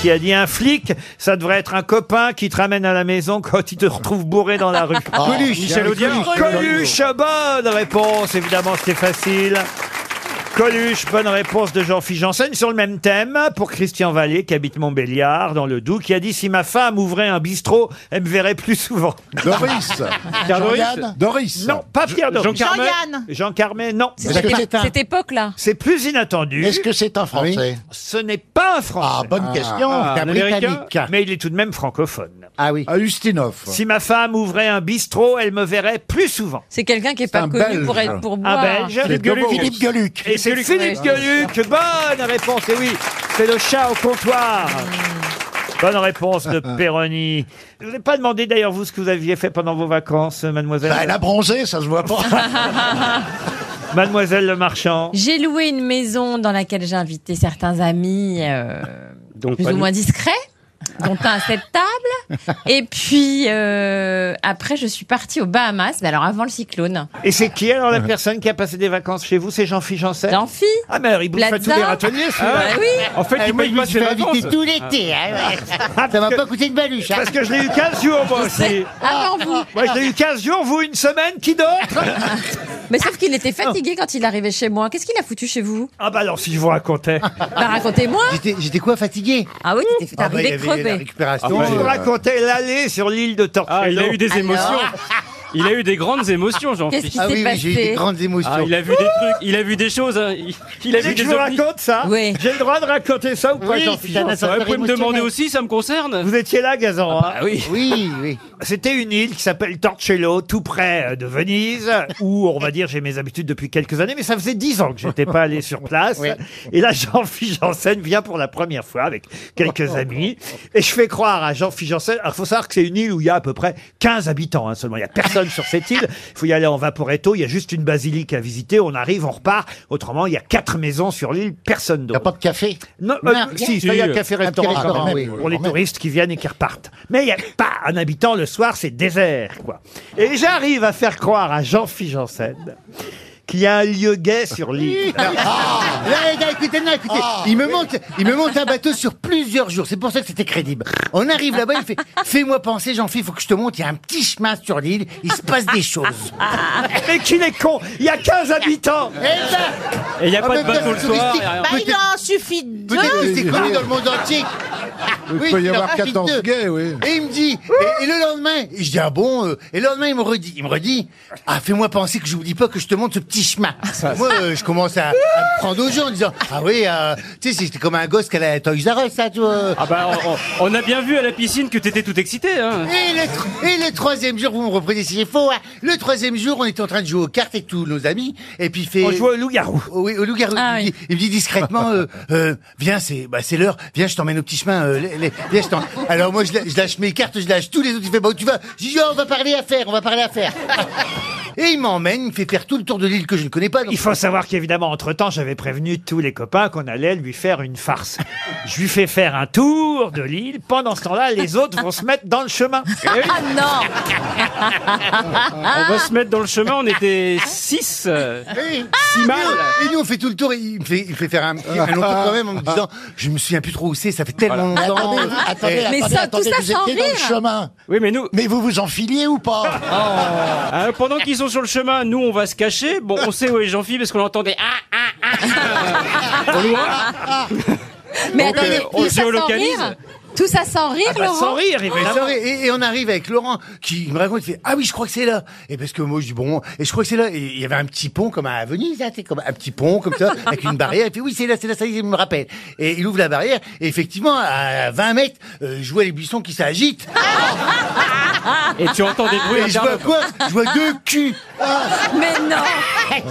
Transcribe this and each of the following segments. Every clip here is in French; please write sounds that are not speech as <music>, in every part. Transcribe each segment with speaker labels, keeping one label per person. Speaker 1: qui a dit un flic, ça devrait être un copain qui te ramène à la maison quand il te retrouve bourré dans la rue.
Speaker 2: <laughs> Ah, Coluche.
Speaker 1: Michel Audier.
Speaker 2: Coluche.
Speaker 1: Coluche, ah, bonne réponse, évidemment, c'était facile. Coluche, bonne réponse de Jean-Philippe Janssen sur le même thème pour Christian Vallée qui habite Montbéliard dans le Doubs qui a dit si ma femme ouvrait un bistrot, elle me verrait plus souvent.
Speaker 3: Doris.
Speaker 1: Pierre Doris
Speaker 3: Jean-Yann. Doris.
Speaker 1: Non, pas Pierre Doris.
Speaker 3: Jean Carmet.
Speaker 4: Jean-Yann.
Speaker 1: Jean Carmet, non.
Speaker 3: Est-ce que c'est un-
Speaker 4: Cette époque-là.
Speaker 1: C'est plus inattendu.
Speaker 3: Est-ce que c'est un Français
Speaker 1: Ce n'est pas un français.
Speaker 3: Ah, bonne question.
Speaker 2: ah,
Speaker 3: c'est
Speaker 2: un
Speaker 3: un
Speaker 2: Américain
Speaker 3: Britannique.
Speaker 1: Mais il est tout de même francophone.
Speaker 3: Ah oui.
Speaker 2: Ah, Ustinov.
Speaker 1: Si ma femme ouvrait un bistrot, elle me verrait plus souvent.
Speaker 4: C'est quelqu'un qui est pas
Speaker 3: un
Speaker 4: connu
Speaker 3: Belge.
Speaker 4: pour être pour
Speaker 1: Un
Speaker 4: boire.
Speaker 1: Belge.
Speaker 2: Philippe Gueluc.
Speaker 3: Philippe Gueluc.
Speaker 1: Et c'est Philippe
Speaker 4: ouais.
Speaker 1: Gueluc. Bonne réponse. Et oui, c'est le chat au comptoir. Bonne réponse
Speaker 3: <laughs>
Speaker 1: de Péroni. Je vous ai pas demandé d'ailleurs vous ce que vous aviez fait pendant vos vacances, mademoiselle.
Speaker 3: Bah, elle a bronzé, ça se voit pas.
Speaker 1: <laughs> Mademoiselle le Marchand.
Speaker 4: J'ai loué une maison dans laquelle j'ai invité certains amis euh, plus ou moins discrets, dont un à cette table. Et puis euh, après, je suis partie aux Bahamas, mais alors avant le cyclone.
Speaker 1: Et c'est qui alors la personne qui a passé des vacances chez vous C'est Jean-Philippe Janssen.
Speaker 4: D'Amphi
Speaker 1: Ah mais alors, il bouffe à tous
Speaker 4: Plaza.
Speaker 1: les râteliers. celui-là.
Speaker 4: Bah oui
Speaker 5: En fait,
Speaker 6: Eh,
Speaker 5: il paye pas ses vacances.
Speaker 6: tout l'été. hein, ouais. Ça m'a pas coûté une baluche.
Speaker 1: Ah,
Speaker 6: hein.
Speaker 1: Parce que je l'ai eu 15 jours moi aussi.
Speaker 4: Avant Ah, vous
Speaker 1: Moi je l'ai eu 15 jours, vous une semaine, qui
Speaker 6: <laughs>
Speaker 1: d'autre
Speaker 4: Mais sauf qu'il était fatigué quand il arrivait chez moi. Qu'est-ce qu'il a foutu chez vous
Speaker 1: Ah bah alors si je vous racontais.
Speaker 4: Bah racontez-moi
Speaker 6: J'étais j'étais quoi fatigué
Speaker 4: Ah oui, t'étais
Speaker 3: Ah, bah, il y
Speaker 4: arrivé
Speaker 3: avait la
Speaker 4: crevé.
Speaker 3: récupération.
Speaker 1: Je vous racontais l'allée sur l'île de Tortuello.
Speaker 5: euh, Ah, il a eu des
Speaker 6: Alors
Speaker 5: émotions. Il a eu des grandes émotions,
Speaker 4: Qu'est-ce
Speaker 5: Jean-Philippe.
Speaker 4: qui
Speaker 6: Ah
Speaker 4: s'est
Speaker 6: oui, oui, j'ai eu des
Speaker 4: passé
Speaker 6: grandes émotions.
Speaker 5: Ah, il a vu des trucs, il a vu des choses, hein. il il a
Speaker 1: Vous voulez que
Speaker 5: vu
Speaker 1: je
Speaker 5: des
Speaker 1: vous
Speaker 5: ovnis.
Speaker 1: raconte ça
Speaker 4: Oui.
Speaker 1: J'ai le droit de raconter ça ou pas,
Speaker 6: Oui,
Speaker 1: Jean-Philippe
Speaker 6: c'est un
Speaker 1: Janssen
Speaker 6: ascenseur
Speaker 5: Ouais, Vous pouvez me
Speaker 6: émotionnel.
Speaker 5: demander aussi, ça me concerne
Speaker 1: Vous étiez là, Gazan hein
Speaker 5: Ah oui.
Speaker 6: Oui, oui.
Speaker 1: C'était une île qui s'appelle Torcello, tout près euh, de Venise, <laughs> où, on va dire, j'ai mes habitudes depuis quelques années, mais ça faisait dix ans que j'étais pas allé sur place. Et là, Jean-Philippe Janssen vient pour la première fois avec
Speaker 3: Oh.
Speaker 1: quelques amis. Et je fais croire à Jean-Philippe Janssen, alors faut savoir que c'est une île où il y a à peu près 15 habitants hein, seulement. Il y a personne sur cette île. Il faut y aller en vaporetto. Il y a juste une basilique à visiter. On arrive, on repart. Autrement, il y a quatre maisons sur l'île, personne
Speaker 3: Il n'y a
Speaker 1: d'autre.
Speaker 3: pas de café.
Speaker 1: Non, euh,
Speaker 3: Non,
Speaker 1: si, ça, il y a
Speaker 5: si,
Speaker 1: le
Speaker 5: euh,
Speaker 1: café-restaurant
Speaker 3: un petit
Speaker 1: Ah, quand
Speaker 3: restaurant,
Speaker 1: même,
Speaker 3: oui, oui,
Speaker 1: pour les
Speaker 3: quand même.
Speaker 1: touristes qui viennent et qui repartent. Mais il n'y a pas un habitant le soir, c'est désert, quoi. Et j'arrive à faire croire à Jean-Philippe Janssen qu'il y a un lieu gay sur
Speaker 3: <laughs>
Speaker 4: <laughs>
Speaker 1: l'île.
Speaker 6: Ah,
Speaker 3: Ah.
Speaker 6: Là, les gars, écoutez, non, écoutez. il, me monte, il me monte un bateau sur plusieurs jours. C'est pour ça que c'était crédible. On arrive là-bas,
Speaker 4: <laughs>
Speaker 6: il fait Fais-moi penser, jean philippe faut que je te monte. Il y a un petit chemin sur l'île. Il se passe des choses.
Speaker 1: Mais qu'il est con Il y a 15 habitants
Speaker 6: Eh ben,
Speaker 5: Et il n'y a
Speaker 3: Ah,
Speaker 5: pas
Speaker 3: mais
Speaker 5: de bateau le
Speaker 3: peut-être
Speaker 5: soir.
Speaker 3: touristique.
Speaker 5: et rien.
Speaker 7: Bah, il en suffit de deux.
Speaker 3: Peut-être que c'est
Speaker 6: oui,
Speaker 3: connu
Speaker 6: oui.
Speaker 3: dans le monde entier.
Speaker 2: Il
Speaker 3: Oui,
Speaker 2: peut y
Speaker 3: il en
Speaker 2: avoir
Speaker 3: profite
Speaker 2: 14
Speaker 3: d'eux.
Speaker 2: gays, oui.
Speaker 3: Et il me dit, et, et le lendemain, et je dis, ah bon, euh, et le lendemain, il me redit, il me redit, ah, fais-moi penser que je vous dis pas que je te montre ce petit chemin. Moi, euh, je commence à, à me prendre aux gens en disant, ah oui, euh, tu sais, c'était comme un gosse qu'elle a la Toys R Us, ça, tu vois.
Speaker 5: Ah bah, on, on- on a bien vu à la piscine que t'étais tout excité, hein.
Speaker 3: Et le, tr- et le troisième jour, vous me reprenez si j'ai faux, hein. Le troisième jour, on était en train de jouer aux cartes avec tous nos amis, et puis il fait... Oh
Speaker 1: On joue au loup-garou.
Speaker 3: Oui, au loup-garou.
Speaker 4: Ah
Speaker 3: il, me
Speaker 4: oui.
Speaker 3: dit- il me dit
Speaker 2: <laughs>
Speaker 3: discrètement, euh, euh, viens, c'est bah, c'est l'heure, viens, je t'emmène au petit chemin. euh, les- les- viens, je t'en- Alors moi, je, la- je lâche mes cartes, je lâche tous les autres. Il fait, bah, où tu vas Je dis, oh, on va parler affaires, on va parler affaires. Et il m'emmène, il me fait faire tout le tour de l'île que je ne connais pas. donc-
Speaker 1: Il faut savoir qu'évidemment, entre-temps, j'avais prévenu tous les copains qu'on allait lui faire une farce. Je lui fais faire un tour de l'île. Pendant ce temps-là, les autres vont se mettre dans le chemin.
Speaker 4: Ah non
Speaker 5: On va se mettre dans le chemin, on était 6.
Speaker 3: Oui. Et nous, et nous, on fait tout le tour, et il me fait, il me fait faire un, un long tour quand même en me disant, je me souviens plus trop où c'est, ça fait tellement longtemps.
Speaker 2: Attendez, attendez,
Speaker 4: Mais
Speaker 2: attendez,
Speaker 4: ça, tout
Speaker 2: attendez,
Speaker 4: ça
Speaker 2: vous
Speaker 4: sans
Speaker 2: étiez dans le
Speaker 4: rire.
Speaker 2: chemin.
Speaker 5: Oui, mais nous,
Speaker 2: Mais vous vous enfiliez ou pas
Speaker 5: Alors, pendant qu'ils sont sur le chemin, nous on va se cacher. Bon, on sait où est Jean-Philippe parce qu'on entendait ah ah ah. euh, au loin.
Speaker 4: Mais
Speaker 5: Donc,
Speaker 4: attendez,
Speaker 5: euh, on
Speaker 4: tout ça sans
Speaker 5: géolocalise.
Speaker 4: rire Tout ça Ah sans
Speaker 3: Ah,
Speaker 4: rire,
Speaker 1: Bah, sans
Speaker 4: Laurent Ah
Speaker 1: rire,
Speaker 3: Mais
Speaker 1: évidemment.
Speaker 3: c'est vrai, et, et on arrive avec Laurent qui me raconte, il fait ah oui je crois que c'est là. Et parce que moi je dis bon et je crois que c'est là. Et il y avait un petit pont comme à Venise, là, tu sais, comme un petit pont comme ça avec une barrière. Il fait oui c'est là c'est là ça y est, il me rappelle. Et il ouvre la barrière et effectivement à 20 mètres euh, je vois les buissons qui s'agitent.
Speaker 5: Et tu entends des bruits
Speaker 3: <laughs> Et je vois
Speaker 5: internes.
Speaker 3: quoi Je vois deux culs.
Speaker 4: Mais
Speaker 3: <laughs>
Speaker 4: non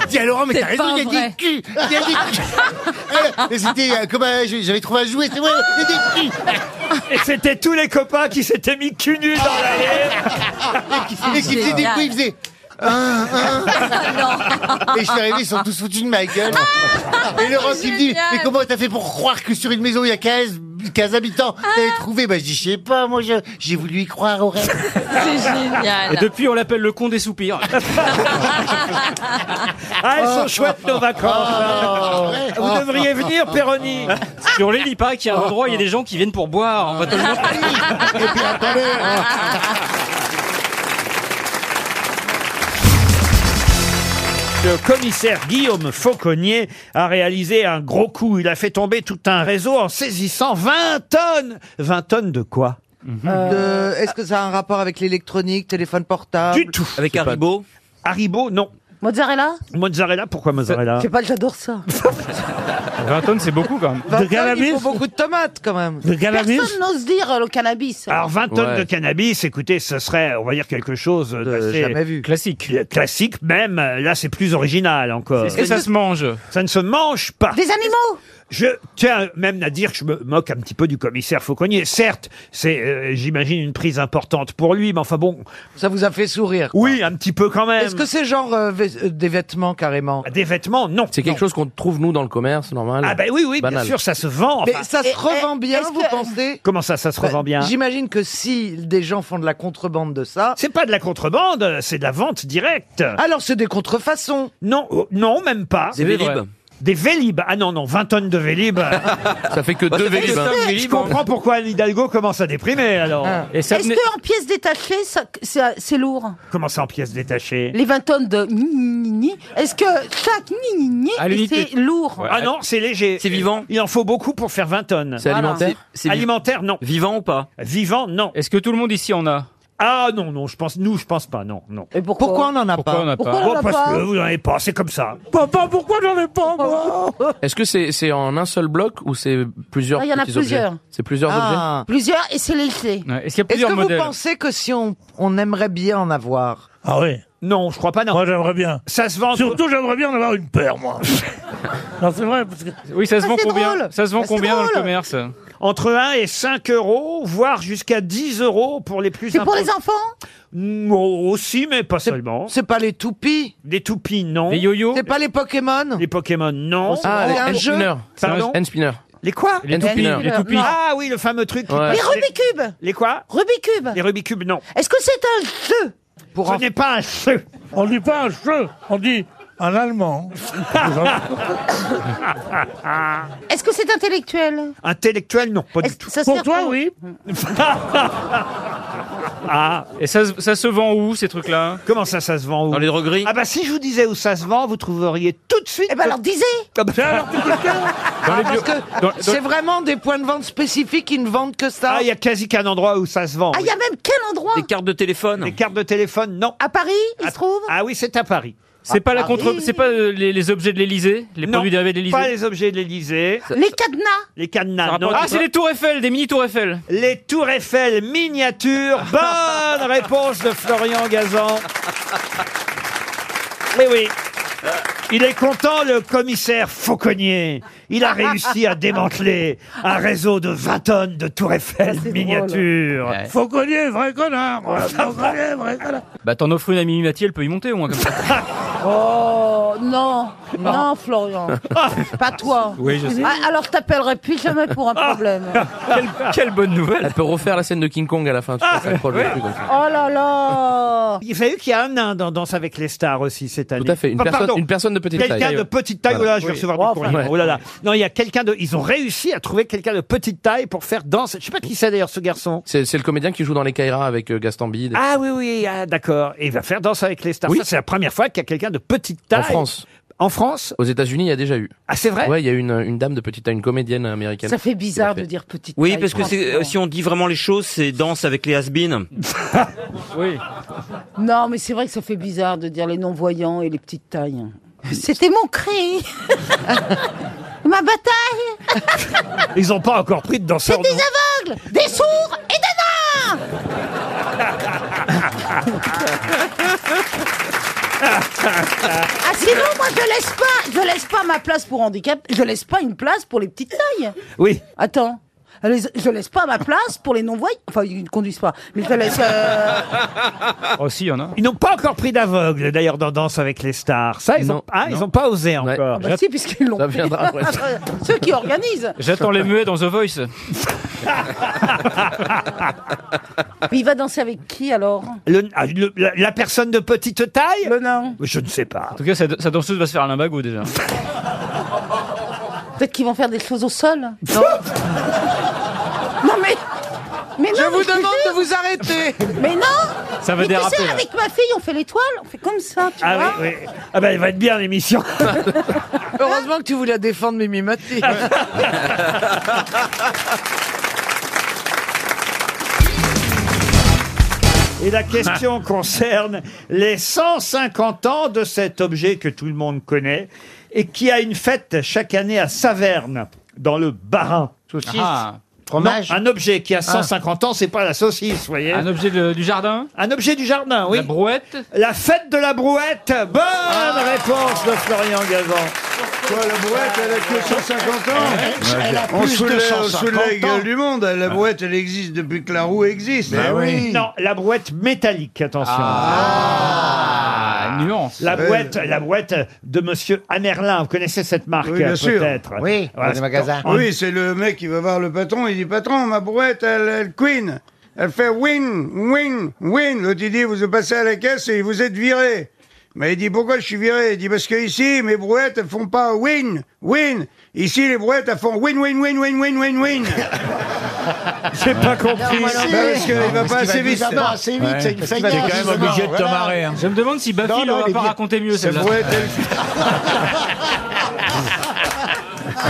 Speaker 3: Je dis à Laurent mais
Speaker 4: C'est
Speaker 3: t'as raison
Speaker 4: pas
Speaker 3: il y a
Speaker 4: vrai.
Speaker 3: des culs. Il y a des culs. <laughs> Alors, et c'était euh, comme euh, j'avais trouvé un jouet c'est vrai il y a des culs. <laughs>
Speaker 1: Et c'était tous les copains qui s'étaient mis cul nus dans l'allée.
Speaker 3: Et qui faisait des
Speaker 4: Génial.
Speaker 3: coups, il faisait. Un, un. Et je suis arrivé, ils
Speaker 8: Ah,
Speaker 3: sont tous foutus de ma gueule. et Laurent qui me dit
Speaker 4: génial.
Speaker 3: Mais comment t'as fait pour croire que sur une maison il y a 15
Speaker 9: 15 habitants.
Speaker 8: Ah.
Speaker 9: Vous l'avez trouvé Bah, je dis, je sais pas, moi, je- j'ai voulu y croire au rêve.
Speaker 8: C'est génial.
Speaker 10: Et depuis, on l'appelle le con des soupirs.
Speaker 1: Ah, elles sont chouettes nos vacances.
Speaker 5: Oh,
Speaker 1: hein. Vous devriez venir, Péroni.
Speaker 10: si on les lit pas, qu'il y a un endroit, il y a des gens qui viennent pour boire. On va te le montrer.
Speaker 11: Et puis attendez, hein.
Speaker 1: Le commissaire Guillaume Fauconnier a réalisé un gros coup. Il a fait tomber tout un réseau en saisissant 20 tonnes. 20 tonnes de quoi
Speaker 5: Euh, Est-ce que ça a un rapport avec l'électronique, téléphone portable
Speaker 1: Du tout.
Speaker 12: Avec Haribo
Speaker 1: Haribo, non.
Speaker 6: Mozzarella
Speaker 1: Mozzarella, pourquoi mozzarella
Speaker 6: Je sais pas, j'adore ça.
Speaker 12: 20 tonnes, c'est beaucoup quand même.
Speaker 5: Vingt-cinq,
Speaker 6: cannabis
Speaker 5: Il faut beaucoup de tomates quand même.
Speaker 12: De
Speaker 6: Personne n'ose dire euh, le cannabis.
Speaker 1: Alors 20 tonnes
Speaker 12: Ouais.
Speaker 1: de cannabis, écoutez, ce serait, on va dire, quelque chose
Speaker 5: Euh,
Speaker 1: d'assez
Speaker 5: jamais vu.
Speaker 12: Classique.
Speaker 1: classique même. euh, Là, c'est plus original encore.
Speaker 12: Est-ce que ça se mange
Speaker 1: Ça ne se mange pas.
Speaker 6: Des animaux
Speaker 1: Je tiens même à dire que je me moque un petit peu du commissaire Fauconnier. Certes, c'est, euh, j'imagine, une prise importante pour lui, mais enfin bon,
Speaker 5: Ça vous a fait sourire. quoi.
Speaker 1: oui, un petit peu Euh, quand même. Ah,
Speaker 5: Est-ce que c'est genre euh, vê- euh, des vêtements carrément
Speaker 1: Des vêtements, non.
Speaker 12: C'est quelque chose qu'on trouve nous dans le commerce, normal.
Speaker 1: Ah ben oui, oui, bien
Speaker 12: Banal.
Speaker 1: sûr, ça se vend.
Speaker 5: Mais
Speaker 1: Enfin,
Speaker 5: ça
Speaker 6: et-
Speaker 5: se revend
Speaker 6: et-
Speaker 5: bien,
Speaker 6: est-ce
Speaker 5: vous
Speaker 6: que-
Speaker 5: pensez
Speaker 1: Comment ça, ça se revend bien
Speaker 5: Ben, J'imagine que si des gens font de la contrebande de ça,
Speaker 1: C'est pas de la contrebande, c'est de la vente directe.
Speaker 5: alors c'est des contrefaçons.
Speaker 1: Non, oh, non, même pas.
Speaker 12: C'est
Speaker 10: Vélib.
Speaker 12: vrai.
Speaker 1: Des Vélib. Ah non, non, 20 tonnes de Bah, Vélib.
Speaker 12: <laughs> Ça fait que deux hein. Vélib.
Speaker 1: Je comprends pourquoi Anne Hidalgo commence à déprimer, alors.
Speaker 5: Ah.
Speaker 10: Et ça
Speaker 6: Est-ce
Speaker 10: venait-
Speaker 6: que en pièces détachées, ça- ça- c'est lourd
Speaker 1: Comment ça en pièces détachées
Speaker 6: Les 20 tonnes de gni, gni, gni, est-ce que chaque gni, gni,
Speaker 12: À
Speaker 6: gni,
Speaker 12: l'unité.
Speaker 6: c'est lourd
Speaker 12: Ouais.
Speaker 1: Ah non, c'est léger.
Speaker 12: C'est vivant
Speaker 1: Il en faut beaucoup pour faire 20 tonnes.
Speaker 12: C'est alimentaire
Speaker 1: Alimentaire, non.
Speaker 12: Vivant ou pas
Speaker 1: Vivant, non.
Speaker 12: Est-ce que tout le monde ici en a
Speaker 1: Ah non, non, je pense, nous, je pense pas, non, non.
Speaker 6: Et pourquoi,
Speaker 5: Pourquoi on n'en a
Speaker 12: Pourquoi on
Speaker 5: pas
Speaker 12: n'a
Speaker 6: Pourquoi
Speaker 12: pas
Speaker 6: on
Speaker 1: Bon,
Speaker 6: l'a
Speaker 1: parce que
Speaker 6: pas
Speaker 1: vous n'en avez pas, c'est comme ça.
Speaker 6: Papa, pourquoi j'en ai pas moi
Speaker 12: Est-ce que c'est c'est en un seul bloc ou c'est plusieurs
Speaker 6: Ah, il y en a
Speaker 12: petits objets
Speaker 6: plusieurs.
Speaker 12: C'est plusieurs
Speaker 5: Ah.
Speaker 6: Plusieurs et c'est
Speaker 12: Est-ce
Speaker 6: léger.
Speaker 12: qu'il y a
Speaker 5: Est-ce que vous pensez que si on, on aimerait bien en avoir
Speaker 1: Ah oui Non, je crois pas, non.
Speaker 12: Moi j'aimerais bien.
Speaker 1: Ça se vend.
Speaker 12: Surtout j'aimerais bien en avoir une paire moi. non c'est vrai parce que... Oui ça se
Speaker 6: Ah,
Speaker 12: vend
Speaker 6: c'est
Speaker 12: combien
Speaker 6: drôle.
Speaker 12: Ça se vend
Speaker 6: Ah, c'est
Speaker 12: combien dans le
Speaker 6: drôle.
Speaker 12: commerce
Speaker 1: entre 1 et 5 euros, voire jusqu'à 10 euros pour les plus
Speaker 6: C'est pour les
Speaker 1: impor-
Speaker 6: enfants
Speaker 1: Mm, Aussi, mais pas seulement.
Speaker 5: C'est pas les toupies
Speaker 1: Des toupies, non.
Speaker 12: Les yo-yo
Speaker 5: C'est pas les Pokémon
Speaker 1: Les Pokémon, non.
Speaker 5: Ah, les
Speaker 6: Oh.
Speaker 12: hand spinner.
Speaker 1: Pardon
Speaker 12: Hand spinner.
Speaker 1: Les quoi
Speaker 12: Les toupies.
Speaker 6: Les toupies. Non.
Speaker 1: Ah oui, le fameux truc. qui-
Speaker 12: Ouais.
Speaker 6: Les Rubik's Cube
Speaker 1: Les quoi
Speaker 6: Rubik's Cube
Speaker 1: Les Rubik's Cube, non.
Speaker 6: Est-ce que c'est un jeu
Speaker 5: Pour
Speaker 1: Ce
Speaker 5: en-
Speaker 1: n'est pas un jeu. <laughs>
Speaker 12: On dit pas un <laughs> jeu, on dit un allemand.
Speaker 6: Est-ce que c'est intellectuel
Speaker 1: Intellectuel, non, pas du
Speaker 6: Est-ce
Speaker 1: tout.
Speaker 6: que ça sert <laughs>
Speaker 12: oui. Et ça, se- ça se vend où ces trucs-là
Speaker 1: Ah. Comment ça, ça se vend où
Speaker 12: regris
Speaker 1: Ah bah si je vous disais où ça se vend, vous trouveriez tout de suite. Ah bah,
Speaker 6: Eh ben alors disez
Speaker 12: Dans les
Speaker 5: Ah, Parce
Speaker 12: bio-
Speaker 5: que
Speaker 12: dans- dans-
Speaker 5: c'est hein. vraiment des points de vente spécifiques qui ne vendent que ça.
Speaker 1: Ah, il y a quasi qu'un endroit où ça se vend.
Speaker 6: Ah, il y a même quel endroit
Speaker 12: cartes de téléphone.
Speaker 1: Les cartes de téléphone, non.
Speaker 6: À Paris, il
Speaker 1: Ah,
Speaker 6: se trouve
Speaker 1: Ah oui, c'est à Paris.
Speaker 12: C'est pas la contre,
Speaker 6: oui.
Speaker 12: c'est pas euh, les, les objets de l'Elysée, les
Speaker 1: non,
Speaker 12: produits dérivés de
Speaker 1: pas
Speaker 12: l'Elysée.
Speaker 1: les objets de l'Elysée,
Speaker 6: Les cadenas
Speaker 1: les cadenas. non.
Speaker 12: Ah, c'est les tours Eiffel, des mini tours Eiffel.
Speaker 1: Les tours Eiffel <laughs> miniatures. Bonne réponse de Florian Gazan. Oui, oui. Il est content, le commissaire Fauconnier. Il a réussi à démanteler un réseau de 20 tonnes de tours Eiffel miniatures.
Speaker 12: Fauconnier, vrai connard. Fauconnier, vrai
Speaker 13: <laughs>
Speaker 12: connard. Bah t'en offres une à Mimi Mathy, elle peut y monter au moins comme ça.
Speaker 5: <laughs>
Speaker 6: Oh non,
Speaker 12: <laughs>
Speaker 6: non, Florian, pas toi.
Speaker 12: Oui, je sais. Ah.
Speaker 6: Ah, alors je t'appellerai plus jamais pour
Speaker 12: <laughs>
Speaker 6: un problème.
Speaker 12: quelle, quelle bonne nouvelle.
Speaker 9: peut refaire la scène de King Kong à la fin.
Speaker 12: Ah,
Speaker 9: Tu vois, ça accroche le truc, comme ça.
Speaker 6: Oh là là
Speaker 1: Il savez qu'il y a un nain dans Danse avec les stars aussi cette année.
Speaker 9: Tout à fait. Une,
Speaker 1: Enfin,
Speaker 9: personne,
Speaker 1: pardon,
Speaker 9: une personne de petite taille.
Speaker 1: Quelqu'un de petite taille, oh là, je vais recevoir
Speaker 6: Oh,
Speaker 1: des compliments, oh là là. Non, il y a quelqu'un de, ils ont réussi à trouver quelqu'un de petite taille pour faire danse. Je sais pas qui c'est d'ailleurs ce garçon.
Speaker 9: C'est c'est le comédien qui joue dans les Kairas avec euh, Gaston Bide.
Speaker 1: Ah oui, oui, ah, d'accord. Et il va faire danse avec les stars. Ça, c'est la première fois qu'il y a quelqu'un de petite taille.
Speaker 9: En France.
Speaker 1: En France
Speaker 9: Aux États-Unis, il y a déjà eu.
Speaker 1: Ah, c'est vrai
Speaker 9: Ouais, il y a eu une, une dame de petite taille, une comédienne américaine.
Speaker 6: Ça fait bizarre
Speaker 9: Tout à
Speaker 6: de
Speaker 9: fait.
Speaker 6: dire petite
Speaker 12: Oui,
Speaker 6: taille,
Speaker 12: parce que c'est-
Speaker 6: franchement.
Speaker 12: euh, si on dit vraiment les choses, c'est danse avec les has oui.
Speaker 6: Non, mais c'est vrai que ça fait bizarre de dire les non-voyants et les petites tailles. C'était mon
Speaker 12: <laughs>
Speaker 6: cri Ma bataille
Speaker 1: Ils n'ont pas encore pris de danseur.
Speaker 6: Des
Speaker 1: non.
Speaker 6: aveugles, des sourds et des nains Ah sinon,
Speaker 12: <laughs>
Speaker 6: moi je laisse pas, je laisse pas ma place pour handicap, je laisse pas une place pour les petites tailles.
Speaker 1: Oui.
Speaker 6: Attends. Alors, ils- je laisse pas ma place pour les non-voyants. Enfin, ils ne conduisent pas. Mais je laisse. euh,
Speaker 1: Oh, si, il y en a. Ils n'ont pas encore pris d'aveugle, d'ailleurs, dans Danse avec les stars. Ça, ils n'ont ah, ils ont pas osé
Speaker 9: Ah,
Speaker 1: encore.
Speaker 6: bah si, puisqu'ils l'ont. pris. <laughs> Ceux qui organisent.
Speaker 12: J'attends les muets dans The Voice.
Speaker 6: Mais <laughs> il va danser avec qui alors
Speaker 1: Le- ah, le- la, la personne de petite taille
Speaker 6: Le nain.
Speaker 1: Je ne sais pas.
Speaker 12: En tout cas, sa, sa danseuse va se faire un limbago déjà.
Speaker 6: Peut-être qu'ils vont faire des choses au sol. Non. non mais. Mais non,
Speaker 5: Je vous
Speaker 6: mais te
Speaker 5: demande
Speaker 6: jure.
Speaker 5: de vous arrêter.
Speaker 6: Mais non
Speaker 1: Ça va
Speaker 6: Mais tu
Speaker 1: déraper,
Speaker 6: sais,
Speaker 1: là.
Speaker 6: avec ma fille, on fait l'étoile, on fait comme ça, tu
Speaker 1: Ah
Speaker 6: vois.
Speaker 1: oui, oui. Ah ben, elle va être bien l'émission.
Speaker 5: Heureusement que tu voulais défendre Mimi <laughs> Mati.
Speaker 1: Et la question concerne les 150 ans de cet objet que tout le monde connaît et qui a une fête chaque année à Saverne, dans le Bas-Rhin.
Speaker 12: Saucisse Ah.
Speaker 1: Fromage Un objet qui a 150 ans, c'est pas la saucisse, vous voyez.
Speaker 12: Un objet de- du jardin
Speaker 1: Un objet du jardin, oui.
Speaker 12: La brouette Ah.
Speaker 1: La fête de la brouette Bonne réponse de Florian Gazan.
Speaker 13: la brouette, elle a que 150 ans
Speaker 1: Elle a
Speaker 13: On
Speaker 1: plus
Speaker 13: se
Speaker 1: de
Speaker 13: la- hein. on se
Speaker 1: 150
Speaker 13: la gueule
Speaker 1: ans.
Speaker 13: du monde, la brouette, elle existe depuis que la roue existe. eh oui.
Speaker 1: Non, la brouette métallique, attention.
Speaker 12: nuance.
Speaker 1: La brouette, la brouette de Monsieur Amerlin. Vous connaissez cette marque,
Speaker 13: Oui, bien sûr.
Speaker 1: peut-être. Voilà, c'est- en-
Speaker 13: Oui, c'est le mec qui va voir le patron, il dit Patron, ma brouette, elle, elle queen. Elle fait win, win, win. L'autre, il dit Vous passez à la caisse et vous êtes viré. Mais il dit Pourquoi je suis viré Il dit Parce que ici, mes brouettes, elles font pas win, win. Ici, les brouettes, elles font win, win, win, win, win, win, win.
Speaker 1: <laughs> J'ai pas compris.
Speaker 13: Bah, parce qu'il va pas assez vite.
Speaker 5: hein.
Speaker 12: Je me demande si Bafi
Speaker 13: Non, non,
Speaker 12: ne
Speaker 13: elle est
Speaker 12: va pas
Speaker 13: bien.
Speaker 12: raconter mieux
Speaker 13: C'est
Speaker 12: celle-là.
Speaker 13: vrai,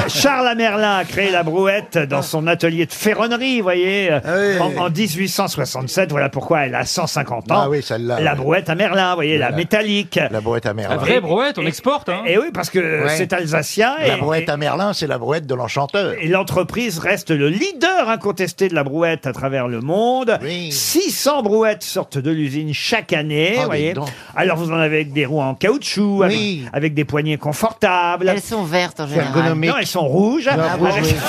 Speaker 1: Charles Amerlin a créé la brouette dans son atelier de ferronnerie, vous voyez,
Speaker 13: Ah
Speaker 1: en, en 1867. Voilà pourquoi elle a 150 ans.
Speaker 9: Ah oui, celle-là,
Speaker 1: La
Speaker 9: ouais.
Speaker 1: brouette Amerlin, vous voyez, la, métallique. La
Speaker 9: brouette à Merlin.
Speaker 12: La vraie brouette, on exporte. Hein.
Speaker 5: Eh
Speaker 1: Et oui, parce que
Speaker 9: Ouais.
Speaker 1: c'est alsacien.
Speaker 9: La
Speaker 1: et-
Speaker 9: brouette à Merlin, c'est la brouette de l'enchanteur.
Speaker 1: Et l'entreprise reste le leader incontesté de la brouette à travers le monde. 600 brouettes sortent de l'usine chaque année.
Speaker 9: Ah,
Speaker 1: vous voyez.
Speaker 9: dis donc.
Speaker 1: Alors vous en avez avec des roues en caoutchouc, avec-
Speaker 9: Oui.
Speaker 1: avec, des poignées confortables.
Speaker 14: Elles sont vertes en
Speaker 1: C'est
Speaker 14: général.
Speaker 1: ergonomique. Non, elles sont rouges.
Speaker 14: Ah, bon,
Speaker 1: Avec-
Speaker 14: oui.
Speaker 12: <laughs>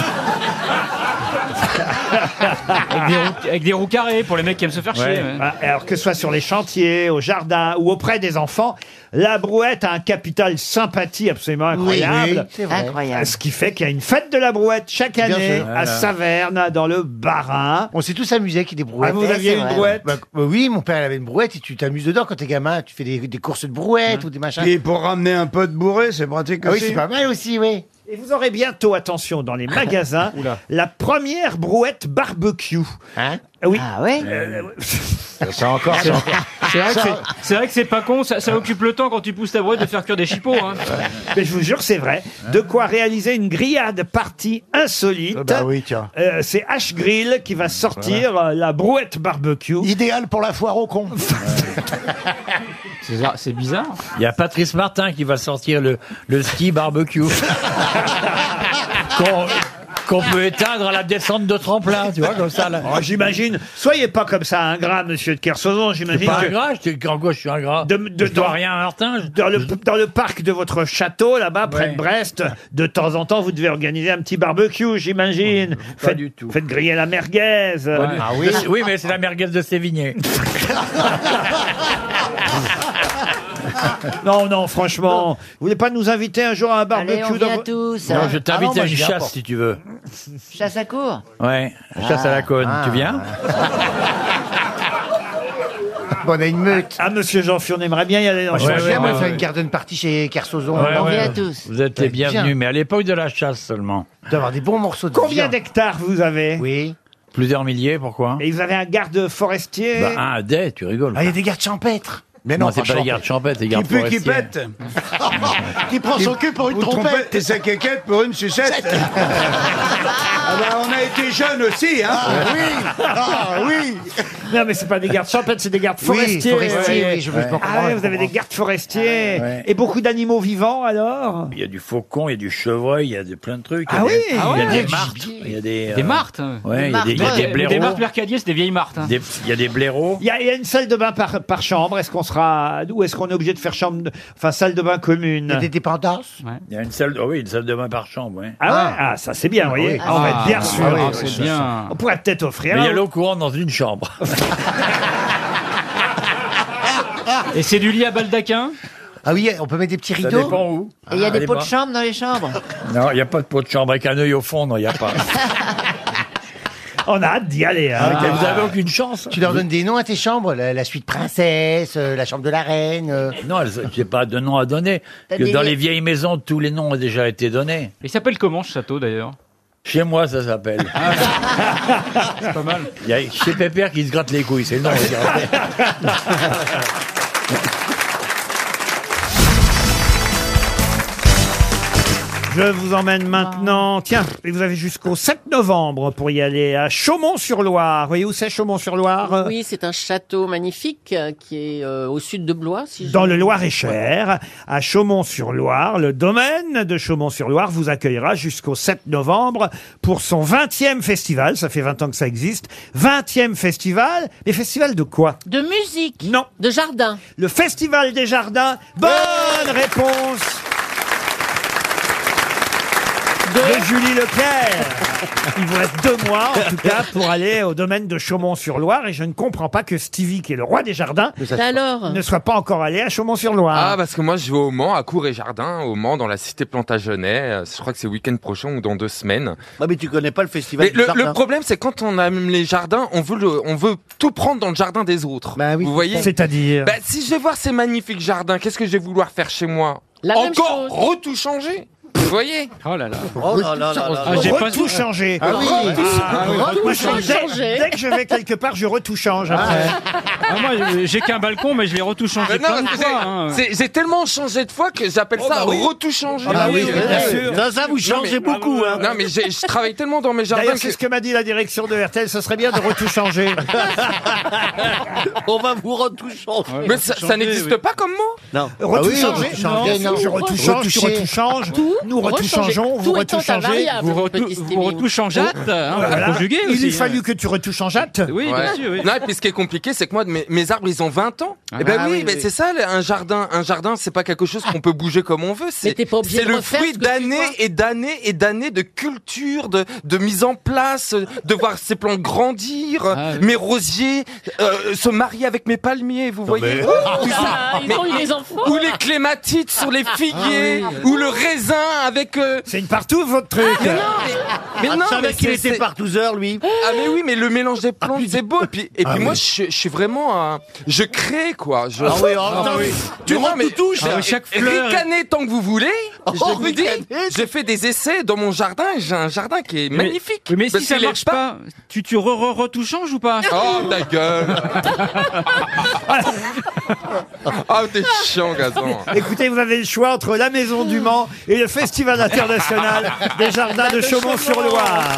Speaker 12: Avec, des roues, avec des roues carrées pour les mecs qui aiment se faire chier. ouais.
Speaker 5: Bah,
Speaker 1: Ah, Alors que ce soit sur les chantiers, au jardin ou auprès des enfants, la brouette a un capital sympathie absolument incroyable.
Speaker 14: oui, c'est vrai. Incroyable.
Speaker 1: Ce qui fait qu'il y a une fête de la brouette chaque
Speaker 9: Bien
Speaker 1: année
Speaker 9: sûr.
Speaker 1: à
Speaker 9: Voilà.
Speaker 1: Saverne, dans le Bas-Rhin.
Speaker 9: On s'est tous amusés avec des brouettes.
Speaker 1: Ah, vous aviez une brouette
Speaker 9: Bah, bah Oui, mon père il avait une brouette et tu t'amuses dedans quand t'es gamin. Tu fais des, des courses de brouettes ou des machins.
Speaker 13: Mmh. Et pour ramener un peu de bourré, c'est pratique
Speaker 9: Ah oui,
Speaker 13: aussi.
Speaker 9: c'est pas mal aussi, oui.
Speaker 1: Et vous aurez bientôt, attention,
Speaker 9: <laughs>
Speaker 1: dans les magasins, la première brouette barbecue.
Speaker 9: Hein
Speaker 1: Oui.
Speaker 14: Ah ouais
Speaker 5: euh,
Speaker 9: Ça encore,
Speaker 1: Ah,
Speaker 9: ça
Speaker 1: <laughs>
Speaker 9: encore.
Speaker 12: C'est vrai que
Speaker 9: Ça-
Speaker 12: c'est- C'est vrai que c'est pas con, ça, ça occupe le temps quand tu pousses ta brouette de faire cuire des chipots. Hein.
Speaker 1: Mais je vous jure, c'est vrai. De quoi réaliser une grillade partie insolite.
Speaker 9: Ah bah oui, tiens.
Speaker 1: Euh, c'est H Grill qui va sortir euh, la brouette barbecue.
Speaker 9: Idéal pour la foire au
Speaker 1: <laughs>
Speaker 9: con.
Speaker 12: C'est c'est bizarre.
Speaker 15: Il y a Patrice Martin qui va sortir le, le ski barbecue. qu'on qu'on peut éteindre à la descente de tremplin, tu vois, comme ça. Là. Euh,
Speaker 1: Oh, j'imagine. Soyez pas comme ça ingrat, monsieur de Kersozon.
Speaker 15: Je suis
Speaker 1: J'imagine
Speaker 15: pas
Speaker 1: que
Speaker 15: ingrat, je suis en gauche, je suis ingrat.
Speaker 1: de, de-
Speaker 15: je dois
Speaker 1: dans-
Speaker 15: rien à Martin. je-
Speaker 1: Dans le, dans le parc de votre château, là-bas, près de Brest, de temps en temps, vous devez organiser un petit barbecue, j'imagine. Pas faites, du tout. Faites griller la merguez. Euh,
Speaker 15: Ah oui, oui, mais c'est la merguez de Sévigné.
Speaker 1: Non, non, franchement. Vous voulez pas nous inviter un jour à un barbecue
Speaker 14: Allez, on
Speaker 1: dans
Speaker 14: vient
Speaker 1: vo-
Speaker 14: tous.
Speaker 15: Non,
Speaker 9: Ah
Speaker 15: je
Speaker 9: non,
Speaker 15: t'invite
Speaker 9: moi,
Speaker 15: à
Speaker 9: je
Speaker 15: une
Speaker 9: viens
Speaker 15: chasse
Speaker 9: pas.
Speaker 15: si tu veux.
Speaker 14: Chasse à court.
Speaker 15: Ouais, chasse à
Speaker 9: Ah.
Speaker 15: la cône.
Speaker 9: <laughs>
Speaker 15: tu viens
Speaker 9: On a une meute.
Speaker 1: Ah, monsieur Jean-Fi, on aimerait bien y aller dans
Speaker 15: Ouais,
Speaker 1: le
Speaker 15: ouais,
Speaker 1: chalet.
Speaker 9: J'aimerais
Speaker 15: ouais,
Speaker 9: faire
Speaker 15: ouais.
Speaker 9: une garden party chez Kersozon.
Speaker 15: Ouais,
Speaker 14: on
Speaker 15: ouais,
Speaker 14: vient
Speaker 15: ouais.
Speaker 14: tous.
Speaker 15: Vous êtes les
Speaker 9: Bien.
Speaker 15: bienvenus, mais à l'époque de la chasse seulement.
Speaker 9: D'avoir des bons morceaux de
Speaker 1: Combien
Speaker 9: viande.
Speaker 1: d'hectares vous avez
Speaker 9: Oui.
Speaker 15: Plusieurs milliers, pourquoi
Speaker 1: Et vous avez un garde forestier
Speaker 15: Bah, un à dé, tu rigoles.
Speaker 9: Ah, il y a des gardes champêtres. Mais
Speaker 15: non, c'est pas les gardes champêtres, les gardes
Speaker 13: Qui pue, qui
Speaker 15: forestiers.
Speaker 13: pète.
Speaker 9: <laughs> Qui prend son cul pour une trompette.
Speaker 13: et sa quéquette pour une sucette. <laughs> Ah ben, on a été jeunes aussi, hein.
Speaker 9: Ah oui
Speaker 1: Ah, Non, mais c'est pas des gardes champêtres, c'est des gardes forestiers.
Speaker 9: forestiers, oui, je veux- je comprends, Ah
Speaker 1: Ah, ouais,
Speaker 9: je
Speaker 1: vous avez des
Speaker 9: comprends.
Speaker 1: gardes forestiers.
Speaker 15: ouais.
Speaker 1: Et beaucoup d'animaux vivants, alors
Speaker 15: Il y a du faucon, il y a du chevreuil, il y a de, plein de trucs.
Speaker 1: Ah oui
Speaker 15: il y a
Speaker 12: Ah
Speaker 15: des- il y a
Speaker 12: ouais.
Speaker 15: des martes. Il y a des,
Speaker 12: Des
Speaker 15: euh,
Speaker 12: martes
Speaker 15: Ouais, il y a des, il y a
Speaker 12: Ouais,
Speaker 15: des blaireaux.
Speaker 12: Des martes mercadier, c'est des vieilles martes. hein.
Speaker 15: des- Il y a des blaireaux.
Speaker 1: Il y, a, il y a une salle de bain par, par chambre. Est-ce qu'on sera. Ou est-ce qu'on est obligé de faire chambre. de- Enfin, salle de bain commune
Speaker 9: Il y a des dépendances.
Speaker 15: Il y a une salle, de- oh oui, une salle de bain par chambre. ouais.
Speaker 1: Ah ouais Ah, ça c'est Ah, bien, vous voyez. Ah, on va être bien sûr.
Speaker 15: Ah oui,
Speaker 1: Ah,
Speaker 15: oui,
Speaker 1: c'est
Speaker 15: ça,
Speaker 1: bien.
Speaker 15: ça.
Speaker 1: On pourrait peut-être offrir.
Speaker 15: Mais il y
Speaker 1: un-
Speaker 15: a l'eau courante dans une chambre.
Speaker 13: Et c'est du lit à baldaquin
Speaker 3: Ah oui, on peut mettre des petits
Speaker 15: rideaux dépend où.
Speaker 12: Et il y a
Speaker 15: Ah,
Speaker 12: des
Speaker 15: les
Speaker 12: pots de
Speaker 15: bras.
Speaker 12: chambre dans les chambres.
Speaker 15: Non, il n'y a pas de pot de chambre avec un œil au fond, non, il n'y a pas.
Speaker 1: On a hâte d'y aller.
Speaker 15: hein. Vous avez aucune chance.
Speaker 3: Ah. Tu leur donnes des noms à tes chambres, la, la suite princesse, euh, la chambre de la reine. euh.
Speaker 16: Ah,
Speaker 15: Non, elles- j'ai pas de nom à donner.
Speaker 3: T'as
Speaker 15: Que
Speaker 3: des-
Speaker 15: dans les vieilles maisons, tous les noms ont déjà été donnés.
Speaker 13: Il s'appelle comment ce château d'ailleurs Ah
Speaker 15: Chez moi, ça s'appelle.
Speaker 13: C'est pas mal.
Speaker 15: Il y a chez Pépère qui se gratte les couilles, c'est le nom. aussi.
Speaker 13: <laughs>
Speaker 1: Je vous emmène maintenant. Tiens, et vous avez jusqu'au 7 novembre pour y aller à Chaumont-sur-Loire. Vous voyez où c'est Chaumont-sur-Loire
Speaker 17: Oui, c'est un château magnifique euh, qui est euh, au sud de Blois. Si je-
Speaker 1: Dans le Loir-et-Cher, à Chaumont-sur-Loire, le domaine de Chaumont-sur-Loire vous accueillera jusqu'au 7 novembre pour son 20e festival. Ça fait 20 ans que ça existe. 20e festival. Mais festival de quoi
Speaker 17: De musique.
Speaker 1: Non.
Speaker 17: De jardin.
Speaker 1: Le festival des jardins. Bonne réponse de, Julie Leclerc. Il vous reste deux mois, en tout cas, pour aller au domaine de Chaumont-sur-Loire. Et je ne comprends pas que Stevie, qui est le roi des jardins,
Speaker 17: ça se voit. Alors
Speaker 1: ne soit pas encore allé à Chaumont-sur-Loire.
Speaker 11: Ah, parce que moi, je vais au Mans, à Cour et Jardin, au Mans, dans la cité Plantagenet. Euh, Je crois que c'est week-end prochain ou dans deux semaines.
Speaker 18: Ah, mais tu connais pas le festival
Speaker 11: Mais
Speaker 18: du
Speaker 11: le,
Speaker 18: jardin.
Speaker 11: le problème, c'est quand on aime les jardins, on veut, le- on veut tout prendre dans le jardin des autres.
Speaker 1: Bah
Speaker 11: Vous voyez
Speaker 1: C'est-à-dire
Speaker 11: Bah, si je vais voir ces magnifiques jardins, qu'est-ce que je vais vouloir faire chez moi
Speaker 17: La même
Speaker 11: Encore
Speaker 17: chose.
Speaker 11: retout changer Vous voyez
Speaker 13: Oh là là.
Speaker 1: Oh là là là là. Ah, j'ai pas- Retout changer.
Speaker 11: Ah oui.
Speaker 1: Ah, oui.
Speaker 11: Ah oui.
Speaker 1: Retout
Speaker 11: Moi,
Speaker 1: changer. Dès- dès que je vais quelque part, je retouchange. <laughs> après.
Speaker 13: Ah, moi, j'ai- j'ai qu'un balcon, mais je l'ai retouché
Speaker 11: Bah
Speaker 13: changé
Speaker 11: non,
Speaker 13: plein de
Speaker 11: c'est-
Speaker 5: Ah,
Speaker 13: fois. hein.
Speaker 11: c'est- J'ai tellement changé de fois que j'appelle
Speaker 13: Oh,
Speaker 11: ça
Speaker 13: bah oui.
Speaker 11: retout changer.
Speaker 13: Ah, bah oui, oui, bien sûr.
Speaker 1: Ça, ça, vous changez beaucoup, hein.
Speaker 11: Non, mais j'ai- je travaille tellement dans mes jardins
Speaker 1: D'ailleurs,
Speaker 11: que...
Speaker 1: c'est ce que m'a dit la direction de RTL, ce serait bien de retouchanger.
Speaker 18: On va vous retouchanger.
Speaker 11: Mais ça, ça n'existe pas comme mot
Speaker 18: Non.
Speaker 1: Retouchanger, Ah non, je retouchange, tu retouchanges, nous retouchangeons, vous retouchangez,
Speaker 13: vous, retou vous retouchangeâtes, hein, vous conjuguez
Speaker 1: Il
Speaker 13: aussi,
Speaker 1: lui
Speaker 13: hein.
Speaker 1: fallut que tu retouchangeates.
Speaker 13: Oui,
Speaker 11: Ouais. <laughs> Non, et puis ce qui est compliqué, c'est que moi, mes, mes arbres, ils ont 20 ans. Eh ben
Speaker 1: Ah
Speaker 11: oui,
Speaker 1: oui,
Speaker 11: ben
Speaker 1: oui.
Speaker 11: c'est ça, le- un jardin. Un jardin, c'est pas quelque chose qu'on peut bouger comme on veut. C'est
Speaker 17: t'es pas obligé
Speaker 11: c'est
Speaker 17: de
Speaker 11: le
Speaker 17: refaire
Speaker 11: fruit
Speaker 17: ce que tu
Speaker 11: d'années
Speaker 17: vois.
Speaker 11: et d'années et d'années de culture, de, de mise en place, euh, de voir ces plants grandir, euh, mes rosiers, euh, se marier avec mes palmiers, vous voyez.
Speaker 17: mais-
Speaker 11: Ouh, tout ça.
Speaker 17: Ah, ils ont eu des enfants. Ah,
Speaker 11: Ou les clématites sur les
Speaker 5: Ah,
Speaker 11: figuiers, ou le raisin avec.
Speaker 1: C'est une partout votre truc.
Speaker 5: Ah,
Speaker 11: Mais non, mais, mais
Speaker 18: Ah,
Speaker 11: non,
Speaker 18: tu savais
Speaker 11: mais
Speaker 18: qu'il
Speaker 11: c'est-
Speaker 18: était
Speaker 11: c'est-
Speaker 18: partouzeur, lui.
Speaker 11: ah mais oui, mais le mélange des plantes, c'est beau. Et puis, et
Speaker 18: Ah
Speaker 11: puis
Speaker 18: oui.
Speaker 11: moi, je, je suis vraiment un... Je crée, quoi. Je...
Speaker 18: Ah oui, oh, attends, mais tu rends tout touche.
Speaker 11: Ah,
Speaker 18: Ah, chaque fleur.
Speaker 11: Ricanez tant que vous voulez.
Speaker 18: Oh,
Speaker 11: je vous dis,
Speaker 18: ricanez.
Speaker 11: j'ai fait des essais dans mon jardin. et J'ai un jardin qui est
Speaker 13: Mais-
Speaker 11: magnifique.
Speaker 13: Mais, si
Speaker 11: Parce
Speaker 13: ça
Speaker 11: qu'il est
Speaker 13: marche pas, tu, tu re, re, retouchanges ou pas
Speaker 11: Oh, ta gueule Ah, t'es chiant, Gazan
Speaker 1: Écoutez, vous avez le choix entre la Maison du Mans et le Festival international des jardins de Chaumont-sur-Loire.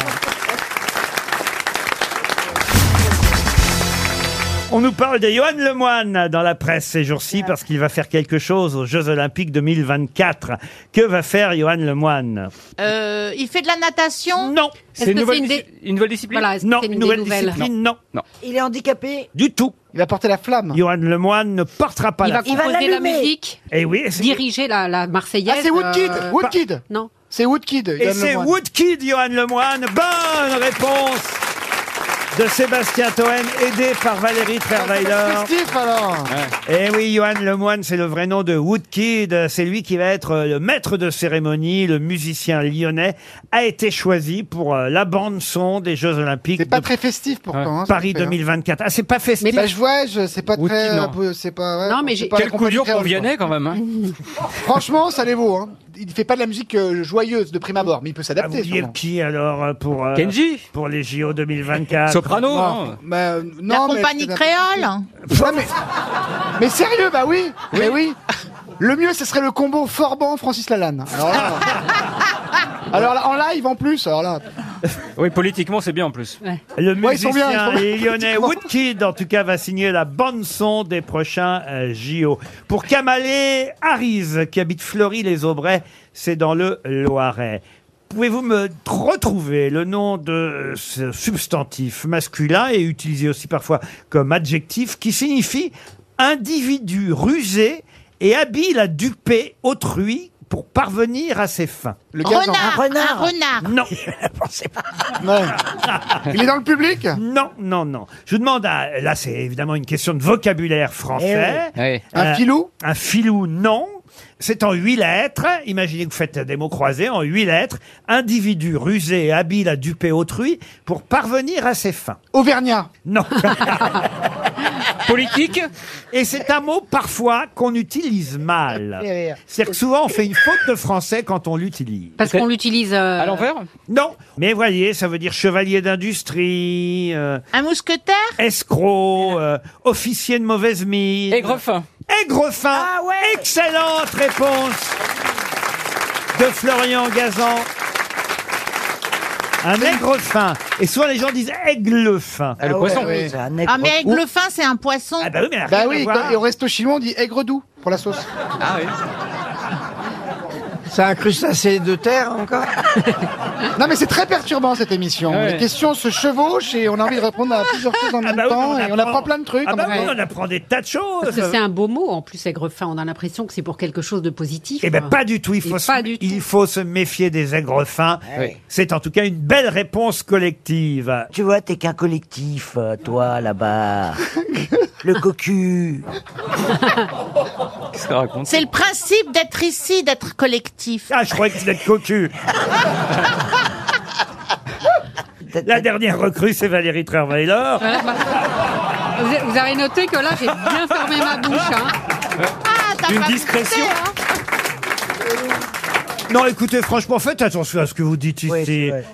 Speaker 1: On nous parle de Johan Lemoine dans la presse ces jours-ci parce qu'il va faire quelque chose aux Jeux Olympiques 2024. Que va faire Johan Lemoine
Speaker 6: Euh, il fait de la natation
Speaker 1: Non.
Speaker 13: C'est une nouvelle disci- une nouvelle discipline
Speaker 6: Voilà, est-ce que
Speaker 1: Non,
Speaker 6: c'est une
Speaker 1: nouvelle
Speaker 6: des nouvelles
Speaker 1: discipline, non.
Speaker 6: Il est handicapé.
Speaker 1: Du tout. Il va porter la flamme. Johan Lemoine ne portera pas
Speaker 6: il
Speaker 1: la
Speaker 6: va
Speaker 1: flamme.
Speaker 6: composer la musique.
Speaker 1: Eh oui, et c'est-
Speaker 6: Diriger la, la Marseillaise. euh,
Speaker 5: Ah, c'est Woodkid, Woodkid.
Speaker 6: Non.
Speaker 5: C'est Woodkid.
Speaker 1: Et c'est Woodkid, Johan Lemoine. Bonne réponse de Sébastien Toen, aidé par Valérie Trierweiler.
Speaker 5: Steve, alors.
Speaker 1: Eh oui, Johan Lemoine, c'est le vrai nom de Woodkid. C'est lui qui va être euh, le maître de cérémonie, le musicien lyonnais, a été choisi pour euh, la bande son des Jeux Olympiques. C'est pas
Speaker 5: très festif pourtant. hein, ce
Speaker 1: Paris
Speaker 5: qu'on fait, hein.
Speaker 1: 2024. Ah, c'est pas festif.
Speaker 5: Bah, je vois, je, c'est pas très.
Speaker 1: non.
Speaker 5: euh, peu- C'est pas. ouais,
Speaker 6: Non, mais
Speaker 5: c'est
Speaker 6: j'ai-
Speaker 5: pas
Speaker 13: Quel
Speaker 5: la
Speaker 13: coup
Speaker 5: compagnie
Speaker 13: dur qu'on
Speaker 5: créole,
Speaker 13: viennait quand
Speaker 1: Ah,
Speaker 13: même. hein.
Speaker 5: quoi. <laughs> Franchement, ça les vaut. Hein. Il fait pas de la musique euh, joyeuse de prime abord, mais il peut
Speaker 1: Ah, vous
Speaker 5: s'adapter.
Speaker 1: vouliez
Speaker 5: sûrement.
Speaker 1: qui alors euh, pour euh,
Speaker 5: Kenji
Speaker 1: pour les JO 2024
Speaker 5: Non,
Speaker 1: Ah.
Speaker 5: bah, euh,
Speaker 9: ben,
Speaker 5: non, mais-
Speaker 6: compagnie créole.
Speaker 5: Ouais, mais... mais sérieux, bah oui, Mais oui. Le mieux, ce serait le combo Forban-Francis Lalanne. Alors là, alors là, en live en plus, alors là.
Speaker 13: Oui, politiquement, c'est bien en plus.
Speaker 1: Le
Speaker 5: Ouais, ils sont bien, ils
Speaker 1: musicien
Speaker 5: sont bien. <laughs>
Speaker 1: lyonnais Woodkid, en tout cas, va signer la bande-son des prochains euh, JO. Pour Kamalé Harise, qui habite Fleury-les-Aubrais, c'est dans le Loiret. Pouvez-vous me tr- retrouver le nom de euh, ce substantif masculin et utilisé aussi parfois comme adjectif qui signifie individu rusé et habile à duper autrui pour parvenir à ses fins
Speaker 3: Le gazon. Renard, Un renard. un renard.
Speaker 1: Non.
Speaker 3: <laughs> Il est dans le public
Speaker 1: Non, non, non. Je vous demande, à- là c'est évidemment une question de vocabulaire français.
Speaker 12: Eh oui. Oui. Un
Speaker 1: filou Un filou, non. C'est en huit lettres. Imaginez que vous faites des mots croisés en huit lettres. Individu rusé et habile à duper autrui pour parvenir à ses fins.
Speaker 3: Auvergnat.
Speaker 1: Non. Politique. Et c'est un mot parfois qu'on utilise mal.
Speaker 12: Eh
Speaker 1: C'est-à-dire que souvent on fait une faute de français quand on l'utilise.
Speaker 19: Parce qu'on l'utilise.
Speaker 20: euh,
Speaker 19: À l'envers
Speaker 1: Non. Mais voyez, ça veut dire chevalier d'industrie, euh,
Speaker 20: Un mousquetaire
Speaker 1: escroc, euh, officier de mauvaise mine. Aigrefin. Aigrefin.
Speaker 20: Ah
Speaker 1: Excellente réponse de Florian Gazan. Un aigrefin. Et souvent les gens disent aigle fin.
Speaker 20: Ah, le Ah poisson. ouais, oui. Ah, mais avec le fin, c'est un poisson.
Speaker 1: Ah, bah oui, mais
Speaker 3: Bah oui, quand- et au resto chinois, on dit aigre doux pour la sauce.
Speaker 20: Ah oui.
Speaker 3: C'est un crustacé de terre
Speaker 5: <laughs>
Speaker 3: encore Non mais c'est très perturbant cette émission.
Speaker 1: Ouais.
Speaker 3: Les questions se chevauchent et on a envie de répondre à plusieurs choses en même temps et on apprend plein de trucs.
Speaker 1: Ah
Speaker 3: en
Speaker 1: bah
Speaker 3: même
Speaker 1: oui,
Speaker 3: temps.
Speaker 1: on apprend des tas de choses.
Speaker 17: Parce que c'est un beau mot en plus, aigrefin. On a l'impression que c'est pour quelque chose de positif.
Speaker 1: Eh
Speaker 21: Ah.
Speaker 1: ben pas du tout. Il faut, se, il faut se méfier des aigres fins.
Speaker 21: Ah
Speaker 17: Ouais.
Speaker 1: C'est en tout cas une belle réponse collective.
Speaker 21: Tu vois, t'es qu'un collectif, euh,
Speaker 1: <laughs>
Speaker 21: toi, là-bas. le cocu.
Speaker 12: Qu'est-ce que raconte
Speaker 20: C'est le principe d'être ici, d'être collectif.
Speaker 1: Ah, je croyais que vous êtes cocu. La dernière recrue, c'est Valérie Trierweiler.
Speaker 21: Ah,
Speaker 17: Vous a- vous avez noté que là, j'ai bien fermé ma bouche. hein.
Speaker 20: Ah, t'as
Speaker 1: D'une
Speaker 20: pas
Speaker 1: discrétion.
Speaker 20: goûté, hein.
Speaker 1: Non, écoutez, franchement, faites attention à ce que vous dites ici.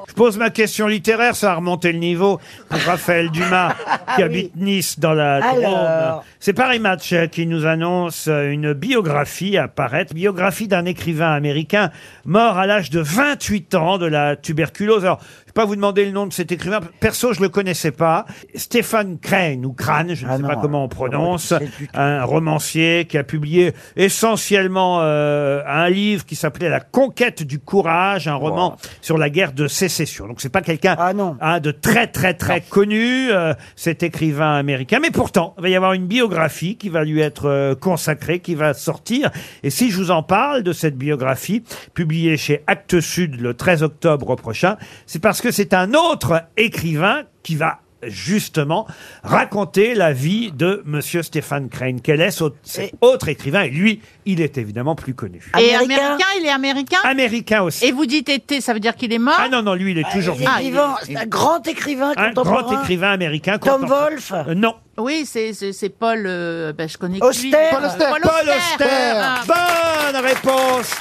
Speaker 1: Je pose ma question littéraire, ça a remonté le niveau pour Raphaël Dumas, qui
Speaker 21: <laughs> Ah
Speaker 1: habite Nice dans la
Speaker 21: Alors.
Speaker 1: Drôme. C'est Paris Match euh, qui nous annonce euh, une biographie à paraître, biographie d'un écrivain américain mort à l'âge de 28 ans de la tuberculose. Alors, je vais pas vous demander le nom de cet écrivain. Perso, je le connaissais pas. Stéphane Crane ou Crane, je ne sais pas comment on prononce, un romancier qui a publié essentiellement euh, un livre qui s'appelait La conquête du courage, un roman sur la guerre de sécession. Donc c'est pas <laughs> quelqu'un hein, de très très très connu, euh, cet écrivain américain. Mais pourtant, il va y avoir une biographie qui va lui être euh, consacrée, qui va sortir. Et si je vous en parle de cette biographie, publiée chez Actes Sud le 13 octobre prochain, c'est parce que c'est un autre écrivain qui va justement raconter la vie de Monsieur Stéphane Crane. Quel est ce- cet autre écrivain Et Ah, lui, il est évidemment plus connu.
Speaker 20: Et américain, il est américain
Speaker 1: Américain aussi.
Speaker 20: Et vous dites été, ça veut dire qu'il est mort
Speaker 1: Ah non, non, lui, il est toujours
Speaker 20: Ah, il est vivant.
Speaker 1: Il-
Speaker 20: C'est un grand écrivain
Speaker 1: Un grand
Speaker 20: contemporain.
Speaker 1: écrivain américain. Tom Wolfe Non.
Speaker 20: Oui, c'est c'est- c'est Paul. euh, ben, je connais que
Speaker 1: Auster.
Speaker 20: lui.
Speaker 1: Paul Auster. Paul Auster.
Speaker 20: Ah.
Speaker 1: Bonne réponse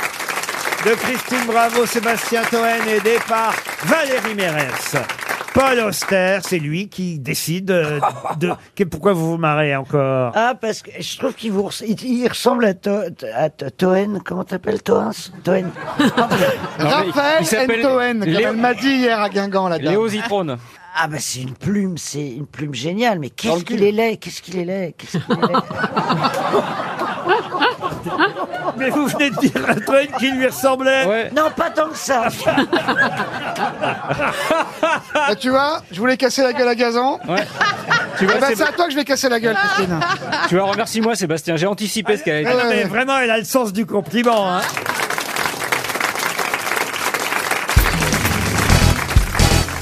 Speaker 1: de Christine Bravo, Sébastien Toen, aidé par Valérie Mérès. Paul Auster, c'est lui qui décide euh,
Speaker 21: <laughs>
Speaker 1: de... que- Pourquoi vous vous marrez encore
Speaker 21: Ah, parce que je trouve qu'il vous res- il, il ressemble à, To- à To- Toen. Comment t'appelles Toen Toen.
Speaker 3: Raphaël Entohen, comme elle m'a dit hier à Guingamp la dame.
Speaker 21: Zitrone. Ah bah c'est une plume, c'est une plume géniale, mais qu'est-ce qu'il est laid, qu'est-ce qu'il est laid, qu'est-ce qu'il est laid. Hein
Speaker 1: Mais vous venez de dire à Toen qui lui ressemblait
Speaker 21: Non, pas tant
Speaker 1: <laughs>
Speaker 21: que ça
Speaker 2: <laughs> Bah,
Speaker 3: Ah, tu vois, je voulais casser la gueule à Gazan.
Speaker 12: Tu vois,
Speaker 3: Eh ben,
Speaker 12: c'est-
Speaker 3: c'est à toi que je vais casser la gueule, Christine.
Speaker 12: Tu vois, remercie-moi, Sébastien. J'ai anticipé ce qu'elle
Speaker 1: Ah non,
Speaker 12: allait
Speaker 1: mais
Speaker 12: dire.
Speaker 1: vraiment, elle a le sens du compliment. hein.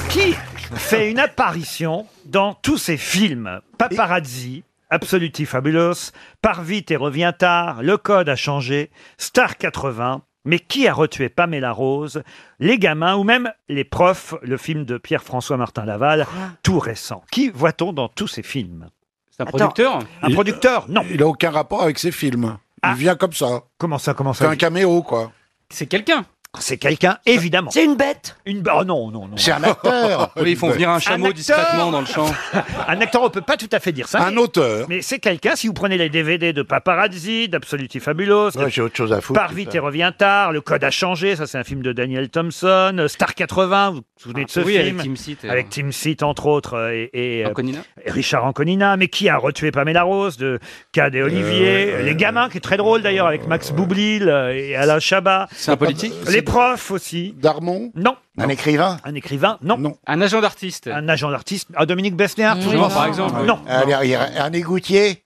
Speaker 1: Qui fait une apparition dans tous ces films Paparazzi, Absoluti Fabulous, Par vite et revient tard, Le Code a changé, Star 80. Mais qui a retué Pamela Rose, les gamins ou même les profs, le film de Pierre-François Martin Laval, tout récent Qui voit-on dans tous ces films C'est un
Speaker 10: producteur
Speaker 1: Un producteur Non. Ah.
Speaker 2: Il a aucun rapport avec ses films. Il vient comme ça.
Speaker 1: Comment ça, comment ça
Speaker 2: C'est un caméo, quoi.
Speaker 1: C'est quelqu'un. C'est quelqu'un, évidemment. C'est une bête. <laughs> Une bête. Oh non, non, non.
Speaker 2: C'est un acteur.
Speaker 12: <laughs> Oui, ils font venir un chameau
Speaker 1: acteur.
Speaker 12: discrètement dans le champ.
Speaker 1: <laughs> un acteur, on peut pas tout à fait dire ça.
Speaker 2: Un auteur.
Speaker 1: Mais c'est quelqu'un, si vous prenez les DVD de Paparazzi, d'Absoluti Fabulos,
Speaker 2: Ouais, j'ai autre chose à foutre,
Speaker 1: Par vite
Speaker 2: putain.
Speaker 1: et revient tard, Le Code a changé, ça c'est un film de Daniel Thompson, euh, Star 80, vous vous souvenez de ce
Speaker 12: Ah oui, avec
Speaker 1: film
Speaker 12: Tim Seat et-
Speaker 1: Avec Tim Seat, entre autres, euh, et, et, euh,
Speaker 12: Anconina.
Speaker 1: et Richard Anconina, mais qui a retué Pamela Rose de Cad et
Speaker 2: Euh,
Speaker 1: Olivier, euh,
Speaker 12: ouais, ouais,
Speaker 1: Les Gamins, qui est très drôle d'ailleurs, avec Max Boublil euh, et Alain Chabat. Euh,
Speaker 12: C'est un politique
Speaker 1: Les Profs aussi.
Speaker 2: Darmon
Speaker 1: Non.
Speaker 2: Un écrivain
Speaker 1: Un écrivain, non.
Speaker 12: Un agent d'artiste.
Speaker 1: Un agent d'artiste. Ah, Dominique Besnéard,
Speaker 12: Oui,
Speaker 1: toujours.
Speaker 12: par exemple, oui.
Speaker 1: Non.
Speaker 2: Allez, il y a un égoutier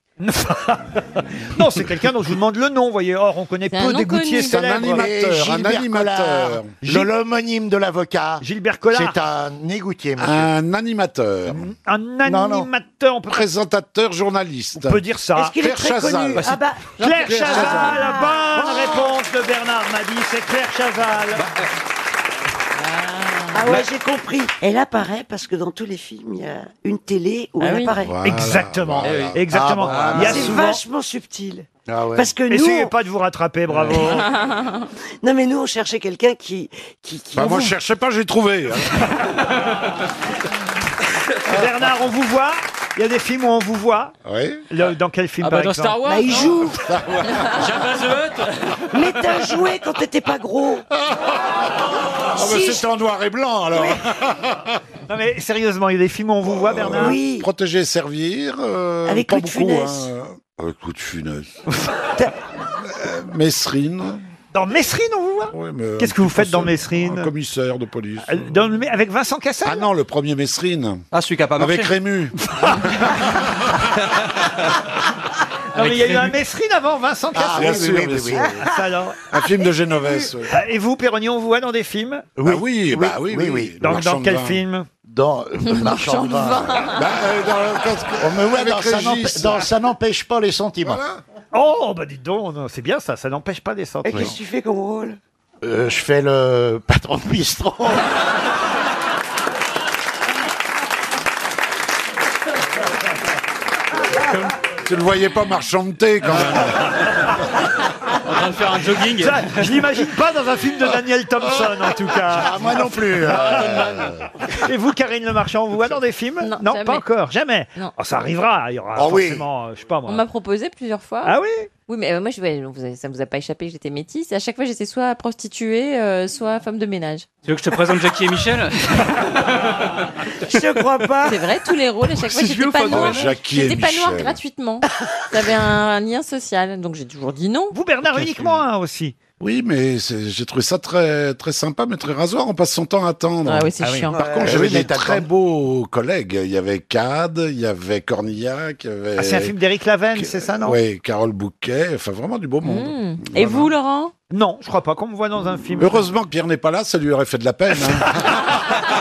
Speaker 1: non, c'est quelqu'un dont je vous demande le nom, vous voyez. Or, on connaît
Speaker 2: C'est un
Speaker 1: peu
Speaker 2: nom
Speaker 1: des
Speaker 2: connu.
Speaker 1: goutiers
Speaker 2: C'est un
Speaker 1: célèbres.
Speaker 2: animateur, un animateur. De
Speaker 1: L'homonyme de l'avocat. Gilbert Collard.
Speaker 2: C'est un égoutier, monsieur. Un animateur.
Speaker 1: Un
Speaker 2: Non, non.
Speaker 1: animateur, on peut
Speaker 2: Présentateur, journaliste. On peut
Speaker 1: dire ça. Bah, Ah
Speaker 21: Ah bah,
Speaker 1: Claire Chazal, la bonne réponse de Bernard Madi, c'est Claire Chazal.
Speaker 2: Bah,
Speaker 21: Ah ouais, j'ai compris. Elle apparaît parce que dans tous les films, il y a une télé où
Speaker 1: Ah
Speaker 21: elle
Speaker 1: oui.
Speaker 21: apparaît.
Speaker 1: Voilà, Exactement, voilà. exactement.
Speaker 21: Ah,
Speaker 1: Il y a
Speaker 21: c'est
Speaker 1: souvent-
Speaker 21: vachement subtil.
Speaker 2: ah
Speaker 21: Parce que nous,
Speaker 1: Essayez
Speaker 21: on-
Speaker 1: pas de vous rattraper, bravo.
Speaker 21: <laughs>
Speaker 2: Bah,
Speaker 21: non mais nous, on cherchait quelqu'un qui, qui, qui-
Speaker 2: Bah, moi, je cherchais pas, j'ai trouvé. hein.
Speaker 1: <laughs> Bernard, on vous voit Il y a des films où on vous voit
Speaker 2: Oui.
Speaker 1: Le- dans quel film
Speaker 2: Ah, bah,
Speaker 1: par
Speaker 2: dans
Speaker 1: exemple
Speaker 2: Star Wars, Bah, il non <laughs> joue. Star Wars. Jabba
Speaker 21: Mais t'as joué quand t'étais pas gros.
Speaker 8: Oh,
Speaker 2: Ah, bah,
Speaker 21: Si,
Speaker 2: c'est en noir et blanc, <laughs> alors.
Speaker 1: Non mais sérieusement, il y a des films où on vous voit, Bernard
Speaker 2: Oui. Protéger, servir. euh,
Speaker 1: Avec
Speaker 2: pas
Speaker 1: Louis de
Speaker 2: beaucoup,
Speaker 1: Funès.
Speaker 2: hein. Avec Louis de Funès. Euh, Messrine.
Speaker 1: Dans Messrine, on vous voit Qu'est-ce que vous faites dans Messrine
Speaker 2: Euh,
Speaker 1: Euh,
Speaker 2: Un commissaire de police.
Speaker 1: Avec Vincent Cassel
Speaker 2: Ah non, le premier Messrine.
Speaker 22: Ah, celui qui a pas marché.
Speaker 2: Avec Rému.
Speaker 1: <laughs>
Speaker 2: <laughs>
Speaker 1: Non, mais il y a eu
Speaker 2: Avec
Speaker 1: un
Speaker 2: Rému.
Speaker 1: Messrine avant Vincent Cassel.
Speaker 2: Ah, bien sûr, bien sûr.
Speaker 1: Ça, alors.
Speaker 2: Un film de Genovès. ouais.
Speaker 1: <laughs> Ah, Et vous, Péroni, on vous voit dans des films
Speaker 2: Oui, bah oui, bah oui, oui. Le
Speaker 1: Dans,
Speaker 2: marchand
Speaker 1: dans
Speaker 2: de
Speaker 1: quel
Speaker 2: vin.
Speaker 1: film
Speaker 2: Dans
Speaker 1: Le marchand de vin.
Speaker 2: Bah, euh, dans le- qu'est-ce que-
Speaker 1: On me voit dans Ça n'empê- dans Ça
Speaker 2: n'empêche pas les sentiments.
Speaker 1: Oh, bah dites donc, non, c'est bien ça, ça n'empêche pas des sentiments.
Speaker 21: Et qu'est-ce que tu fais comme rôle
Speaker 2: Euh, je fais le patron de bistrot. Tu ne le voyais pas marchand de thé quand même.
Speaker 10: En train de faire un jogging.
Speaker 1: Ça, je l'imagine pas dans un film de Daniel Thompson, en tout cas.
Speaker 2: Ah, moi non plus.
Speaker 1: Euh, Et vous, Karine Le Marchand, on vous voit dans des films Non,
Speaker 8: jamais.
Speaker 1: pas encore, jamais.
Speaker 8: Non.
Speaker 1: Oh, ça arrivera, il y aura
Speaker 2: Ah oui.
Speaker 1: forcément, euh, je sais pas moi.
Speaker 8: On m'a proposé plusieurs fois.
Speaker 1: Ah oui
Speaker 8: Oui, mais euh, moi, je, ouais, vous avez- ça ne vous a pas échappé, j'étais métisse. Et à chaque fois, j'étais soit prostituée, euh, soit femme de ménage.
Speaker 12: Tu veux que je te présente Jackie et Michel
Speaker 8: <laughs> Je te crois pas. C'est vrai, tous les rôles, à chaque fois,
Speaker 12: C'est vieux,
Speaker 8: j'étais pas
Speaker 12: Fabien.
Speaker 8: noire.
Speaker 12: Ouais, Jackie et
Speaker 8: J'étais pas noire
Speaker 12: Michel.
Speaker 8: gratuitement. J'avais un lien social, donc j'ai toujours dit non.
Speaker 1: Vous, Bernard, uniquement un aussi.
Speaker 2: Oui, mais c'est- j'ai trouvé ça
Speaker 5: Euh,
Speaker 2: très, très sympa, mais très rasoir. On passe son temps à attendre.
Speaker 8: Ah oui, c'est Ah oui. chiant.
Speaker 2: Par
Speaker 8: Ouais.
Speaker 2: contre,
Speaker 8: Eh
Speaker 2: j'avais
Speaker 8: oui, mais
Speaker 2: des très
Speaker 8: t'attends.
Speaker 2: beaux collègues. Il y avait Cade, il y avait Cornillac. il y avait-
Speaker 1: Ah, c'est un film d'Éric Laven, c'est ça, non
Speaker 2: Oui, Carole Bouquet. Enfin, vraiment du beau
Speaker 8: Mmh.
Speaker 12: Hmm.
Speaker 2: monde.
Speaker 8: Et vous, Laurent
Speaker 1: Non, je crois pas qu'on me voit dans un film.
Speaker 2: Heureusement que Pierre n'est pas là, ça lui aurait fait de la peine. hein. <laughs>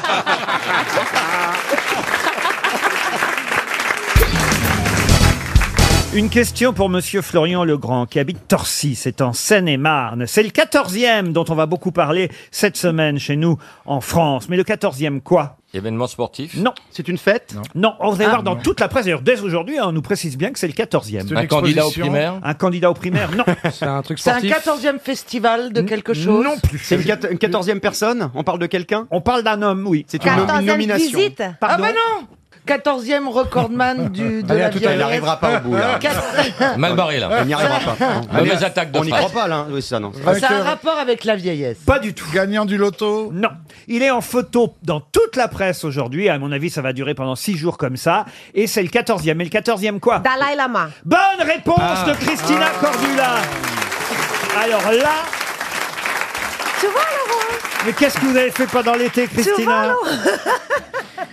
Speaker 1: Une question pour Monsieur Florian Legrand, qui habite Torcy, c'est en Seine-et-Marne. C'est le 14e dont on va beaucoup parler cette semaine chez nous, en France. Mais le 14e quoi
Speaker 23: Événement sportif
Speaker 1: Non. C'est une fête Non. on va
Speaker 23: Ah,
Speaker 1: voir dans
Speaker 23: ouais.
Speaker 1: toute la presse. D'ailleurs, dès aujourd'hui, hein, on nous précise bien que c'est le 14e.
Speaker 23: C'est une Un candidat aux exposition primaires
Speaker 1: Un candidat aux primaires, non. <laughs> c'est un truc
Speaker 5: C'est un 14e festival de quelque chose
Speaker 1: Non plus. C'est une quatorzième personne On parle de quelqu'un On parle d'un homme, oui. C'est
Speaker 5: Ah bah non 14e recordman du, de
Speaker 23: Allez,
Speaker 5: la
Speaker 23: à tout à l'heure, il
Speaker 5: violence.
Speaker 23: arrivera pas au bout, là.
Speaker 5: Quatre-
Speaker 23: Mal barré là.
Speaker 5: Il n'y arrivera
Speaker 23: pas. Mauvaise attaque de
Speaker 16: On n'y
Speaker 23: phrase.
Speaker 16: croit pas là, hein. oui ça non.
Speaker 5: Ça a un rapport avec la vieillesse.
Speaker 1: Pas du tout.
Speaker 2: Gagnant du loto
Speaker 1: Non. Il est en photo dans toute la presse aujourd'hui. À mon avis, ça va durer pendant six jours comme ça. Et c'est le 14e. Et le 14e quoi
Speaker 24: Dalai Lama.
Speaker 1: Bonne réponse
Speaker 24: Ah.
Speaker 1: de Christina Cordula. Alors là.
Speaker 24: Tu vois, Laurent
Speaker 1: Mais qu'est-ce que vous avez fait pendant l'été,
Speaker 24: Tu vois,
Speaker 1: Christina
Speaker 24: Laurent <laughs>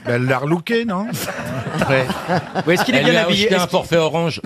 Speaker 2: Ben, Elle l'a relooké, non
Speaker 23: Ou
Speaker 12: est-ce qu'il est
Speaker 23: Elle
Speaker 12: bien
Speaker 23: lui a
Speaker 12: habillé
Speaker 23: acheté
Speaker 12: Est-ce
Speaker 23: un
Speaker 12: qu'il-
Speaker 23: forfait orange.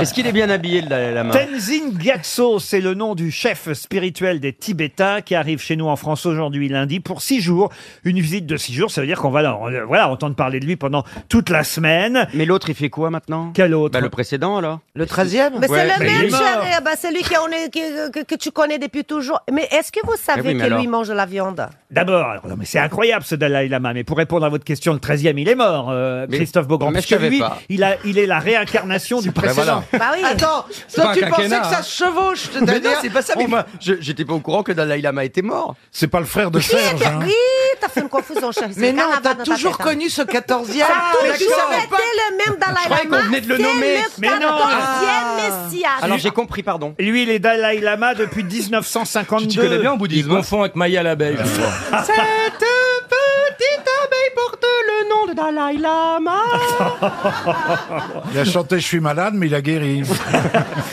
Speaker 12: Est-ce qu'il est bien habillé le Dalai Lama
Speaker 1: Tenzin Gyatso, c'est le nom du chef spirituel des Tibétains qui arrive chez nous en France aujourd'hui lundi pour six jours. Une visite de six jours, ça veut dire qu'on va euh, voilà, entendre parler de lui pendant toute la semaine.
Speaker 16: Mais l'autre, il fait quoi maintenant
Speaker 1: Quel autre
Speaker 16: bah, Le précédent alors Le
Speaker 5: 13e
Speaker 24: Mais c'est le même, cher, eh ben, celui qu'on est- que, que- que tu connais depuis toujours. Mais est-ce que vous
Speaker 5: Eh
Speaker 24: savez
Speaker 1: oui, mais
Speaker 24: que lui
Speaker 1: alors
Speaker 24: mange de la viande
Speaker 1: D'abord, alors, non, mais c'est incroyable ce Dalai Lama, mais pour répondre à votre question, le 13e, il est mort, euh, Christophe Beaugrand.
Speaker 16: mais
Speaker 1: parce
Speaker 16: je
Speaker 1: que
Speaker 16: savais
Speaker 1: lui,
Speaker 16: pas.
Speaker 1: Il, a, il est la réincarnation du
Speaker 23: Ben
Speaker 16: voilà.
Speaker 1: précédent.
Speaker 24: Bah oui.
Speaker 5: Attends,
Speaker 16: C'est
Speaker 5: toi
Speaker 16: pas
Speaker 5: tu
Speaker 16: un
Speaker 5: pensais que
Speaker 16: quinquennat,
Speaker 5: ça
Speaker 16: hein.
Speaker 5: se chevauche
Speaker 16: Mais non,
Speaker 5: c'est-à-dire-
Speaker 16: c'est pas ça, mais
Speaker 5: on-
Speaker 16: moi, je- j'étais pas au courant que Dalai Lama était mort.
Speaker 2: C'est pas le frère de
Speaker 24: Oui, t'as- oui, t'as fait une confusion, cher. C'est
Speaker 5: hein. Mais non,
Speaker 24: carnaval
Speaker 5: t'as
Speaker 24: dans ta
Speaker 5: toujours
Speaker 24: tête, hein.
Speaker 5: connu ce 14e.
Speaker 24: T'as toujours
Speaker 5: mais
Speaker 24: été
Speaker 5: tu savais pas.
Speaker 24: le même Dalai
Speaker 5: Je croyais
Speaker 24: Lama.
Speaker 5: qu'on venait de le
Speaker 24: C'est
Speaker 5: nommer.
Speaker 24: Le
Speaker 5: Mais non.
Speaker 24: 14e
Speaker 5: Ah.
Speaker 24: Messias.
Speaker 16: Alors j'ai compris, pardon.
Speaker 1: Lui, il est Dalai Lama depuis <laughs> 1952.
Speaker 16: Tu t'y connais bien Ah, en
Speaker 23: Il confond avec Maya l'abeille. je crois.
Speaker 16: Cette petite abeille porte le nom de
Speaker 19: Dalai Lama.
Speaker 20: <laughs>
Speaker 2: Il a chanté Je suis malade, mais il a guéri.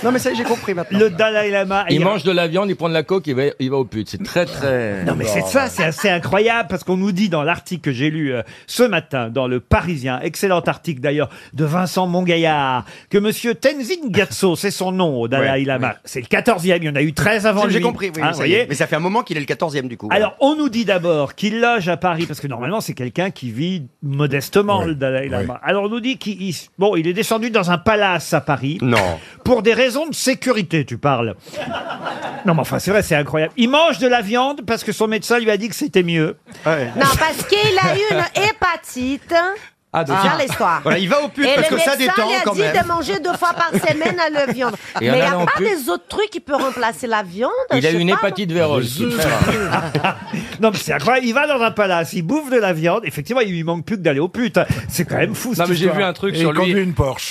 Speaker 16: Non, mais ça y est, j'ai compris maintenant.
Speaker 1: Le Dalai Lama.
Speaker 16: Il
Speaker 23: Il mange de la viande, il prend de la coke, il va, il va au pute. C'est très, très.
Speaker 1: Non mais c'est ça, c'est assez incroyable parce qu'on nous dit dans l'article que j'ai lu euh, ce matin dans le Parisien, excellent article d'ailleurs de Vincent Mongaillard, que monsieur Tenzin Gyatso, c'est son nom au Dalai
Speaker 16: Ouais,
Speaker 1: Lama. C'est le 14e, il y en a eu 13 avant lui.
Speaker 16: J'ai compris, oui,
Speaker 1: Hein,
Speaker 16: ça
Speaker 1: vous
Speaker 16: y est.
Speaker 1: voyez
Speaker 16: Mais ça fait un moment qu'il est le 14e du coup.
Speaker 1: alors, on nous dit d'abord qu'il loge à Paris, parce que normalement, c'est quelqu'un qui vit modestement, le Dalai Lama. Alors, on nous dit qu'il il- bon, il est descendu dans un palace à Paris.
Speaker 16: Non.
Speaker 1: Pour des raisons de sécurité, tu parles. Non, mais enfin, c'est vrai, c'est incroyable. Il mange de la viande parce que son médecin lui a dit que c'était mieux.
Speaker 24: Non, parce qu'il a eu une hépatite.
Speaker 1: Ah, donc
Speaker 24: Voilà
Speaker 1: il-
Speaker 24: l'histoire.
Speaker 1: Voilà, il va au pute
Speaker 24: Et
Speaker 1: parce
Speaker 24: le
Speaker 1: que ça
Speaker 24: médecin
Speaker 1: détend
Speaker 24: lui a
Speaker 1: quand
Speaker 24: dit
Speaker 1: même.
Speaker 24: de manger deux fois par semaine à
Speaker 1: <laughs>
Speaker 24: la viande.
Speaker 23: Et en
Speaker 24: Mais il n'y a
Speaker 23: allant au
Speaker 24: pas
Speaker 23: pute-
Speaker 24: des autres trucs qui peuvent remplacer la viande.
Speaker 23: Il a
Speaker 24: je sais
Speaker 23: une
Speaker 24: pas,
Speaker 23: hépatite vérole. c'est très rare.
Speaker 1: <laughs> non, mais c'est incroyable. Il va dans un palace, il bouffe de la viande. Effectivement, il lui manque plus que d'aller au pute. C'est quand même fou,
Speaker 11: Non,
Speaker 1: cette
Speaker 11: mais j'ai
Speaker 1: histoire.
Speaker 11: vu un truc sur lui.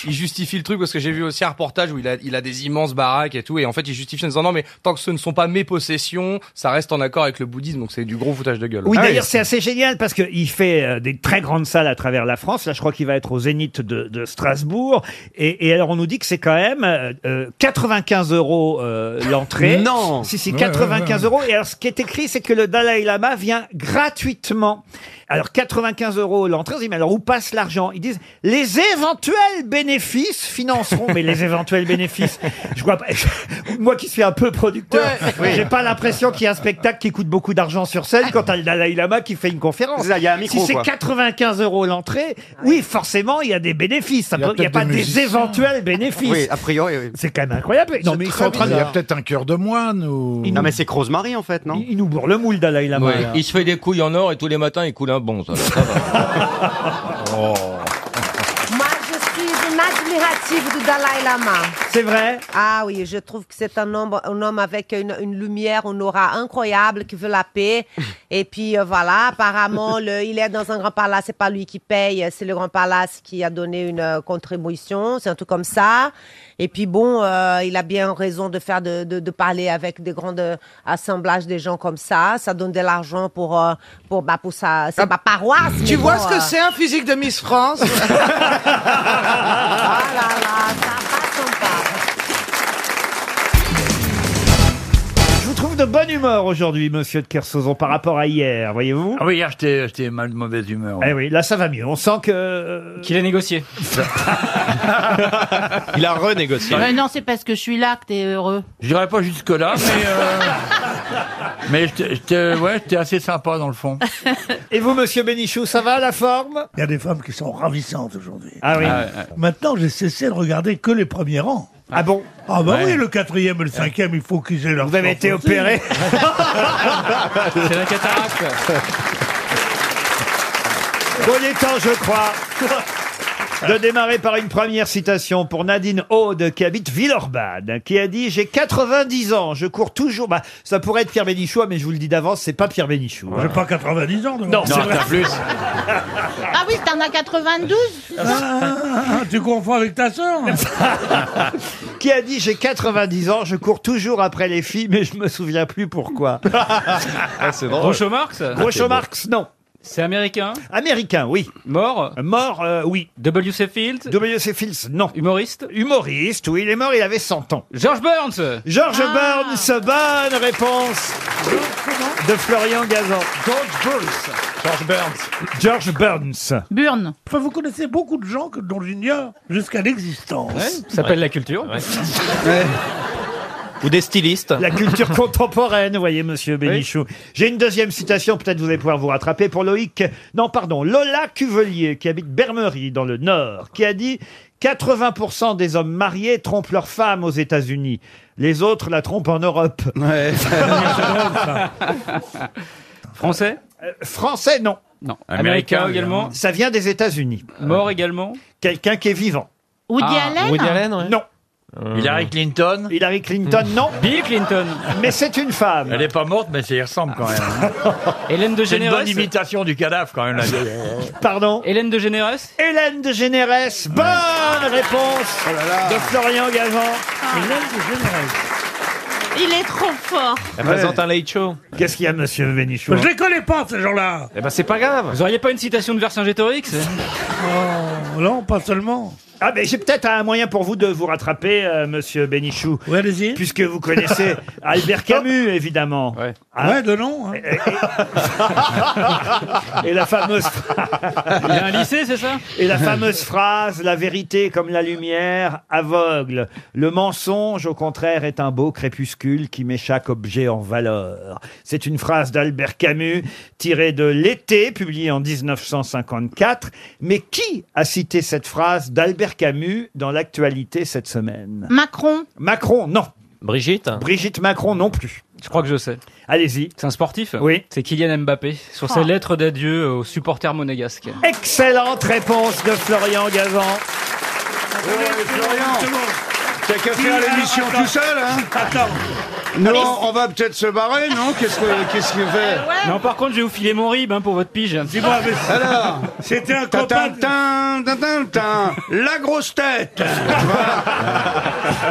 Speaker 11: Il justifie le truc parce que j'ai vu aussi un reportage où il a, il a des immenses baraques et tout. Et en fait, il justifie en disant non, mais tant que ce ne sont pas mes possessions, ça reste en accord avec le bouddhisme. Donc c'est du gros foutage de gueule. Ah
Speaker 16: Ah
Speaker 1: Oui, d'ailleurs, c'est assez génial parce qu'il fait euh, des très grandes salles à travers la France. Là, je crois qu'il va être au Zénith de, de Strasbourg. Et, et alors, on nous dit que c'est quand même euh, euh, 95 euros euh, l'entrée.
Speaker 16: Non.
Speaker 1: Si, si,
Speaker 16: Ouais,
Speaker 1: 95
Speaker 16: ouais,
Speaker 1: euros. Et alors, ce qui est écrit, c'est que le Dalai Lama vient gratuitement. Alors, 95 euros l'entrée. On se dit, mais alors, où passe l'argent Ils disent, les éventuels bénéfices financeront. mais les éventuels bénéfices, je vois pas. <laughs> Moi qui suis un peu producteur,
Speaker 16: Oui.
Speaker 1: j'ai pas l'impression qu'il y a un spectacle qui coûte beaucoup d'argent sur scène quand t'as le Dalai Lama qui fait une conférence.
Speaker 16: C'est ça, il y a un micro,
Speaker 1: si c'est
Speaker 16: quoi.
Speaker 1: 95 euros l'entrée, oui, forcément, il y a des bénéfices. Ça peut- Il n'y a,
Speaker 2: peut-être
Speaker 1: pas
Speaker 2: des
Speaker 1: des,
Speaker 2: musiciens.
Speaker 1: éventuels bénéfices.
Speaker 16: Oui, a priori, oui.
Speaker 1: C'est quand même incroyable. Non, mais ils sont en train de.
Speaker 2: Il y a peut-être un cœur de moine ou.
Speaker 1: Il- Non, mais
Speaker 16: c'est Rosemary en fait, non
Speaker 1: Il nous bourre le moule, Dalai Lama.
Speaker 23: Ouais,
Speaker 1: là.
Speaker 23: Il se fait des couilles en or et tous les matins, il coule un bon. Ça, va, ça
Speaker 1: <laughs>
Speaker 23: va. Oh.
Speaker 24: Moi, je suis une admirative du Dalai Lama.
Speaker 1: C'est vrai
Speaker 24: Ah oui, je trouve que c'est un homme, un homme avec une, une lumière, une aura incroyable, qui veut la
Speaker 5: <laughs>
Speaker 24: paix. Et puis euh, voilà, apparemment, le- il est dans un grand palace, c'est pas lui qui paye, c'est le grand palace qui a donné une euh, contribution, c'est un truc comme ça. Et puis bon, euh, il a bien raison de faire, de, de- de parler avec des grands assemblages de gens comme ça. Ça donne de l'argent pour, euh, pour, bah, pour sa, c'est pas paroisse.
Speaker 5: Ah. Tu
Speaker 24: mais
Speaker 5: vois
Speaker 24: bon,
Speaker 5: ce que
Speaker 24: euh,
Speaker 5: c'est un physique de Miss France
Speaker 1: Je vous trouve de bonne humeur aujourd'hui, monsieur de Kersauzon, par rapport à hier, voyez-vous
Speaker 15: Ah oui, hier, j'étais j'étais mal de mauvaise humeur.
Speaker 1: Eh oui, là, ça va mieux. On sent que. euh,
Speaker 10: Qu'il a négocié.
Speaker 16: Il a renégocié.
Speaker 20: Mais non, c'est parce que je suis là que t'es heureux.
Speaker 15: Je dirais pas jusque-là, mais. euh,
Speaker 16: <laughs>
Speaker 15: mais j'étais- j'étais ouais, j'étais assez sympa dans le fond.
Speaker 1: Et vous, monsieur Bénichou, ça va la forme
Speaker 6: Il y a des femmes qui sont ravissantes aujourd'hui.
Speaker 1: Ah oui.
Speaker 6: Maintenant, j'ai cessé de regarder que les premiers rangs.
Speaker 1: Ah bon
Speaker 6: Ah bah
Speaker 15: Ouais.
Speaker 6: oui, le quatrième et le cinquième, il faut qu'ils aient leur Vous
Speaker 1: avez été opéré
Speaker 15: C'est la cataracte.
Speaker 1: Bon, il est temps, je crois, de démarrer par une première citation pour Nadine Aude, qui habite Villeurbanne, qui a dit « J'ai 90 ans, je cours toujours... Bah, » Ça pourrait être Pierre Bénichou, mais je vous le dis d'avance, c'est pas Pierre Bénichou.
Speaker 6: J'ai <laughs> pas 90 ans.
Speaker 1: <laughs> Non, c'est vrai.
Speaker 20: Ah oui, t'en as 92 c'est
Speaker 6: Ah,
Speaker 20: ça
Speaker 6: tu confonds avec ta sœur
Speaker 1: <laughs> qui a dit j'ai 90 ans, je cours toujours après les filles, mais je me souviens plus pourquoi.
Speaker 10: <laughs>
Speaker 16: Ah,
Speaker 10: c'est
Speaker 1: drôle.
Speaker 10: Groucho Marx
Speaker 1: Groucho Marx, non.
Speaker 10: C'est américain
Speaker 1: Américain, oui.
Speaker 10: Mort
Speaker 1: Mort, euh, oui.
Speaker 10: W.C. Fields
Speaker 1: W.C. Fields, non.
Speaker 10: Humoriste
Speaker 1: Humoriste, oui, il est mort, il avait 100 ans.
Speaker 10: George Burns Ah.
Speaker 1: George Burns, bonne réponse de Florian Gazan.
Speaker 6: George Burns.
Speaker 10: George Burns.
Speaker 1: George Burns.
Speaker 6: Burns. Enfin, vous connaissez beaucoup de gens que, dont j'ignore jusqu'à l'existence.
Speaker 10: Ça s'appelle la culture.
Speaker 16: Ou des stylistes.
Speaker 1: La culture contemporaine, vous voyez, monsieur Bénichou. J'ai une deuxième citation, peut-être vous allez pouvoir vous rattraper pour Loïc. Non, pardon, Lola Cuvelier, qui habite Bermerie, dans le Nord, qui a dit 80% des hommes mariés trompent leur femme aux États-Unis. Les autres la trompent en Europe. <laughs>
Speaker 10: Français
Speaker 1: Euh, Français, non.
Speaker 10: Non. Américain Américain également
Speaker 1: Ça vient des États-Unis.
Speaker 10: Mort également
Speaker 1: Quelqu'un qui est vivant.
Speaker 20: Woody Allen
Speaker 1: Non.
Speaker 15: Hillary Clinton
Speaker 1: Hum. Hillary Clinton, non.
Speaker 10: Hum. Bill Clinton.
Speaker 1: Mais c'est une femme.
Speaker 15: Elle est pas morte, mais ça y ressemble quand même.
Speaker 10: <laughs> Hélène de
Speaker 15: C'est une bonne
Speaker 10: Généresse
Speaker 15: imitation du cadavre quand même. la vieille.
Speaker 1: Pardon
Speaker 10: Hélène de Généresse
Speaker 1: Hélène de Généresse, bonne Oh réponse de Florian Gazan.
Speaker 6: Hélène de Généresse. Il est trop fort.
Speaker 1: Elle présente un late show. Qu'est-ce qu'il y a, monsieur hein Vénichou
Speaker 25: Je les connais pas, ces gens-là.
Speaker 1: Eh ben, c'est pas grave.
Speaker 24: Vous auriez pas une citation de Vercingétorix
Speaker 25: <laughs> Oh, non, pas seulement.
Speaker 1: Ah, mais j'ai peut-être un moyen pour vous de vous rattraper, euh, monsieur Bénichou. Oui, allez-y. Puisque vous <laughs> connaissez Albert Camus, évidemment. Ouais,
Speaker 25: Ouais, de nom. hein.
Speaker 1: Et <laughs> la fameuse.
Speaker 24: Il y a un lycée, c'est ça
Speaker 1: Et la fameuse phrase La vérité comme la lumière aveugle. Le mensonge, au contraire, est un beau crépuscule qui met chaque objet en valeur. C'est une phrase d'Albert Camus, tirée de L'été, publiée en 1954. Mais qui a cité cette phrase d'Albert Camus dans l'actualité cette semaine
Speaker 6: Macron.
Speaker 1: Macron, non.
Speaker 24: Brigitte
Speaker 1: Brigitte Macron, non plus.
Speaker 24: Je crois que je sais.
Speaker 1: Allez-y.
Speaker 24: C'est un sportif
Speaker 1: Oui.
Speaker 24: C'est Kylian Mbappé, sur
Speaker 25: Ah.
Speaker 1: Oh.
Speaker 24: ses lettres d'adieu aux supporters monégasques.
Speaker 1: Excellente réponse de Florian Gazan.
Speaker 13: T'as qu'à faire l'émission tout seul, hein Attends. Nous, on, on va peut-être se barrer, non Qu'est-ce que qu'est-ce qu'il fait
Speaker 24: Non, par contre, je vais vous filer mon rib hein, pour votre pige.
Speaker 13: Dis-moi, mais- Alors
Speaker 25: C'était un
Speaker 13: Tintin, tintin, tintin, la grosse tête. Voilà.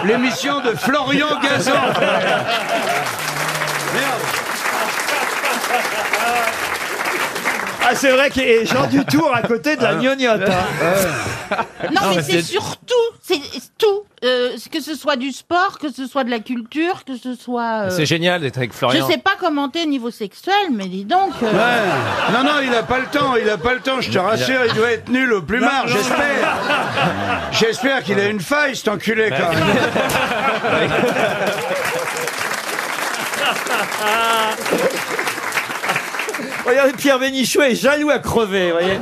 Speaker 13: L'émission de Florian Gazan.
Speaker 1: Ah, c'est vrai qu'il y a Jean Dutour à côté
Speaker 25: Ah.
Speaker 1: de la gnognotte. hein.
Speaker 6: Ah. Non,
Speaker 20: Ah,
Speaker 1: Non,
Speaker 6: mais
Speaker 1: mais
Speaker 6: c'est
Speaker 1: c'est-
Speaker 6: surtout, c'est tout, Euh, que ce soit du sport, que ce soit de la culture, que ce soit. euh,
Speaker 26: C'est génial d'être avec Florian.
Speaker 6: Je sais pas commenter au niveau sexuel, mais dis donc. euh,
Speaker 13: Ouais. Non, non, il a pas le temps, il a pas le temps, je te rassure, il doit être nul au plumard, j'espère. J'espère qu'il a une faille, cet enculé,
Speaker 24: Ben,
Speaker 13: quand même.
Speaker 1: <laughs> Regardez, Pierre Bénichou est jaloux à crever, vous voyez.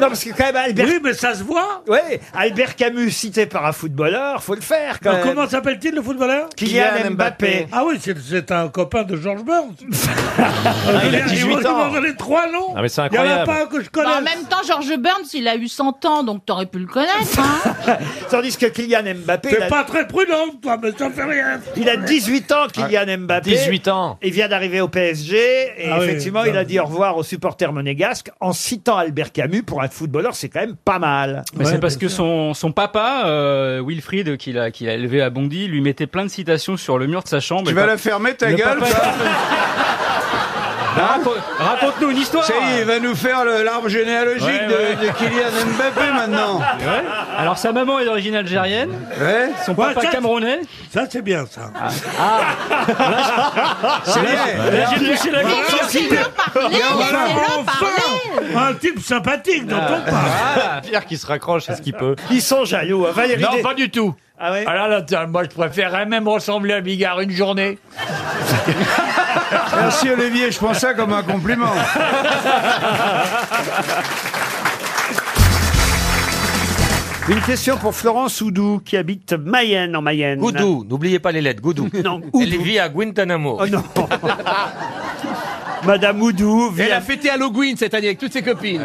Speaker 1: Non, parce que quand même, Albert... Oui,
Speaker 25: mais ça se voit.
Speaker 1: Oui, Albert Camus, cité par un footballeur, faut le faire, quand
Speaker 25: Alors,
Speaker 1: même.
Speaker 25: comment s'appelle-t-il le footballeur
Speaker 1: Kylian Kylian Mbappé. Mbappé.
Speaker 25: Ah oui, c'est- c'est un copain de George Burns.
Speaker 26: il a 18
Speaker 25: vous
Speaker 26: ans.
Speaker 25: demandez trois noms.
Speaker 26: Ah, mais c'est
Speaker 25: Il y en a
Speaker 26: incroyable.
Speaker 25: pas un que je connais.
Speaker 6: bah, en même temps, George Burns, il a eu 100 ans, donc t'aurais pu le connaître.
Speaker 20: <laughs>
Speaker 6: Hein
Speaker 1: <laughs> Tandis que Kylian Mbappé...
Speaker 25: T'es
Speaker 1: il a-
Speaker 25: pas très prudent, toi, mais ça fait rien.
Speaker 1: Il a 18 ans, Kylian Mbappé.
Speaker 25: 18
Speaker 1: ans. Il vient d'arriver au PSG et
Speaker 25: Ah oui,
Speaker 1: effectivement,
Speaker 25: non,
Speaker 1: il a
Speaker 25: mais-
Speaker 1: dit au revoir aux supporters monégasques en citant Albert Camus pour un footballeur, c'est quand même pas mal.
Speaker 24: Mais c'est parce que son, son papa, euh, Wilfried, qui l'a qui l'a élevé à Bondy, lui mettait plein de citations sur le mur de sa chambre.
Speaker 13: Tu
Speaker 24: Et
Speaker 13: vas
Speaker 24: pa-
Speaker 13: la fermer, ta
Speaker 24: le
Speaker 13: gueule,
Speaker 24: papa- euh,
Speaker 13: toi <laughs>
Speaker 24: Raconte- Raconte-nous une histoire
Speaker 13: Ça y est, il va nous faire le- l'arbre généalogique
Speaker 24: Ouais,
Speaker 13: de,
Speaker 24: ouais.
Speaker 13: de Kylian
Speaker 24: <laughs>
Speaker 13: Mbappé maintenant.
Speaker 24: C'est vrai Alors sa maman est d'origine algérienne, son
Speaker 25: Ouais,
Speaker 24: papa
Speaker 25: ça-
Speaker 24: camerounais. Ah.
Speaker 25: Ça, c'est bien, ça. <laughs>
Speaker 24: C'est bien. Là, j'ai touché la
Speaker 25: Voilà.
Speaker 24: gorge. Laissez-le
Speaker 6: parler,
Speaker 25: Voilà,
Speaker 6: laissez-le
Speaker 25: enfin, Ah, Un type sympathique, n'entends pas.
Speaker 21: Ah, Pierre qui se raccroche à ce qu'il peut.
Speaker 1: Ils sont <laughs> jaloux, hein, Valérie.
Speaker 15: Non,
Speaker 1: Des-
Speaker 15: pas du tout.
Speaker 1: Ah ouais
Speaker 15: Alors là, tiens, moi, je préférerais même ressembler à Bigard une journée.
Speaker 13: Merci Olivier, je prends ça comme un <laughs> compliment.
Speaker 1: Une question pour Florence Oudou qui habite Mayenne en Mayenne.
Speaker 21: Goudou, n'oubliez pas les lettres, Goudou.
Speaker 1: Non,
Speaker 21: Elle vit à Guantanamo.
Speaker 1: Oh
Speaker 21: <laughs>
Speaker 1: non. Madame Oudou vit
Speaker 5: Elle
Speaker 1: à-
Speaker 5: a fêté Halloween cette année avec toutes ses copines.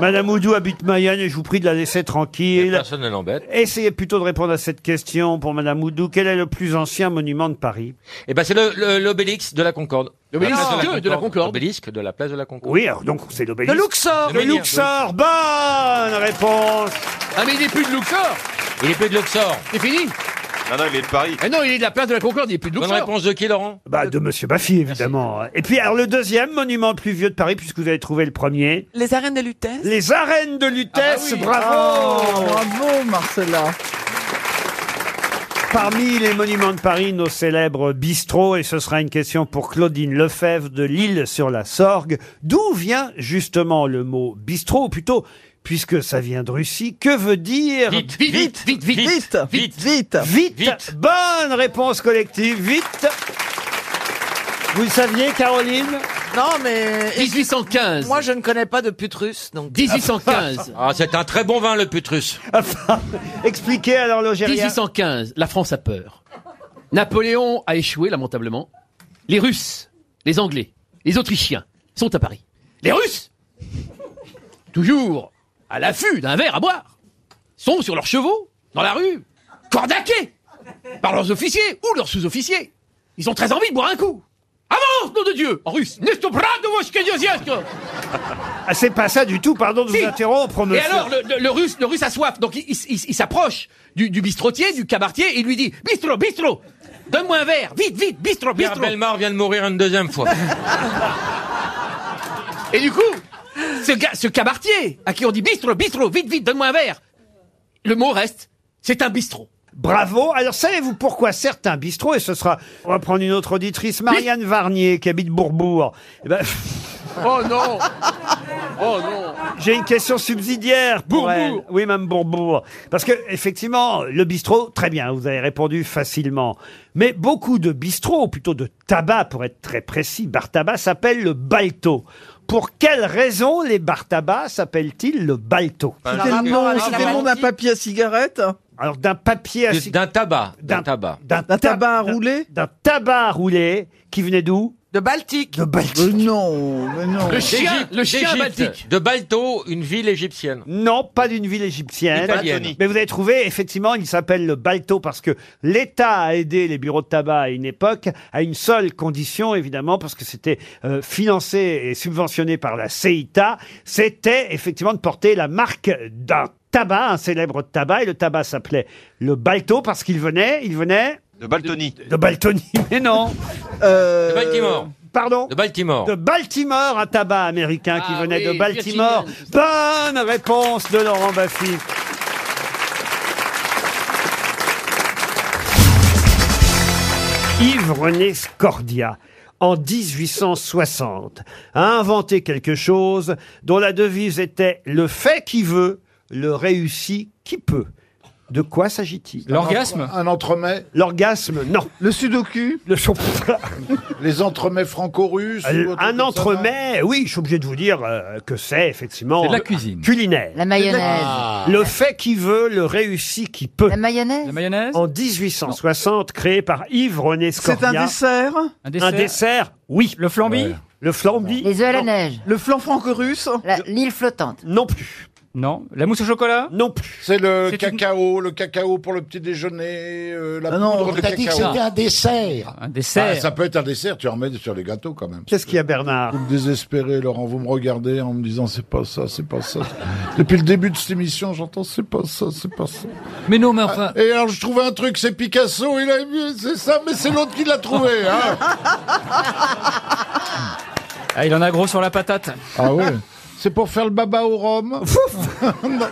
Speaker 1: Madame Oudou habite Mayenne et je vous prie de la laisser tranquille.
Speaker 21: Personne ne l'embête.
Speaker 1: Essayez plutôt de répondre à cette question pour Madame Oudou. Quel est le plus ancien monument de Paris
Speaker 21: Eh ben, c'est le- le- l'obélix de la Concorde.
Speaker 1: L'obélisque
Speaker 21: Ah, La place
Speaker 1: que de la Concorde.
Speaker 21: L'obélisque de la place de la Concorde.
Speaker 1: Oui, alors donc c'est l'obélisque.
Speaker 21: Le Luxor.
Speaker 1: Le Luxor, bonne réponse
Speaker 5: Ah mais il n'est plus de Luxor
Speaker 21: Il est plus de Luxor.
Speaker 5: C'est fini
Speaker 21: Non, non, il est de Paris.
Speaker 5: Ah non, il est de la place de la Concorde, il n'est plus de
Speaker 21: Bonne
Speaker 5: Luxor
Speaker 21: réponse de qui, Laurent
Speaker 1: Bah, de Monsieur Baffy, évidemment. Et puis, alors, le deuxième monument le plus vieux de Paris, puisque vous avez trouvé le premier.
Speaker 27: Les arènes de Lutèce.
Speaker 1: Les arènes de Lutèce,
Speaker 21: Ah bah
Speaker 1: bravo
Speaker 21: Oh.
Speaker 27: bravo Marcella.
Speaker 1: Parmi les monuments de Paris, nos célèbres bistrots, et ce sera une question pour Claudine Lefebvre de Lille sur la Sorgue. D'où vient justement le mot bistrot, ou plutôt, puisque ça vient de Russie, que veut dire
Speaker 27: Vite, vite, vite, vite, vite, vite, vite,
Speaker 1: vite, Bonne réponse collective, vite. Vous le saviez, Caroline
Speaker 27: Non, mais.
Speaker 5: 1815.
Speaker 27: Moi, je ne connais pas de pute russe, donc.
Speaker 5: 1815.
Speaker 21: Ah, c'est un très bon vin, le putrus.
Speaker 1: <laughs> Expliquez alors l'Algérie.
Speaker 5: 1815, la France a peur. Napoléon a échoué lamentablement. Les Russes, les Anglais, les Autrichiens sont à Paris. Les Russes, toujours à l'affût d'un verre à boire, sont sur leurs chevaux, dans la rue, cordaqués par leurs officiers ou leurs sous-officiers. Ils ont très envie de boire un coup. Avance, nom de Dieu, en russe.
Speaker 1: Ah, c'est pas ça du tout, pardon de vous
Speaker 5: Si.
Speaker 1: interrompre,
Speaker 5: Et
Speaker 1: monsieur.
Speaker 5: alors, le, le- le russe, le russe a soif, donc il, il- il- il s'approche du, du bistrotier, du cabaretier, et il lui dit Bistro, bistro
Speaker 13: Donne-moi un verre, vite, vite, bistrot,
Speaker 23: Pierre
Speaker 13: bistrot.
Speaker 23: Belmar vient de mourir une deuxième fois.
Speaker 13: <laughs> Et du coup, ce, gars, ce cabaretier à qui on dit bistrot, bistrot, vite, vite, donne-moi un verre. Le mot reste, c'est un bistrot.
Speaker 1: Bravo. Alors, savez-vous pourquoi certains bistrots, et ce sera, on va prendre une autre auditrice, Marianne Varnier, qui habite Bourbourg. Eh ben, <laughs>
Speaker 13: Oh non Oh non
Speaker 1: J'ai une question subsidiaire. Pour elle. Oui, même Bourbourg. Parce que, effectivement, le bistrot, très bien, vous avez répondu facilement. Mais beaucoup de bistrots, ou plutôt de tabac, pour être très précis, bar tabac, s'appelle le balto. Pour quelle raison les bar tabac s'appellent-ils le balto
Speaker 28: C'était le nom, c'était le nom d'un papier à cigarette
Speaker 1: Alors, d'un papier à
Speaker 23: Du- D'un tabac. D'un tabac.
Speaker 1: d'un tabac roulé D'un tabac roulé qui venait d'où
Speaker 28: De Baltique.
Speaker 1: De Baltique.
Speaker 28: non, mais non.
Speaker 23: D'Égypte, d'Égypte, De Balto, une ville égyptienne.
Speaker 1: Non, pas d'une ville égyptienne.
Speaker 23: Italienne.
Speaker 1: Mais vous avez trouvé, effectivement, il s'appelle le Balto parce que l'État a aidé les bureaux de tabac à une époque, à une seule condition, évidemment, parce que c'était euh, financé et subventionné par la CEITA, c'était effectivement de porter la marque d'un tabac, un célèbre tabac, et le tabac s'appelait le Balto parce qu'il venait, il venait...
Speaker 23: De Baltony.
Speaker 1: De Baltony, <laughs> mais non Euh,
Speaker 23: De Baltimore.
Speaker 1: Pardon
Speaker 23: De Baltimore.
Speaker 1: de Baltimore, un tabac américain qui venait
Speaker 23: Ah oui,
Speaker 13: Ah
Speaker 1: de Baltimore. Bonne réponse de Laurent Baffy. Yves-René Scordia, en 1860, a inventé quelque chose dont la devise était « le fait qui veut, le réussit qui peut ». De quoi s'agit-il
Speaker 12: L'orgasme
Speaker 1: Un entremet L'orgasme, non. Le sudoku Le
Speaker 2: Les entremets franco-russes ou autre
Speaker 1: Euh, Un
Speaker 2: comme ça,
Speaker 1: entremet, oui, je suis obligé de vous dire euh, que c'est effectivement...
Speaker 2: C'est de la
Speaker 1: euh,
Speaker 2: cuisine.
Speaker 1: Culinaire.
Speaker 4: La mayonnaise.
Speaker 1: Ah. Le fait qui veut, le réussit qui peut. La
Speaker 4: mayonnaise.
Speaker 1: La mayonnaise. En 1860, créé par Yves René Scordia.
Speaker 28: C'est un dessert
Speaker 1: Un dessert, oui. Le flambi Le flambi.
Speaker 4: Les œufs à la neige.
Speaker 28: Le flan franco-russe
Speaker 4: L'île flottante.
Speaker 1: Non plus.
Speaker 12: Non. La mousse au chocolat
Speaker 1: Non plus.
Speaker 2: Hein C'est le
Speaker 12: C'est
Speaker 2: cacao, le cacao pour le petit déjeuner, euh, la
Speaker 12: Ah non,
Speaker 2: poudre
Speaker 12: on
Speaker 2: de
Speaker 12: t'a dit que
Speaker 2: cacao.
Speaker 12: c'était un
Speaker 2: dessert.
Speaker 12: Un dessert.
Speaker 2: ça peut être un dessert, tu en mets sur les gâteaux quand même.
Speaker 1: Qu'est-ce qu'il y a Bernard
Speaker 2: Vous me désespérez Laurent, vous me regardez en me disant c'est pas ça, c'est pas ça. <laughs> Depuis le début de cette émission, j'entends c'est pas ça, c'est pas ça.
Speaker 9: Mais non, mais enfin.
Speaker 2: Et alors je trouvais un truc, c'est Picasso, il a c'est ça, mais c'est l'autre qui l'a trouvé. Hein.
Speaker 12: Ah, il en a gros sur la patate.
Speaker 2: Ah ouais C'est pour faire le baba au rhum. Non,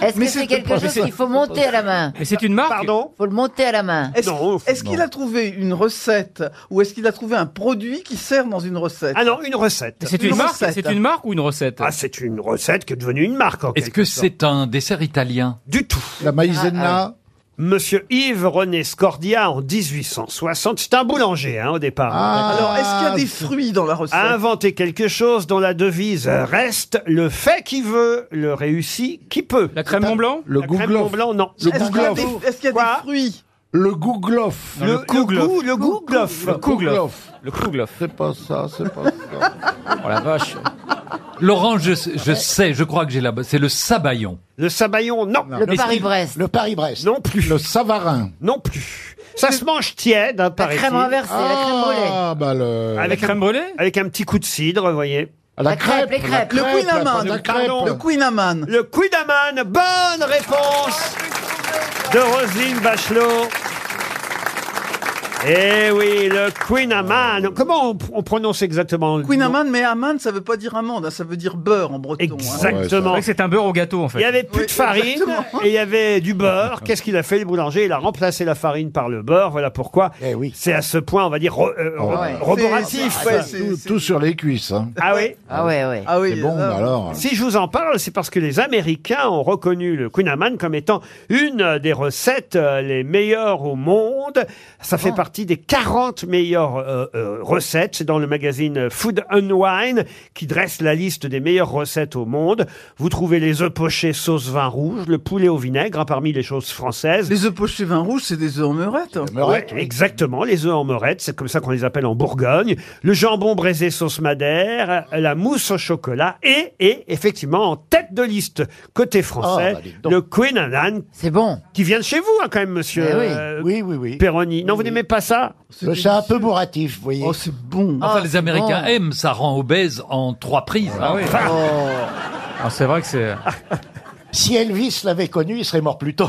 Speaker 4: Est-ce que
Speaker 2: Mais
Speaker 4: c'est
Speaker 2: c'était
Speaker 4: quelque
Speaker 2: pas
Speaker 4: chose
Speaker 2: ça.
Speaker 4: qu'il faut monter à la main
Speaker 12: Mais c'est une marque
Speaker 1: Pardon
Speaker 4: Faut le monter à la main.
Speaker 28: Est-ce
Speaker 1: Non,
Speaker 28: est-ce qu'il a trouvé une recette ou est-ce qu'il a trouvé un produit qui sert dans une recette
Speaker 1: Ah non, une recette.
Speaker 12: C'est une, marque C'est une marque ou une recette
Speaker 1: Ah, c'est une recette qui est devenue une marque.
Speaker 9: Est-ce que c'est un dessert italien
Speaker 1: Du tout.
Speaker 2: La
Speaker 4: Ah,
Speaker 2: maïzena.
Speaker 1: Monsieur Yves-René Scordia, en 1860, c'est un boulanger hein, au départ.
Speaker 28: Alors, est-ce qu'il y a des fruits dans la recette
Speaker 12: Ah,
Speaker 1: a inventé quelque chose dont la devise reste le fait qui veut, le réussit qui peut. La
Speaker 12: crème Mont Blanc
Speaker 1: Le La crème Mont Blanc, non.
Speaker 28: Est-ce qu'il y a des, est-ce qu'il y a des fruits
Speaker 2: Le gouglof.
Speaker 1: Le, le goût, le gouglof.
Speaker 12: Le kouglof. Le kouglof.
Speaker 2: C'est pas ça, c'est pas ça.
Speaker 12: Oh la vache.
Speaker 9: Laurent, je, je sais, je crois que j'ai la bonne. C'est le sabayon.
Speaker 1: Le sabayon, non.
Speaker 4: Le Paris-Brest.
Speaker 2: Le Paris-Brest.
Speaker 1: Non plus.
Speaker 2: Le Savarin.
Speaker 1: Non plus. Ça se mange tiède, hein,
Speaker 4: La crème renversée, la crème brûlée.
Speaker 2: Ah, bah le.
Speaker 1: Avec
Speaker 12: crème brûlée
Speaker 1: Avec un petit coup de cidre, vous voyez.
Speaker 2: Ah, la,
Speaker 4: La crêpe, les
Speaker 2: la
Speaker 4: crêpes.
Speaker 28: Le
Speaker 2: crêpe, la
Speaker 28: Queen
Speaker 2: la crêpe.
Speaker 28: Amman. Le Queen Amman.
Speaker 1: Le Quidaman, bonne réponse de Roselyne Bachelot. Eh oui, le Queen Amman. Comment on, on prononce exactement le
Speaker 28: Queen
Speaker 1: nom
Speaker 28: Amman, mais Amman, ça veut pas dire amande, hein, ça veut dire beurre en breton. hein.
Speaker 12: C'est
Speaker 1: Exactement.
Speaker 12: vrai que c'est un beurre au gâteau en
Speaker 1: Il n'y
Speaker 12: fait.
Speaker 1: avait plus
Speaker 28: Oui,
Speaker 1: de farine
Speaker 28: exactement.
Speaker 1: et il y avait du beurre. Qu'est-ce qu'il a fait le boulanger Il a remplacé la farine par le beurre. Voilà pourquoi c'est à ce point, on va dire, re- euh, re-
Speaker 4: Ouais.
Speaker 1: roboratif.
Speaker 28: Eh C'est- ouais,
Speaker 1: ça.
Speaker 28: c'est-
Speaker 2: Tout, tout sur les cuisses. Hein.
Speaker 1: Ah oui
Speaker 4: Ah ouais, ouais.
Speaker 28: Ah oui,
Speaker 2: C'est bon,
Speaker 28: euh,
Speaker 2: alors.
Speaker 1: Si je vous en parle, c'est parce que les Américains ont reconnu le Kunaman comme étant une des recettes euh, les meilleures au monde. Ça
Speaker 28: Ah.
Speaker 1: fait partie des 40 meilleures euh, euh, recettes. C'est dans le magazine Food and Wine qui dresse la liste des meilleures recettes au monde. Vous trouvez les œufs pochés sauce vin rouge, le poulet au vinaigre, hein, parmi les choses françaises.
Speaker 28: Les œufs pochés vin rouge, c'est des œufs en meurette.
Speaker 1: Ouais, exactement, les œufs en morette, c'est comme ça qu'on les appelle en Bourgogne. Le jambon braisé sauce madère, la mousse au chocolat et, et effectivement, en tête de liste côté français,
Speaker 13: Ah, bah, dis
Speaker 1: le Queen Anne
Speaker 4: C'est bon.
Speaker 1: qui vient de chez vous hein, quand même, monsieur
Speaker 13: Eh oui.
Speaker 1: oui, oui, oui. Perroni. Non, vous n'aimez pas ça
Speaker 28: C'est un peu bourratif,
Speaker 13: vous voyez.
Speaker 28: Oh, c'est bon.
Speaker 5: Ah,
Speaker 21: Ah,
Speaker 9: Enfin, les
Speaker 4: c'est
Speaker 9: Américains
Speaker 4: bon.
Speaker 9: aiment, ça rend obèse en trois prises. hein.
Speaker 5: Oh.
Speaker 12: Ah, c'est vrai que c'est.
Speaker 1: Ah,
Speaker 17: Si Elvis l'avait connu, il serait mort plus tôt.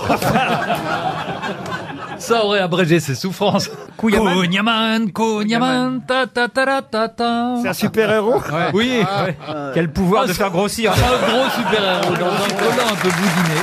Speaker 9: Ça aurait abrégé ses souffrances. Kounyaman, Kounyaman, ta ta ta ta ta ta.
Speaker 1: C'est un super-héros
Speaker 9: Ouais.
Speaker 10: Oui.
Speaker 9: Ah,
Speaker 10: Ouais.
Speaker 9: euh,
Speaker 10: Quel pouvoir
Speaker 9: ah,
Speaker 10: de
Speaker 9: ça-
Speaker 10: faire grossir.
Speaker 9: Un gros super-héros dans un collant un peu boudiné.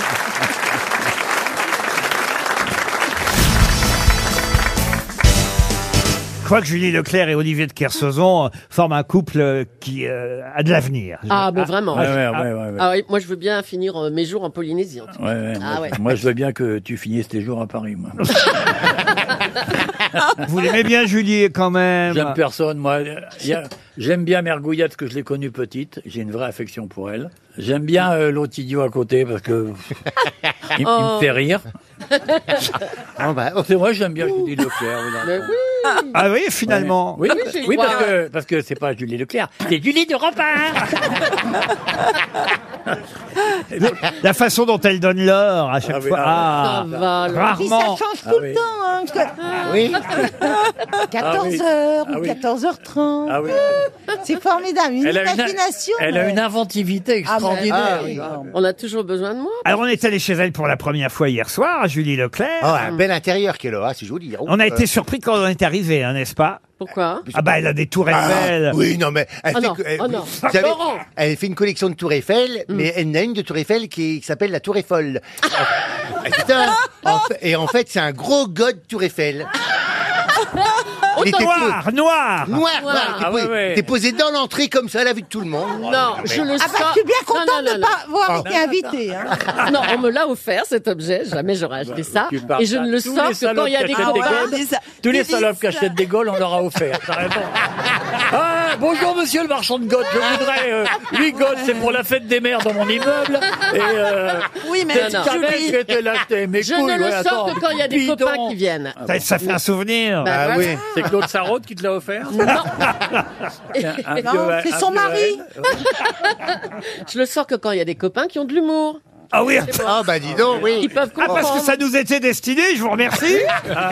Speaker 1: Je crois que Julie Leclerc et Olivier de Kersauzon euh, forment un couple euh, qui euh, a de l'avenir.
Speaker 17: Ah, mais vraiment.
Speaker 1: ah,
Speaker 17: Ah, ah oui, moi, je veux bien finir euh, mes jours en Polynésie. en tout cas.
Speaker 15: Ouais, ouais,
Speaker 17: ah
Speaker 15: moi,
Speaker 17: ouais.
Speaker 15: moi, je veux bien que tu finisses tes jours à Paris, moi.
Speaker 1: <laughs> Vous l'aimez bien, Julie, quand même.
Speaker 15: J'aime personne, moi. Il y a- J'aime bien Mergouillette, que je l'ai connue petite. J'ai une vraie affection pour elle. J'aime bien euh, l'autre idiot à côté, parce que il, il
Speaker 17: Oh.
Speaker 15: me fait rire.
Speaker 1: <laughs>
Speaker 15: C'est vrai, j'aime bien Julie Leclerc. oui, dans le
Speaker 17: Mais
Speaker 15: fond.
Speaker 17: oui.
Speaker 1: Ah oui, finalement.
Speaker 15: Oui,
Speaker 17: Ah oui,
Speaker 15: parce-
Speaker 17: j'y
Speaker 15: oui, parce
Speaker 17: crois.
Speaker 15: que parce que c'est pas Julie Leclerc, c'est Julie de Rempart.
Speaker 1: <laughs> La façon dont elle donne l'or à chaque
Speaker 15: oui,
Speaker 1: fois.
Speaker 15: ah
Speaker 1: Ah,
Speaker 15: oui.
Speaker 1: rarement.
Speaker 15: oui.
Speaker 22: hein, <laughs> 14h
Speaker 15: Ah
Speaker 22: ou
Speaker 15: oui.
Speaker 22: 14h30.
Speaker 15: Ah oui.
Speaker 22: C'est formidable. Une
Speaker 15: Elle a une-
Speaker 22: imagination. Ah, ben,
Speaker 15: elle a une inventivité
Speaker 22: extraordinaire.
Speaker 17: Ah, On a toujours besoin de moi.
Speaker 1: Alors, on est allé chez elle pour la première fois hier soir, à Julie Leclerc.
Speaker 3: Ah, un bel intérieur qu'elle a, hein, c'est joli.
Speaker 1: On a été surpris quand on est arrivé, hein, n'est-ce pas
Speaker 17: Pourquoi
Speaker 1: Ah bah, elle a des tours Eiffel.
Speaker 3: Oui, non, mais elle, fait,
Speaker 17: Ah non,
Speaker 3: que- elle-
Speaker 17: ah non.
Speaker 3: vous savez,
Speaker 17: Laurent. Mm.
Speaker 3: elle fait une collection de tours Eiffel, mais elle en a une de tours Eiffel qui, qui s'appelle la tour
Speaker 17: <laughs>
Speaker 3: Eiffel. Ah, putain. En fa- et en fait, c'est un gros god tour Eiffel.
Speaker 17: On
Speaker 3: Il était
Speaker 17: t'en-
Speaker 3: posé-
Speaker 1: Oh, noir,
Speaker 3: noir, noir.
Speaker 17: Noir.
Speaker 3: Il était
Speaker 17: Ah ouais,
Speaker 3: posé-
Speaker 17: ouais.
Speaker 3: il était posé dans l'entrée comme ça, à la vue de tout le monde.
Speaker 17: Non, je le
Speaker 22: Ah bah, je suis bien contente
Speaker 17: Non, non,
Speaker 22: de
Speaker 17: non,
Speaker 22: pas avoir
Speaker 3: Ah.
Speaker 22: été invitée. hein.
Speaker 17: <laughs> non, on me l'a offert cet objet, jamais j'aurais acheté ça.
Speaker 15: Bah, Tu parles
Speaker 17: Et je
Speaker 15: à
Speaker 17: ne le
Speaker 15: tous
Speaker 17: sors
Speaker 15: les
Speaker 17: que quand il y a
Speaker 15: salopes
Speaker 17: des
Speaker 15: qui achètent
Speaker 17: copains.
Speaker 15: Gaules. Tous les salopes qui achètent des Gaules, on leur a
Speaker 17: <laughs>
Speaker 15: offert. T'as raison. Ah, bonjour monsieur le marchand de Gaules, je voudrais euh, 8 Gaules, c'est pour la fête des mères dans mon immeuble. Et, euh,
Speaker 17: Oui, mais
Speaker 15: c'est
Speaker 17: non,
Speaker 15: Julie
Speaker 17: Julie.
Speaker 15: qui était
Speaker 17: <laughs>
Speaker 15: là, t'es mes
Speaker 17: Je
Speaker 15: couilles,
Speaker 17: ne le
Speaker 15: ouais,
Speaker 17: sors
Speaker 15: attends,
Speaker 17: que quand il y a des
Speaker 15: bidon.
Speaker 17: copains qui viennent.
Speaker 1: Ça, Ah, bah, ça fait un souvenir.
Speaker 17: Bah,
Speaker 15: Ah
Speaker 17: voilà.
Speaker 15: oui. C'est Claude
Speaker 17: <laughs>
Speaker 15: Sarraute qui te l'a offert
Speaker 17: Non,
Speaker 15: <laughs> c'est son mari.
Speaker 17: <laughs> Je le sors que quand il y a des copains qui ont de l'humour.
Speaker 1: Ah oui.
Speaker 17: C'est bon.
Speaker 3: Ah bah dis donc, oui.
Speaker 17: Ils peuvent
Speaker 1: Ah,
Speaker 17: comprendre.
Speaker 1: parce que ça nous était destiné, je vous remercie.
Speaker 3: Ah.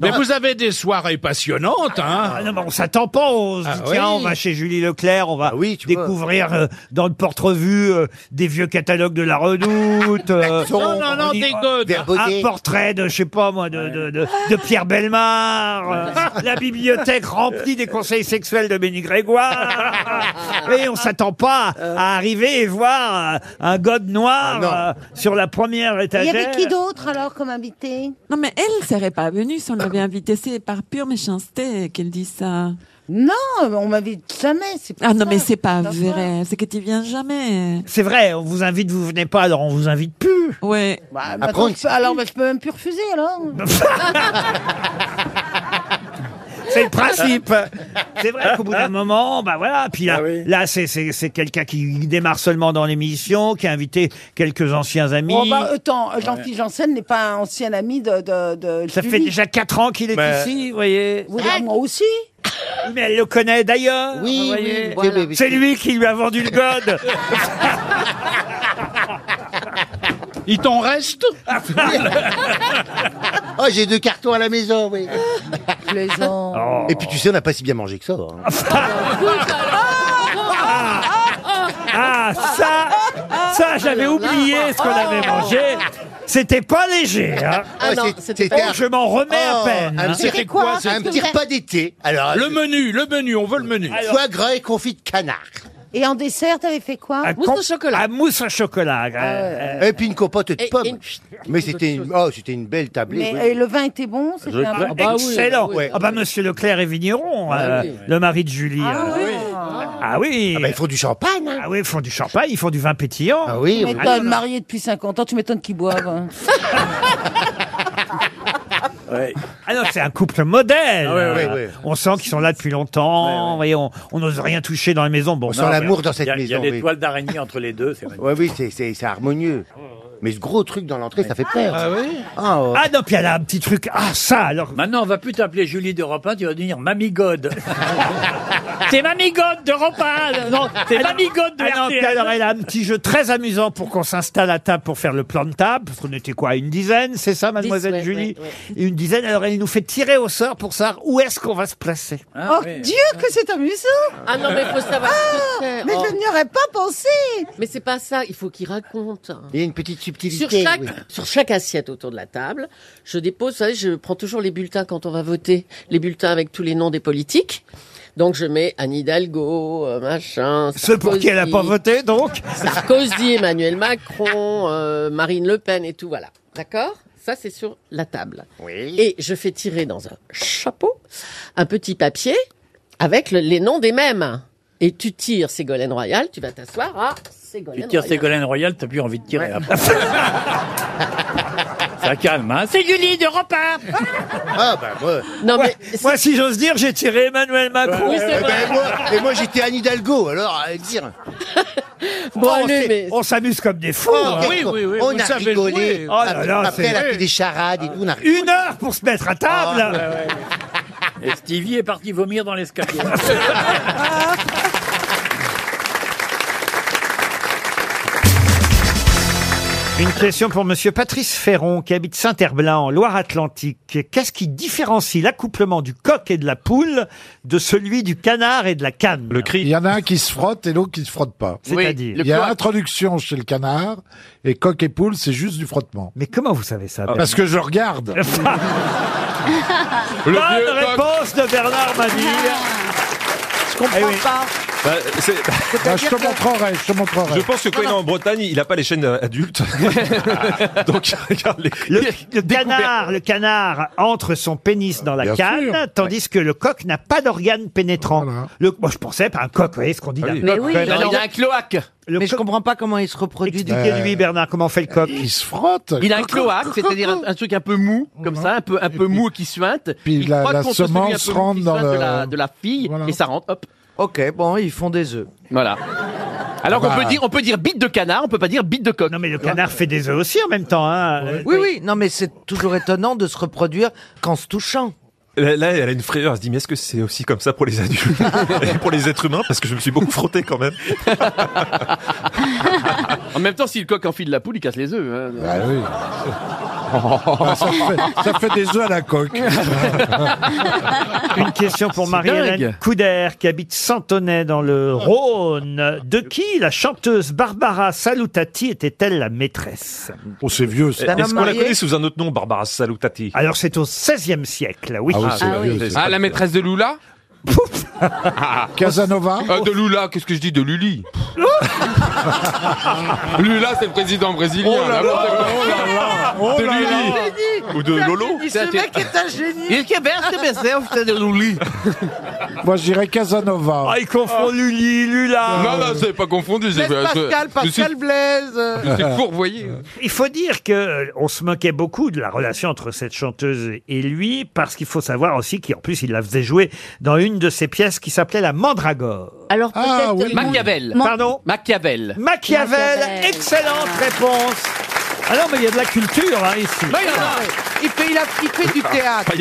Speaker 29: Mais vous avez des soirées passionnantes, hein
Speaker 1: Ah non, mais on s'attend pas. On se dit,
Speaker 29: Ah
Speaker 1: tiens,
Speaker 29: oui.
Speaker 1: on va chez Julie Leclerc, on va découvrir euh, dans le porte-revue euh, des vieux catalogues de la Redoute. euh,
Speaker 29: Non, non, non,
Speaker 1: on y-
Speaker 29: des godes.
Speaker 1: Un
Speaker 29: Verbaudet.
Speaker 1: portrait de, je sais pas moi, de, de, de, de Pierre Bellemare. euh, la bibliothèque remplie des conseils sexuels de Béni Grégoire. et on s'attend pas à arriver et voir euh, un god noir euh, sur la première
Speaker 22: Il y
Speaker 1: étagère.
Speaker 22: avait qui d'autre alors comme invité
Speaker 29: Non, mais elle serait pas venue si on l'avait invitée. C'est par pure méchanceté qu'elle dit ça.
Speaker 22: Non, on m'invite jamais. c'est pour
Speaker 29: Ah non,
Speaker 22: ça.
Speaker 29: mais c'est pas
Speaker 22: D'accord.
Speaker 29: vrai. C'est que tu viens jamais.
Speaker 1: C'est vrai, on vous invite, vous venez pas, alors on vous invite plus.
Speaker 29: Ouais.
Speaker 22: Ah, mais attends, je peux- alors bah, je peux même plus refuser alors.
Speaker 1: C'est le principe. <laughs> C'est vrai qu'au bout d'un moment, bah voilà. Puis
Speaker 3: Ah
Speaker 1: là, là c'est, c'est, c'est quelqu'un qui démarre seulement dans l'émission, qui a invité quelques anciens amis.
Speaker 22: Oh, bah, attends,
Speaker 3: euh,
Speaker 22: Jean-Philippe Janssen n'est pas un ancien ami de. de,
Speaker 6: <laughs>
Speaker 22: de
Speaker 1: Ça fait
Speaker 22: Julie.
Speaker 1: déjà 4 ans qu'il est
Speaker 22: Mais-
Speaker 1: ici, vous voyez.
Speaker 22: Vous dire, moi aussi.
Speaker 1: Oui, Mais elle le connaît d'ailleurs.
Speaker 3: Oui,
Speaker 1: vous
Speaker 3: oui,
Speaker 1: voyez.
Speaker 3: oui, voilà.
Speaker 1: C'est lui qui lui a vendu le
Speaker 3: <laughs>
Speaker 1: god.
Speaker 3: Il t'en reste <laughs> Oh, j'ai deux cartons à la maison,
Speaker 17: <laughs>
Speaker 3: oui.
Speaker 22: Plaisant.
Speaker 3: Et puis tu sais, on n'a pas si bien mangé que ça. hein.
Speaker 1: Ah, ça, ça, j'avais oublié ce qu'on avait mangé. C'était pas léger, hein.
Speaker 3: oh. Ah non,
Speaker 1: C'est-
Speaker 3: c'était
Speaker 1: Oh,
Speaker 3: un-
Speaker 1: je m'en remets à
Speaker 3: Oh,
Speaker 1: peine.
Speaker 3: un
Speaker 1: hein.
Speaker 3: petit- C'était quoi, un petit repas d'été. Alors,
Speaker 29: Le menu, le menu, on veut le menu.
Speaker 3: Foie gras et confit de canard.
Speaker 22: Et en dessert, t'avais fait quoi
Speaker 1: Un com- Ah, mousse au chocolat. euh,
Speaker 3: Et puis une compote de
Speaker 22: Et-
Speaker 3: pommes.
Speaker 22: et une-
Speaker 3: Mais c'était une... Oh, c'était une belle tablée.
Speaker 22: Mais
Speaker 3: oui.
Speaker 22: euh, le vin était bon, c'était un
Speaker 1: Ah,
Speaker 22: bon.
Speaker 1: excellent. Ah bah Monsieur Leclerc est vigneron, euh, le mari de Julie. Ah oui. Ah oui. ils font
Speaker 3: bah, du champagne. hein.
Speaker 1: Ah oui, ils font du champagne, ils font du vin pétillant. Ah
Speaker 22: Tu m'étonnes, marié depuis 50 ans, tu m'étonnes qu'ils boivent. hein.
Speaker 1: Ah non, c'est un couple modèle.
Speaker 3: Ah ouais, ouais,
Speaker 1: Euh,
Speaker 3: ouais.
Speaker 1: On sent qu'ils sont là depuis longtemps. Vous voyez, on on n'ose rien toucher dans la maison. Bon,
Speaker 3: On sent
Speaker 1: non,
Speaker 3: l'amour
Speaker 1: voilà.
Speaker 3: dans cette maison. oui.
Speaker 15: d'araignée entre les deux, c'est
Speaker 3: Ouais, oui, c'est- c'est c'est harmonieux. Mais ce gros truc dans l'entrée, ça fait peur.
Speaker 15: Ah oui
Speaker 3: Ah,
Speaker 17: oh.
Speaker 3: ouais.
Speaker 1: Ah non, puis elle a un petit truc. Ah ça, alors.
Speaker 15: Maintenant, on va plus t'appeler Julie d'Europe 1, tu vas devenir Mamie
Speaker 1: <laughs>
Speaker 15: God. c'est Mamie God d'Europe
Speaker 17: Euh,
Speaker 15: 1
Speaker 17: <laughs>
Speaker 15: Non, c'est Mamie God de
Speaker 1: Ah non, puis
Speaker 15: RTL.
Speaker 1: alors elle a un petit jeu très amusant pour qu'on s'installe à table pour faire le plan de table, parce qu'on était quoi, une dizaine, c'est ça, mademoiselle
Speaker 17: ouais,
Speaker 1: Julie Une dizaine, alors elle nous fait tirer au sort pour savoir où est-ce qu'on va se placer.
Speaker 22: oh Dieu, que c'est amusant
Speaker 17: Ah non, mais il faut savoir. Oh.
Speaker 22: Ah, mais je n'y aurais pas pensé
Speaker 17: Mais c'est pas ça, il faut qu'il raconte.
Speaker 3: Il y a une petite subtilité.
Speaker 17: Sur chaque,
Speaker 3: oui.
Speaker 17: sur chaque assiette autour de la table, je dépose, vous savez, je prends toujours les bulletins quand on va voter, les bulletins avec tous les noms des politiques. Donc je mets Anne Hidalgo, euh, machin.
Speaker 1: Ceux pour qui elle a
Speaker 17: Sarkozy,
Speaker 1: pas voté, donc
Speaker 17: Sarkozy, Emmanuel Macron, euh, Marine Le Pen et tout, voilà. D'accord Ça, c'est sur la table. Et je fais tirer dans un chapeau un petit papier avec le- les noms des mêmes. Et tu tires Ségolène Royal, tu vas t'asseoir à Ségolène
Speaker 15: Tu tires
Speaker 17: Royal.
Speaker 15: Ségolène Royal, t'as plus envie de tirer
Speaker 3: <laughs>
Speaker 15: après. Ça calme, hein
Speaker 17: C'est Julie
Speaker 22: <laughs>
Speaker 17: de repas
Speaker 3: Ah bah moi.
Speaker 17: Non, mais
Speaker 1: moi si j'ose dire, j'ai tiré Emmanuel Macron.
Speaker 17: Oui, c'est
Speaker 3: Eh ben,
Speaker 17: vrai.
Speaker 3: moi- et moi j'étais Anne Hidalgo, alors à
Speaker 17: <laughs>
Speaker 3: dire.
Speaker 1: Bon, allez, on s'amuse comme des fous.
Speaker 3: Oh,
Speaker 1: hein.
Speaker 3: oui, oui, oui, on vous a savez rigolé. jouer.
Speaker 1: Oh là là,
Speaker 3: Après, elle a fait des charades et tout. on a Oh, rigolé.
Speaker 1: Une heure pour se mettre à table.
Speaker 3: Ah, bah
Speaker 15: Et Stevie est parti vomir dans
Speaker 3: <laughs>
Speaker 15: l'escalier.
Speaker 1: Une question pour Monsieur Patrice Ferron, qui habite Saint-Herblain, en Loire-Atlantique. Qu'est-ce qui différencie l'accouplement du coq et de la poule de celui du canard et de la canne Le
Speaker 2: Il y en a un qui se frotte et l'autre qui se frotte pas.
Speaker 1: C'est-à-dire
Speaker 2: Il y a introduction chez le canard et coq et poule, c'est juste du frottement. Ah,
Speaker 1: Mais comment vous savez ça
Speaker 2: Parce que je
Speaker 1: <laughs>
Speaker 2: regarde.
Speaker 1: Bonne
Speaker 2: vieux coq.
Speaker 1: réponse de Bernard Mabille.
Speaker 15: Je comprends
Speaker 3: Eh
Speaker 15: pas.
Speaker 3: Ah
Speaker 2: Bah, je te montrerai, je te montrerai.
Speaker 23: Je pense que quand il est en Bretagne, il n'a pas les chaînes euh,
Speaker 1: <laughs>
Speaker 11: <laughs>
Speaker 23: adultes. Donc, il regarde les
Speaker 1: Le, le canard, le canard entre son pénis dans la
Speaker 23: Bien
Speaker 1: canne,
Speaker 23: sûr.
Speaker 1: tandis que le coq n'a pas d'organe pénétrant. Le, moi, je pensais pas un coq, vous voyez ce qu'on
Speaker 5: Ah
Speaker 1: dit d'un coq.
Speaker 3: Ben,
Speaker 13: Mais
Speaker 1: Alors,
Speaker 13: il y a un cloaque.
Speaker 1: Mais je
Speaker 13: comprends pas comment il se reproduit.
Speaker 1: Expliquez-lui, Bernard, comment fait le coq.
Speaker 2: Il se frotte.
Speaker 13: Il a un
Speaker 2: <laughs>
Speaker 13: cloaque, c'est-à-dire
Speaker 5: <laughs>
Speaker 13: un, un truc un peu mou, comme ça, un peu, un peu mou qui suinte.
Speaker 2: Puis la-
Speaker 13: frotte
Speaker 2: la
Speaker 13: contre celui un
Speaker 2: semence
Speaker 13: peu mou qui
Speaker 2: rentre dans
Speaker 13: suinte De
Speaker 2: le-
Speaker 13: la, de la fille, et ça rentre, hop.
Speaker 5: Ok, bon, ils font des œufs.
Speaker 13: Voilà. Alors
Speaker 5: Ah bah.
Speaker 13: on peut dire, on peut dire bite de canard, on peut pas dire bite de coq.
Speaker 1: Non mais le canard fait des œufs aussi en même temps. hein.
Speaker 5: Oui, oui, non, mais c'est toujours étonnant de se reproduire qu'en se touchant.
Speaker 23: Là, là, elle a une frayeur. Elle se dit, mais est-ce que c'est aussi comme ça pour les adultes <laughs> et pour les êtres humains Parce que je me suis beaucoup frotté quand même.
Speaker 13: En même temps, si le coq enfile la poule, il casse les œufs. hein.
Speaker 2: Ah oui.
Speaker 13: <laughs>
Speaker 2: Ah, ça,
Speaker 1: <laughs>
Speaker 2: fait, ça fait des œufs à la coque.
Speaker 1: Une question pour
Speaker 2: C'est
Speaker 1: Marie-Hélène
Speaker 2: dingue.
Speaker 1: Couder, qui habite Santonnet dans le Rhône. De qui la chanteuse Barbara Salutati était-elle la maîtresse
Speaker 2: Oh, c'est vieux.
Speaker 1: ça.
Speaker 23: Est-ce qu'on la
Speaker 1: marié.
Speaker 23: connaît sous un autre nom, Barbara Salutati
Speaker 1: Alors c'est au XVIe siècle, oui.
Speaker 23: Ah oui, c'est Ah vieux, oui. ça.
Speaker 11: Ah, la maîtresse de Lula <laughs>
Speaker 2: Casanova
Speaker 11: De Lula, Ah, qu'est-ce que je dis De Luli <laughs>
Speaker 22: Oh,
Speaker 11: Lula, c'est le président brésilien. là, bon, c'est bon.
Speaker 2: Oh
Speaker 11: De Luli. Ou de Lolo
Speaker 5: Ce mec est un génie.
Speaker 13: Il est bien, c'est bien, c'est- c'est de
Speaker 3: <laughs>
Speaker 13: l'ouli.
Speaker 2: Moi, je dirais Casanova. Euh,
Speaker 1: Ah, il confond Luli, Lula.
Speaker 11: Non, non, c'est pas confondu. c'est-
Speaker 5: Pascal,
Speaker 11: je suis-
Speaker 5: Pascal Blaise.
Speaker 11: Je
Speaker 1: <laughs>
Speaker 11: suis fourvoyé.
Speaker 1: Il faut dire que euh, on se moquait beaucoup de la relation entre cette chanteuse et lui, parce qu'il faut savoir aussi qu'en plus il la faisait jouer dans une de ses pièces qui s'appelait La Mandragore.
Speaker 13: Alors
Speaker 1: Ah, peut-être- oui.
Speaker 13: Machiavel.
Speaker 1: Mon- Pardon
Speaker 13: Machiavel.
Speaker 1: Machiavel, excellente réponse. Ah non, mais il y a de la culture hein, ici.
Speaker 5: il, fait, il, a, il fait du théâtre.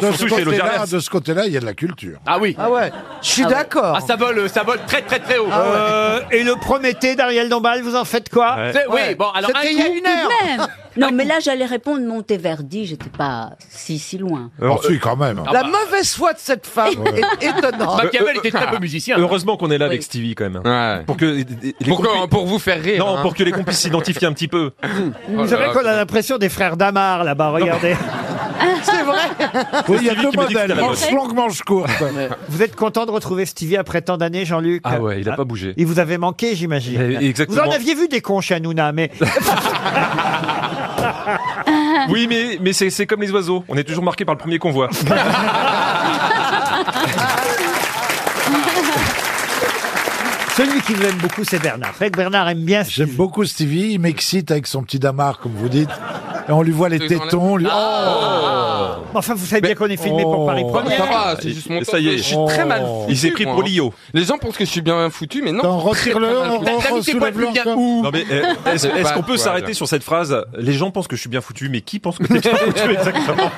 Speaker 2: de ce côté-là, de ce côté-là, il y a de la culture.
Speaker 13: Ah oui.
Speaker 5: Ah ouais, je suis d'accord. Ah
Speaker 13: Ah ça vole, euh, ça vole très très très haut.
Speaker 1: Euh, et le Prométhée d'Ariel Dombal, vous en faites quoi
Speaker 13: C'est- oui, Ouais. bon, alors, C'était un il y a coup- une heure.
Speaker 8: Même. Non, mais là, j'allais répondre Monteverdi, j'étais pas si, si loin.
Speaker 2: Alors, si, quand même.
Speaker 5: Euh,
Speaker 12: Ah
Speaker 5: La
Speaker 12: bah.
Speaker 5: mauvaise foi de cette femme
Speaker 23: Ouais.
Speaker 5: est étonnante.
Speaker 11: Bah,
Speaker 23: Heureusement qu'on est là avec Stevie quand même. Pour que les
Speaker 11: Pour que-
Speaker 23: complices-
Speaker 11: pour vous faire rire,
Speaker 23: Non,
Speaker 11: hein.
Speaker 23: pour que les complices s'identifient un petit peu.
Speaker 1: Vous
Speaker 11: Oh
Speaker 1: savez qu'on a l'impression des frères Damar là-bas, regardez.
Speaker 5: C'est vrai.
Speaker 2: <laughs> Oui, il y a
Speaker 23: Stevie
Speaker 2: deux
Speaker 23: qui me dit que
Speaker 2: modèles,
Speaker 23: c'était la
Speaker 2: manche
Speaker 23: bonne.
Speaker 2: longue, manche
Speaker 23: <laughs>
Speaker 2: courte.
Speaker 1: Vous êtes content de retrouver Stevie après tant d'années, Jean-Luc
Speaker 23: Ah ouais, il a pas bougé.
Speaker 1: Il vous avait manqué, j'imagine.
Speaker 23: Eh, exactement.
Speaker 1: Vous en aviez vu des cons chez Hanouna, mais
Speaker 23: <laughs> Oui, mais, mais c'est c'est comme les oiseaux. On est toujours marqué par le premier
Speaker 11: <laughs>
Speaker 23: convoi.
Speaker 1: celui qui vous aime beaucoup, c'est Bernard. C'est vrai que Bernard aime bien
Speaker 2: J'aime beaucoup Stevie, il m'excite avec son petit damar, comme vous dites. Et on lui voit les tétons. on Lui...
Speaker 1: Oh Enfin, vous savez bien qu'on est filmé
Speaker 2: oh,
Speaker 1: pour Paris Première.
Speaker 11: Ah, c'est juste mon
Speaker 23: Ça y
Speaker 11: torse.
Speaker 23: est. Oh.
Speaker 11: Je suis très mal foutu.
Speaker 23: Il s'est pris
Speaker 11: moi,
Speaker 23: pour
Speaker 11: hein.
Speaker 23: l'IO.
Speaker 11: Les gens pensent que je suis bien foutu, mais non.
Speaker 23: Attends,
Speaker 11: Très, très
Speaker 23: retire-le,
Speaker 11: mal foutu.
Speaker 23: re-
Speaker 11: T'as mis tes
Speaker 23: ressoulève-le
Speaker 11: poils plus bien
Speaker 23: encore.
Speaker 11: où
Speaker 23: Non mais euh, est-ce
Speaker 11: Je sais
Speaker 23: est-ce
Speaker 11: pas,
Speaker 23: qu'on peut
Speaker 11: quoi,
Speaker 23: s'arrêter
Speaker 11: là.
Speaker 23: sur cette phrase Les gens pensent que je suis bien foutu, mais qui pense que t'es bien
Speaker 11: <laughs>
Speaker 23: foutu exactement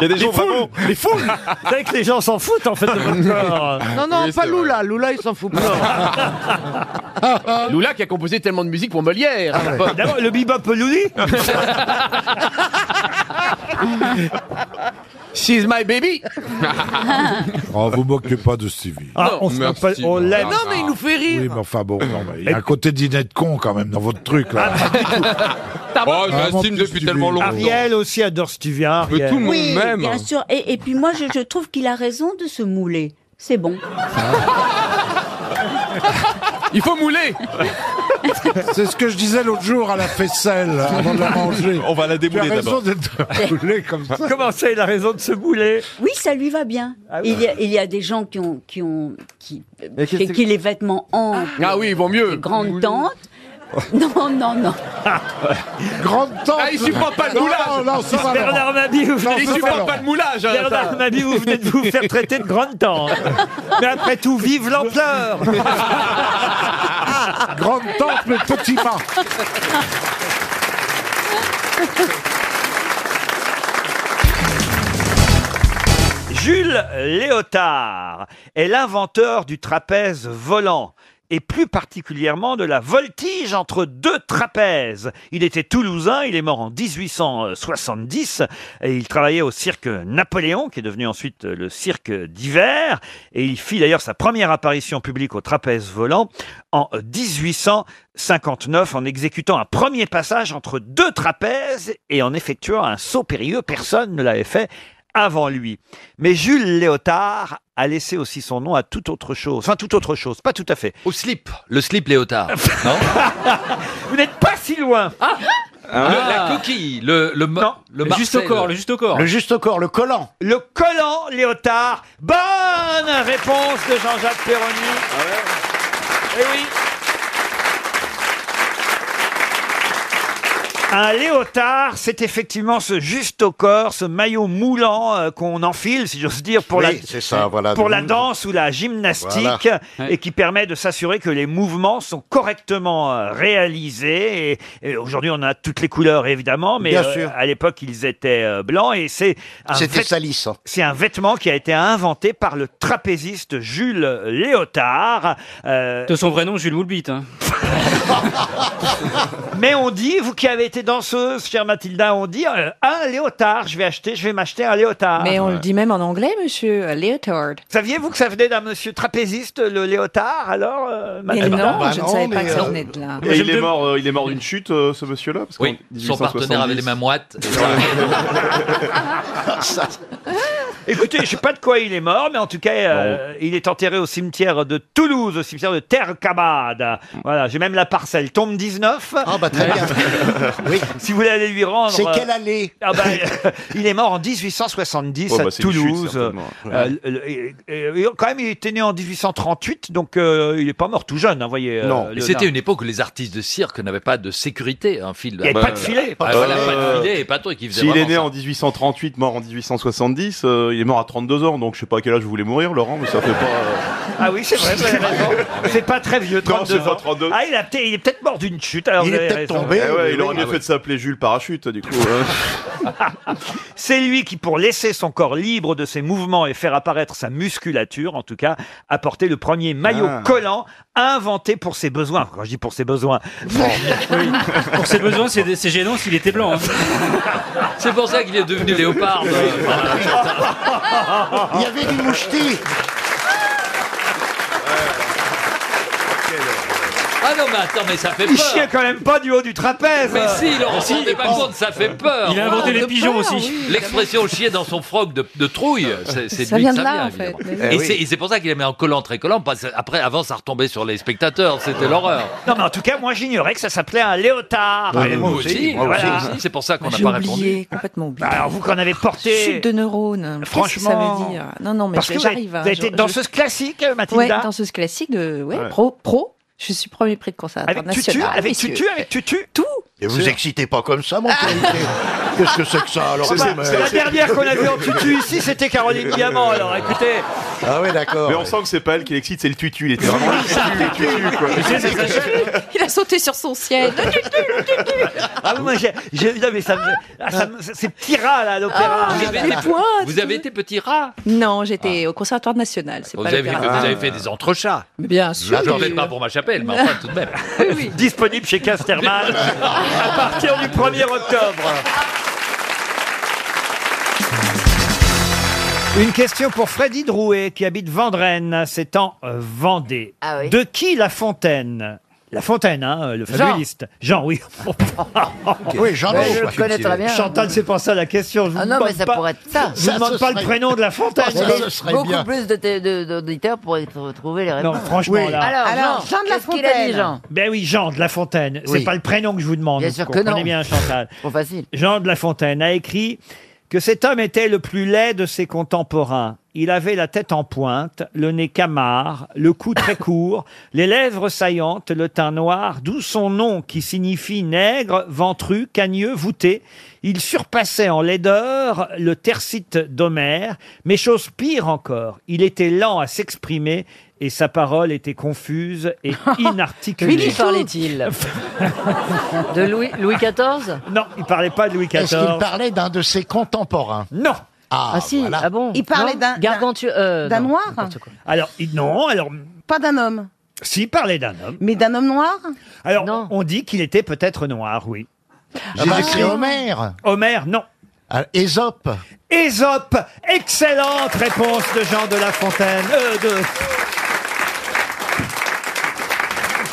Speaker 23: Il y a des gens vraiment.
Speaker 1: Ah, Les foules
Speaker 23: <laughs>
Speaker 1: Vous savez que les gens s'en foutent en fait de votre
Speaker 5: <laughs>
Speaker 1: corps.
Speaker 5: Non, non, pas Lula. Lula, il s'en fout <laughs> pas.
Speaker 13: Lula qui a composé tellement de musique pour Molière.
Speaker 5: Ah <laughs>
Speaker 1: D'abord, le bebop Lully
Speaker 19: She's my
Speaker 1: <laughs>
Speaker 19: baby.
Speaker 2: Oh, vous moquez pas de Stevie.
Speaker 1: Ah, Non, on se moque pas- merci, on l'aime.
Speaker 19: Mais non, mais il nous fait rire.
Speaker 2: Oui, mais enfin bon, non, mais il y a un côté dîner de con quand même dans votre truc là.
Speaker 1: Ah, bah.
Speaker 23: Oh, je
Speaker 2: Ah, mon
Speaker 23: l'estime
Speaker 2: petit
Speaker 23: depuis tellement longtemps.
Speaker 1: Ariel aussi adore Stevie. hein, Ariel.
Speaker 8: oui, bien sûr. Et, et puis moi, je, je trouve qu'il a raison de se mouler. C'est bon.
Speaker 19: Il faut mouler
Speaker 2: <laughs> C'est ce que je disais l'autre jour à la faisselle avant de la manger.
Speaker 23: On va la
Speaker 2: Tu
Speaker 23: débouler
Speaker 2: as raison
Speaker 23: d'abord.
Speaker 2: d'être moulé comme ça.
Speaker 1: Comment ça, il a raison de se bouler
Speaker 8: Oui, ça lui va bien.
Speaker 19: Ah
Speaker 8: il, y a, il y a des gens qui ont qui ont qui, chez qui les vêtements amples.
Speaker 19: Ah oui, ils vont mieux.
Speaker 8: des grandes tentes. Non,
Speaker 19: <laughs>
Speaker 8: non, non.
Speaker 2: Grande tente.
Speaker 19: Ah, il supporte pas le moulage.
Speaker 1: Bernard Mabie, vous venez
Speaker 19: Il
Speaker 1: de vous
Speaker 19: supporte pas le moulage. hein,
Speaker 1: Bernard
Speaker 19: ça.
Speaker 1: Mabie, vous venez de vous faire traiter de grande tante. Mais après tout, vive
Speaker 23: <laughs>
Speaker 1: l'ampleur <laughs>
Speaker 2: Grande tente, mais petit pas.
Speaker 1: Jules Léotard est l'inventeur du trapèze volant et plus particulièrement de la voltige entre deux trapèzes. Il était toulousain, il est mort en 1870 et il travaillait au cirque Napoléon qui est devenu ensuite le cirque d'hiver et il fit d'ailleurs sa première apparition publique au trapèze volant en 1859 en exécutant un premier passage entre deux trapèzes et en effectuant un saut périlleux. Personne ne l'avait fait avant lui. Mais Jules Léotard a laissé aussi son nom à toute autre chose. Enfin, toute autre chose, pas tout à fait. Au slip.
Speaker 21: Le
Speaker 1: <laughs>
Speaker 21: slip léotard. non
Speaker 1: Vous n'êtes pas si loin.
Speaker 21: Le- La coquille, le, le, ma- Hein Ah. le
Speaker 1: Le
Speaker 21: Marcel.
Speaker 1: juste au corps, le collant. Le collant Léotard. Bonne réponse de Jean-Jacques Perroni.
Speaker 21: Ah
Speaker 1: Ah Eh
Speaker 4: Ah
Speaker 1: oui. Un léotard, c'est effectivement ce juste au corps, ce maillot moulant euh, qu'on enfile, si j'ose dire, pour,
Speaker 16: Oui,
Speaker 1: la,
Speaker 16: c'est ça, voilà.
Speaker 1: pour la danse ou la gymnastique,
Speaker 16: Voilà.
Speaker 1: et qui permet de s'assurer que les mouvements sont correctement euh, réalisés. Et, et aujourd'hui, on a toutes les couleurs, évidemment, mais
Speaker 16: Bien
Speaker 1: euh,
Speaker 16: sûr.
Speaker 1: à l'époque, ils étaient euh, blancs, et c'est un
Speaker 16: C'était
Speaker 1: vêt- C'est un vêtement qui a été inventé par le trapéziste Jules Léotard. euh,
Speaker 10: De son vrai nom, Jules Moulbit. hein.
Speaker 1: mais on dit, vous qui avez été danseuse, chère Mathilda, on dit euh, un léotard, je vais acheter, je vais m'acheter un léotard.
Speaker 24: Mais on le dit même en anglais, monsieur euh, Leotard.
Speaker 1: Saviez-vous que ça venait d'un monsieur trapéziste, le léotard, alors euh,
Speaker 24: Mais
Speaker 1: Mathilda
Speaker 24: non, Bah je ne non, savais pas mais, que ça euh, venait de là.
Speaker 23: Et il est mort, euh, il est mort d'une chute, euh, ce monsieur-là. parce
Speaker 21: Oui,
Speaker 23: qu'en
Speaker 21: son
Speaker 23: 1870,
Speaker 21: partenaire avait les
Speaker 1: <laughs>
Speaker 21: mains moites.
Speaker 1: Écoutez, je sais pas de quoi il est mort, mais en tout cas, euh, il est enterré au cimetière de Toulouse, au cimetière de Terre-Cabade. Voilà, j'ai même la parcelle. Tombe 19. Ah bah
Speaker 16: très
Speaker 1: <laughs>
Speaker 16: bien.
Speaker 1: oui. Si vous voulez aller lui rendre...
Speaker 16: C'est quelle
Speaker 1: allée <laughs> ah bah, euh, Il est mort en 1870
Speaker 16: Oh bah,
Speaker 1: à
Speaker 16: c'est une chute,
Speaker 1: Toulouse.
Speaker 16: certainement.
Speaker 23: hein.
Speaker 1: Euh, le- et- et- et quand même, il était né en 1838, donc euh, il est pas mort tout jeune, hein, voyez. euh,
Speaker 21: Non, mais
Speaker 1: Léonard.
Speaker 21: c'était une époque où les artistes de cirque n'avaient pas de sécurité, hein, un fil.
Speaker 1: Il y avait pas de filet.
Speaker 21: Ah,
Speaker 1: Euh,
Speaker 21: voilà, pas de filet et pas de truc. Ils faisaient
Speaker 23: S'il est
Speaker 21: vraiment
Speaker 23: né
Speaker 21: ça.
Speaker 23: en 1838, mort en 1870, euh, il est mort à 32 ans, donc je sais pas à quel âge vous voulez mourir, Laurent, mais ça fait pas. euh,
Speaker 1: Ah oui, c'est vrai, vous avez raison. C'est pas très vieux,
Speaker 23: Non,
Speaker 1: 32
Speaker 23: c'est pas
Speaker 1: ans.
Speaker 23: 32.
Speaker 1: Ah, il, a peut-être- il est peut-être mort d'une chute. Alors vous avez raison.
Speaker 23: Eh ouais, il aurait mieux fait de s'appeler Jules Parachute, du coup. hein.
Speaker 1: <laughs> C'est lui qui, pour laisser son corps libre de ses mouvements et faire apparaître sa musculature, en tout cas, a porté le premier maillot
Speaker 16: Ah.
Speaker 1: collant inventé pour ses besoins. Quand je dis pour ses besoins,
Speaker 21: <laughs>
Speaker 10: Oui. Pour ses besoins, c'est c'est gênant s'il était blanc. hein.
Speaker 21: C'est pour ça qu'il est devenu
Speaker 1: Ah,
Speaker 21: léopard.
Speaker 23: <laughs>
Speaker 1: Il
Speaker 16: y avait du moucheté.
Speaker 21: Ah non, mais attends, mais ça fait
Speaker 1: il
Speaker 21: peur.
Speaker 1: chiait quand même pas du haut du trapèze.
Speaker 21: Mais si, Laurent, on
Speaker 1: Si,
Speaker 21: s'en rendait pas
Speaker 1: il-
Speaker 21: compte, ça fait peur.
Speaker 1: Il a inventé
Speaker 24: Ah,
Speaker 21: Ouais,
Speaker 1: les
Speaker 21: de
Speaker 1: pigeons
Speaker 21: peur,
Speaker 1: aussi. Ah.
Speaker 21: oui. L'expression chier dans son froc de, de trouille, c'est c'est
Speaker 24: Ça
Speaker 21: de lui
Speaker 24: vient
Speaker 21: que
Speaker 24: de
Speaker 21: ça
Speaker 24: là,
Speaker 21: vient,
Speaker 24: en fait.
Speaker 21: évidemment.
Speaker 24: Mais oui.
Speaker 21: Et c'est- Et c'est pour ça qu'il les met en collant, très collant. parce que Après, avant, ça retombait sur les spectateurs.
Speaker 1: Ah.
Speaker 21: C'était l'horreur.
Speaker 1: Non, mais en tout cas, moi, j'ignorais que ça s'appelait un léotard.
Speaker 21: Ah, mais moi aussi, moi
Speaker 1: Voilà. Bah,
Speaker 21: aussi, c'est pour ça qu'on n'a
Speaker 24: J'ai
Speaker 21: pas répondu.
Speaker 24: oublié, complètement oublié.
Speaker 1: Alors, vous qu'en avez porté.
Speaker 24: Chute de neurones. hein. Qu'est-ce que ça
Speaker 1: Franchement.
Speaker 24: veut dire Non, non, mais
Speaker 1: Parce que vous avez-
Speaker 24: j'arrive. hein,
Speaker 1: vous avez été
Speaker 24: je-
Speaker 1: danseuse
Speaker 24: je-
Speaker 1: classique, euh, Mathilda
Speaker 24: Ouais, danseuse classique de. Ouais,
Speaker 1: Ouais.
Speaker 24: Pro, pro. Je suis premier prix de concert
Speaker 16: Avec
Speaker 24: international.
Speaker 16: tutu, avec
Speaker 24: messieurs.
Speaker 16: tutu,
Speaker 1: avec tutu Ah.
Speaker 24: Tout.
Speaker 16: Et vous excitez pas comme ça, mon père. Qu'est-ce que c'est que ça alors
Speaker 1: Enfin, la dernière qu'on a vue en tutu ici, c'était Caroline Diamant. Alors écoutez,
Speaker 23: Ah ouais, d'accord. Mais on sent que c'est pas elle qui l'excite, c'est le tutu. Il était vraiment
Speaker 16: Ah,
Speaker 23: le tutu, le tutu, quoi.
Speaker 24: Il a sauté sur son siège.
Speaker 1: Ah, moi, j'ai. j'ai- non, mais ça me- ah, ça me- Ces petits rats, là, à l'opéra.
Speaker 24: Ah, mais pointes.
Speaker 21: Vous avez été petit rat.
Speaker 24: Non,
Speaker 23: Ah.
Speaker 24: j'étais au Conservatoire national. C'est
Speaker 21: Vous
Speaker 24: pas
Speaker 21: avez,
Speaker 24: l'opéra.
Speaker 21: fait- vous avez fait
Speaker 1: Ah.
Speaker 21: des entrechats.
Speaker 24: Bien sûr.
Speaker 21: Je ne pas pour ma chapelle, mais enfin, tout de même.
Speaker 1: Disponible chez Casterman à partir du 1er octobre. Une question pour Freddy Drouet qui habite Vendrenne, c'est en euh, Vendée.
Speaker 24: Ah
Speaker 1: De qui La Fontaine La Fontaine, hein, euh, le
Speaker 3: Jean.
Speaker 1: fabuliste. Jean, oui.
Speaker 3: Oui, Jean, Je le connais très bien.
Speaker 1: Chantal, c'est pas ça la question. Je vous
Speaker 4: Ah non,
Speaker 1: demande
Speaker 4: mais ça
Speaker 1: pas-
Speaker 4: pourrait être ça.
Speaker 1: Je vous demande pas le prénom de La Fontaine.
Speaker 4: Il y a beaucoup plus de t- de- d'auditeurs pour trouver les réponses.
Speaker 1: Non, franchement, là.
Speaker 4: Alors,
Speaker 22: Alors,
Speaker 4: Jean,
Speaker 22: Jean de la
Speaker 4: qu'est-ce qu'il a dit,
Speaker 22: Fontaine.
Speaker 4: Jean
Speaker 1: Ben oui, Jean de La Fontaine. C'est
Speaker 4: Oui.
Speaker 1: pas le prénom que je vous demande.
Speaker 4: Bien
Speaker 1: vous
Speaker 4: sûr que non.
Speaker 1: comprenez bien, Chantal.
Speaker 4: Trop facile.
Speaker 1: Jean de La Fontaine a écrit que cet homme était le plus laid de ses contemporains. Il avait la tête en pointe, le nez camard, le cou très court, les lèvres saillantes, le teint noir, d'où son nom qui signifie nègre, ventru, cagneux, voûté. Il surpassait en laideur le tercite d'Homère, mais chose pire encore, il était lent à s'exprimer et sa parole était confuse
Speaker 4: <laughs>
Speaker 1: et inarticulée.
Speaker 4: Philippe parlait-il De Louis, Louis XIV
Speaker 1: Non, il parlait pas de Louis XIV.
Speaker 14: Est-ce qu'il parlait d'un de ses contemporains
Speaker 1: Non.
Speaker 14: Ah, si, ah bon
Speaker 22: Il parlait
Speaker 14: Non
Speaker 22: d'un
Speaker 14: Gargantua- euh,
Speaker 22: d'un
Speaker 14: non,
Speaker 22: noir
Speaker 1: Alors, il- non, alors,
Speaker 22: Pas d'un homme.
Speaker 1: s'il parlait d'un homme.
Speaker 22: Mais d'un homme noir
Speaker 1: Alors, on dit qu'il était peut-être noir, oui.
Speaker 14: Ah bah, c'est Homère. Ah,
Speaker 1: Homère, non.
Speaker 14: Ésope.
Speaker 1: Ésope, excellente réponse de Jean de La Fontaine. euh, de...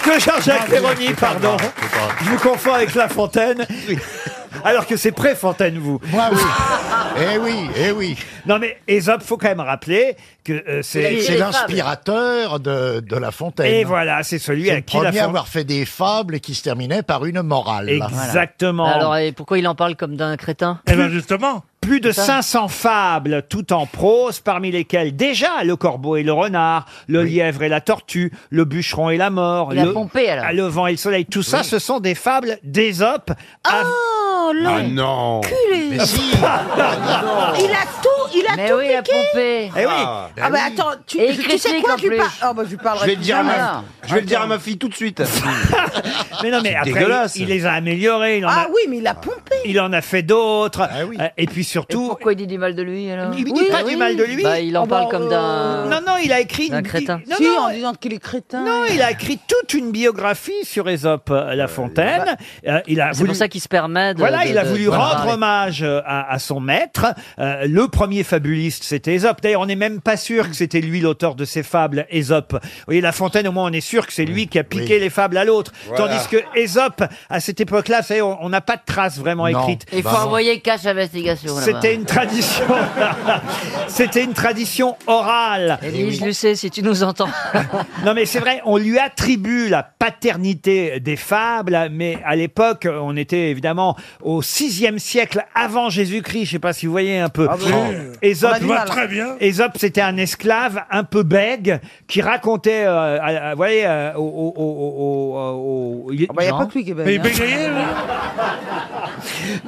Speaker 1: Que Jean-Jacques
Speaker 14: Non,
Speaker 1: Perroni,
Speaker 14: c'est pas
Speaker 1: pardon.
Speaker 14: grave, c'est pas grave.
Speaker 1: Je vous confonds avec La Fontaine. Alors que c'est pré-Fontaine, vous.
Speaker 14: eh oui, eh oui.
Speaker 1: Non mais Ésope, faut quand même rappeler que euh, c'est...
Speaker 14: C'est l'inspirateur de, de La Fontaine.
Speaker 1: Et voilà, c'est celui
Speaker 14: C'est
Speaker 1: à
Speaker 14: le
Speaker 1: qui La
Speaker 14: premier à
Speaker 1: Fontaine-
Speaker 14: avoir fait des fables qui se terminaient par une morale.
Speaker 1: Exactement.
Speaker 14: Alors,
Speaker 1: Alors,
Speaker 14: et
Speaker 4: Pourquoi il en parle comme d'un crétin
Speaker 1: Eh ben justement. Plus de 500 fables, tout en prose, parmi lesquelles déjà le corbeau et le renard, le lièvre et la tortue, le bûcheron et la mort,
Speaker 4: Il a
Speaker 1: le,
Speaker 4: pompé, alors.
Speaker 1: Ah, le vent et le soleil. Tout ça, ce sont des fables d'Ésope. Ah,
Speaker 22: Oh,
Speaker 23: Ah,
Speaker 1: non
Speaker 22: l'enculé Il a tout, il a
Speaker 4: Mais
Speaker 22: tout
Speaker 4: oui,
Speaker 22: piqué.
Speaker 4: à
Speaker 1: Eh
Speaker 4: pomper.
Speaker 1: oui.
Speaker 22: Ah,
Speaker 1: Ah,
Speaker 22: bah
Speaker 1: oui.
Speaker 22: attends, tu,
Speaker 4: Et
Speaker 22: tu sais
Speaker 4: critique,
Speaker 22: quoi
Speaker 4: en
Speaker 22: tu
Speaker 4: plus.
Speaker 22: parles Oh bah je parlerai
Speaker 23: Je vais le
Speaker 22: plus
Speaker 23: dire à
Speaker 22: jamais.
Speaker 23: ma, je vais le dire à ma fille tout de suite.
Speaker 1: <laughs> Mais non, mais
Speaker 23: C'est
Speaker 1: après,
Speaker 23: dégueulasse.
Speaker 1: il, il les a améliorés. Il en,
Speaker 22: Ah
Speaker 1: a,
Speaker 22: oui, mais il a pompé.
Speaker 1: il en a fait d'autres.
Speaker 23: Ah
Speaker 1: Euh, Et puis surtout,
Speaker 4: Pourquoi il dit du mal de lui alors
Speaker 1: il ne dit pas du mal de lui.
Speaker 4: Bah, il en
Speaker 1: Oh,
Speaker 4: parle
Speaker 1: bah,
Speaker 4: comme d'un.
Speaker 1: Non, non, il a écrit...
Speaker 4: d'un
Speaker 1: une-
Speaker 4: crétin.
Speaker 1: Non,
Speaker 22: si,
Speaker 1: non,
Speaker 22: en disant qu'il est crétin.
Speaker 1: Non, il a écrit toute une biographie sur Ésope euh, La Fontaine. Euh, il a
Speaker 4: C'est
Speaker 1: voulu...
Speaker 4: pour ça qu'il se permet de.
Speaker 1: Voilà,
Speaker 4: de-
Speaker 1: il a
Speaker 4: de-
Speaker 1: voulu
Speaker 4: de
Speaker 1: rendre
Speaker 4: parler.
Speaker 1: hommage euh, à, à son maître. Euh, le premier fabuliste, c'était Ésope. D'ailleurs, on n'est même pas sûr que c'était lui l'auteur de ces fables, Ésope. Vous voyez, La Fontaine, au moins, on est sûr que c'est lui qui a piqué les fables à l'autre.
Speaker 14: Voilà.
Speaker 1: Tandis que Ésope, à cette époque-là, vous savez, on on n'a pas de traces vraiment
Speaker 14: Non.
Speaker 1: écrites. Bah
Speaker 4: Il faut envoyer cash investigation là-bas.
Speaker 1: C'était une tradition. C'était une tradition orale.
Speaker 4: Élise, Eh je le sais, si tu nous entends.
Speaker 1: <laughs> Non mais c'est vrai, on lui attribue la paternité des fables, mais à l'époque, on était évidemment au 6e siècle avant Jésus-Christ, je sais pas si vous voyez un peu.
Speaker 6: Ah bon
Speaker 1: Ésope,
Speaker 6: On a du mal. Je vois très bien.
Speaker 1: Ésope, c'était un esclave un peu bègue qui racontait, euh, à- à- vous voyez, euh, au... au- au- au- au- au-
Speaker 22: bah, y a
Speaker 1: Jean
Speaker 22: pas que lui qui est bègue, Mais il hein. bégayait, lui.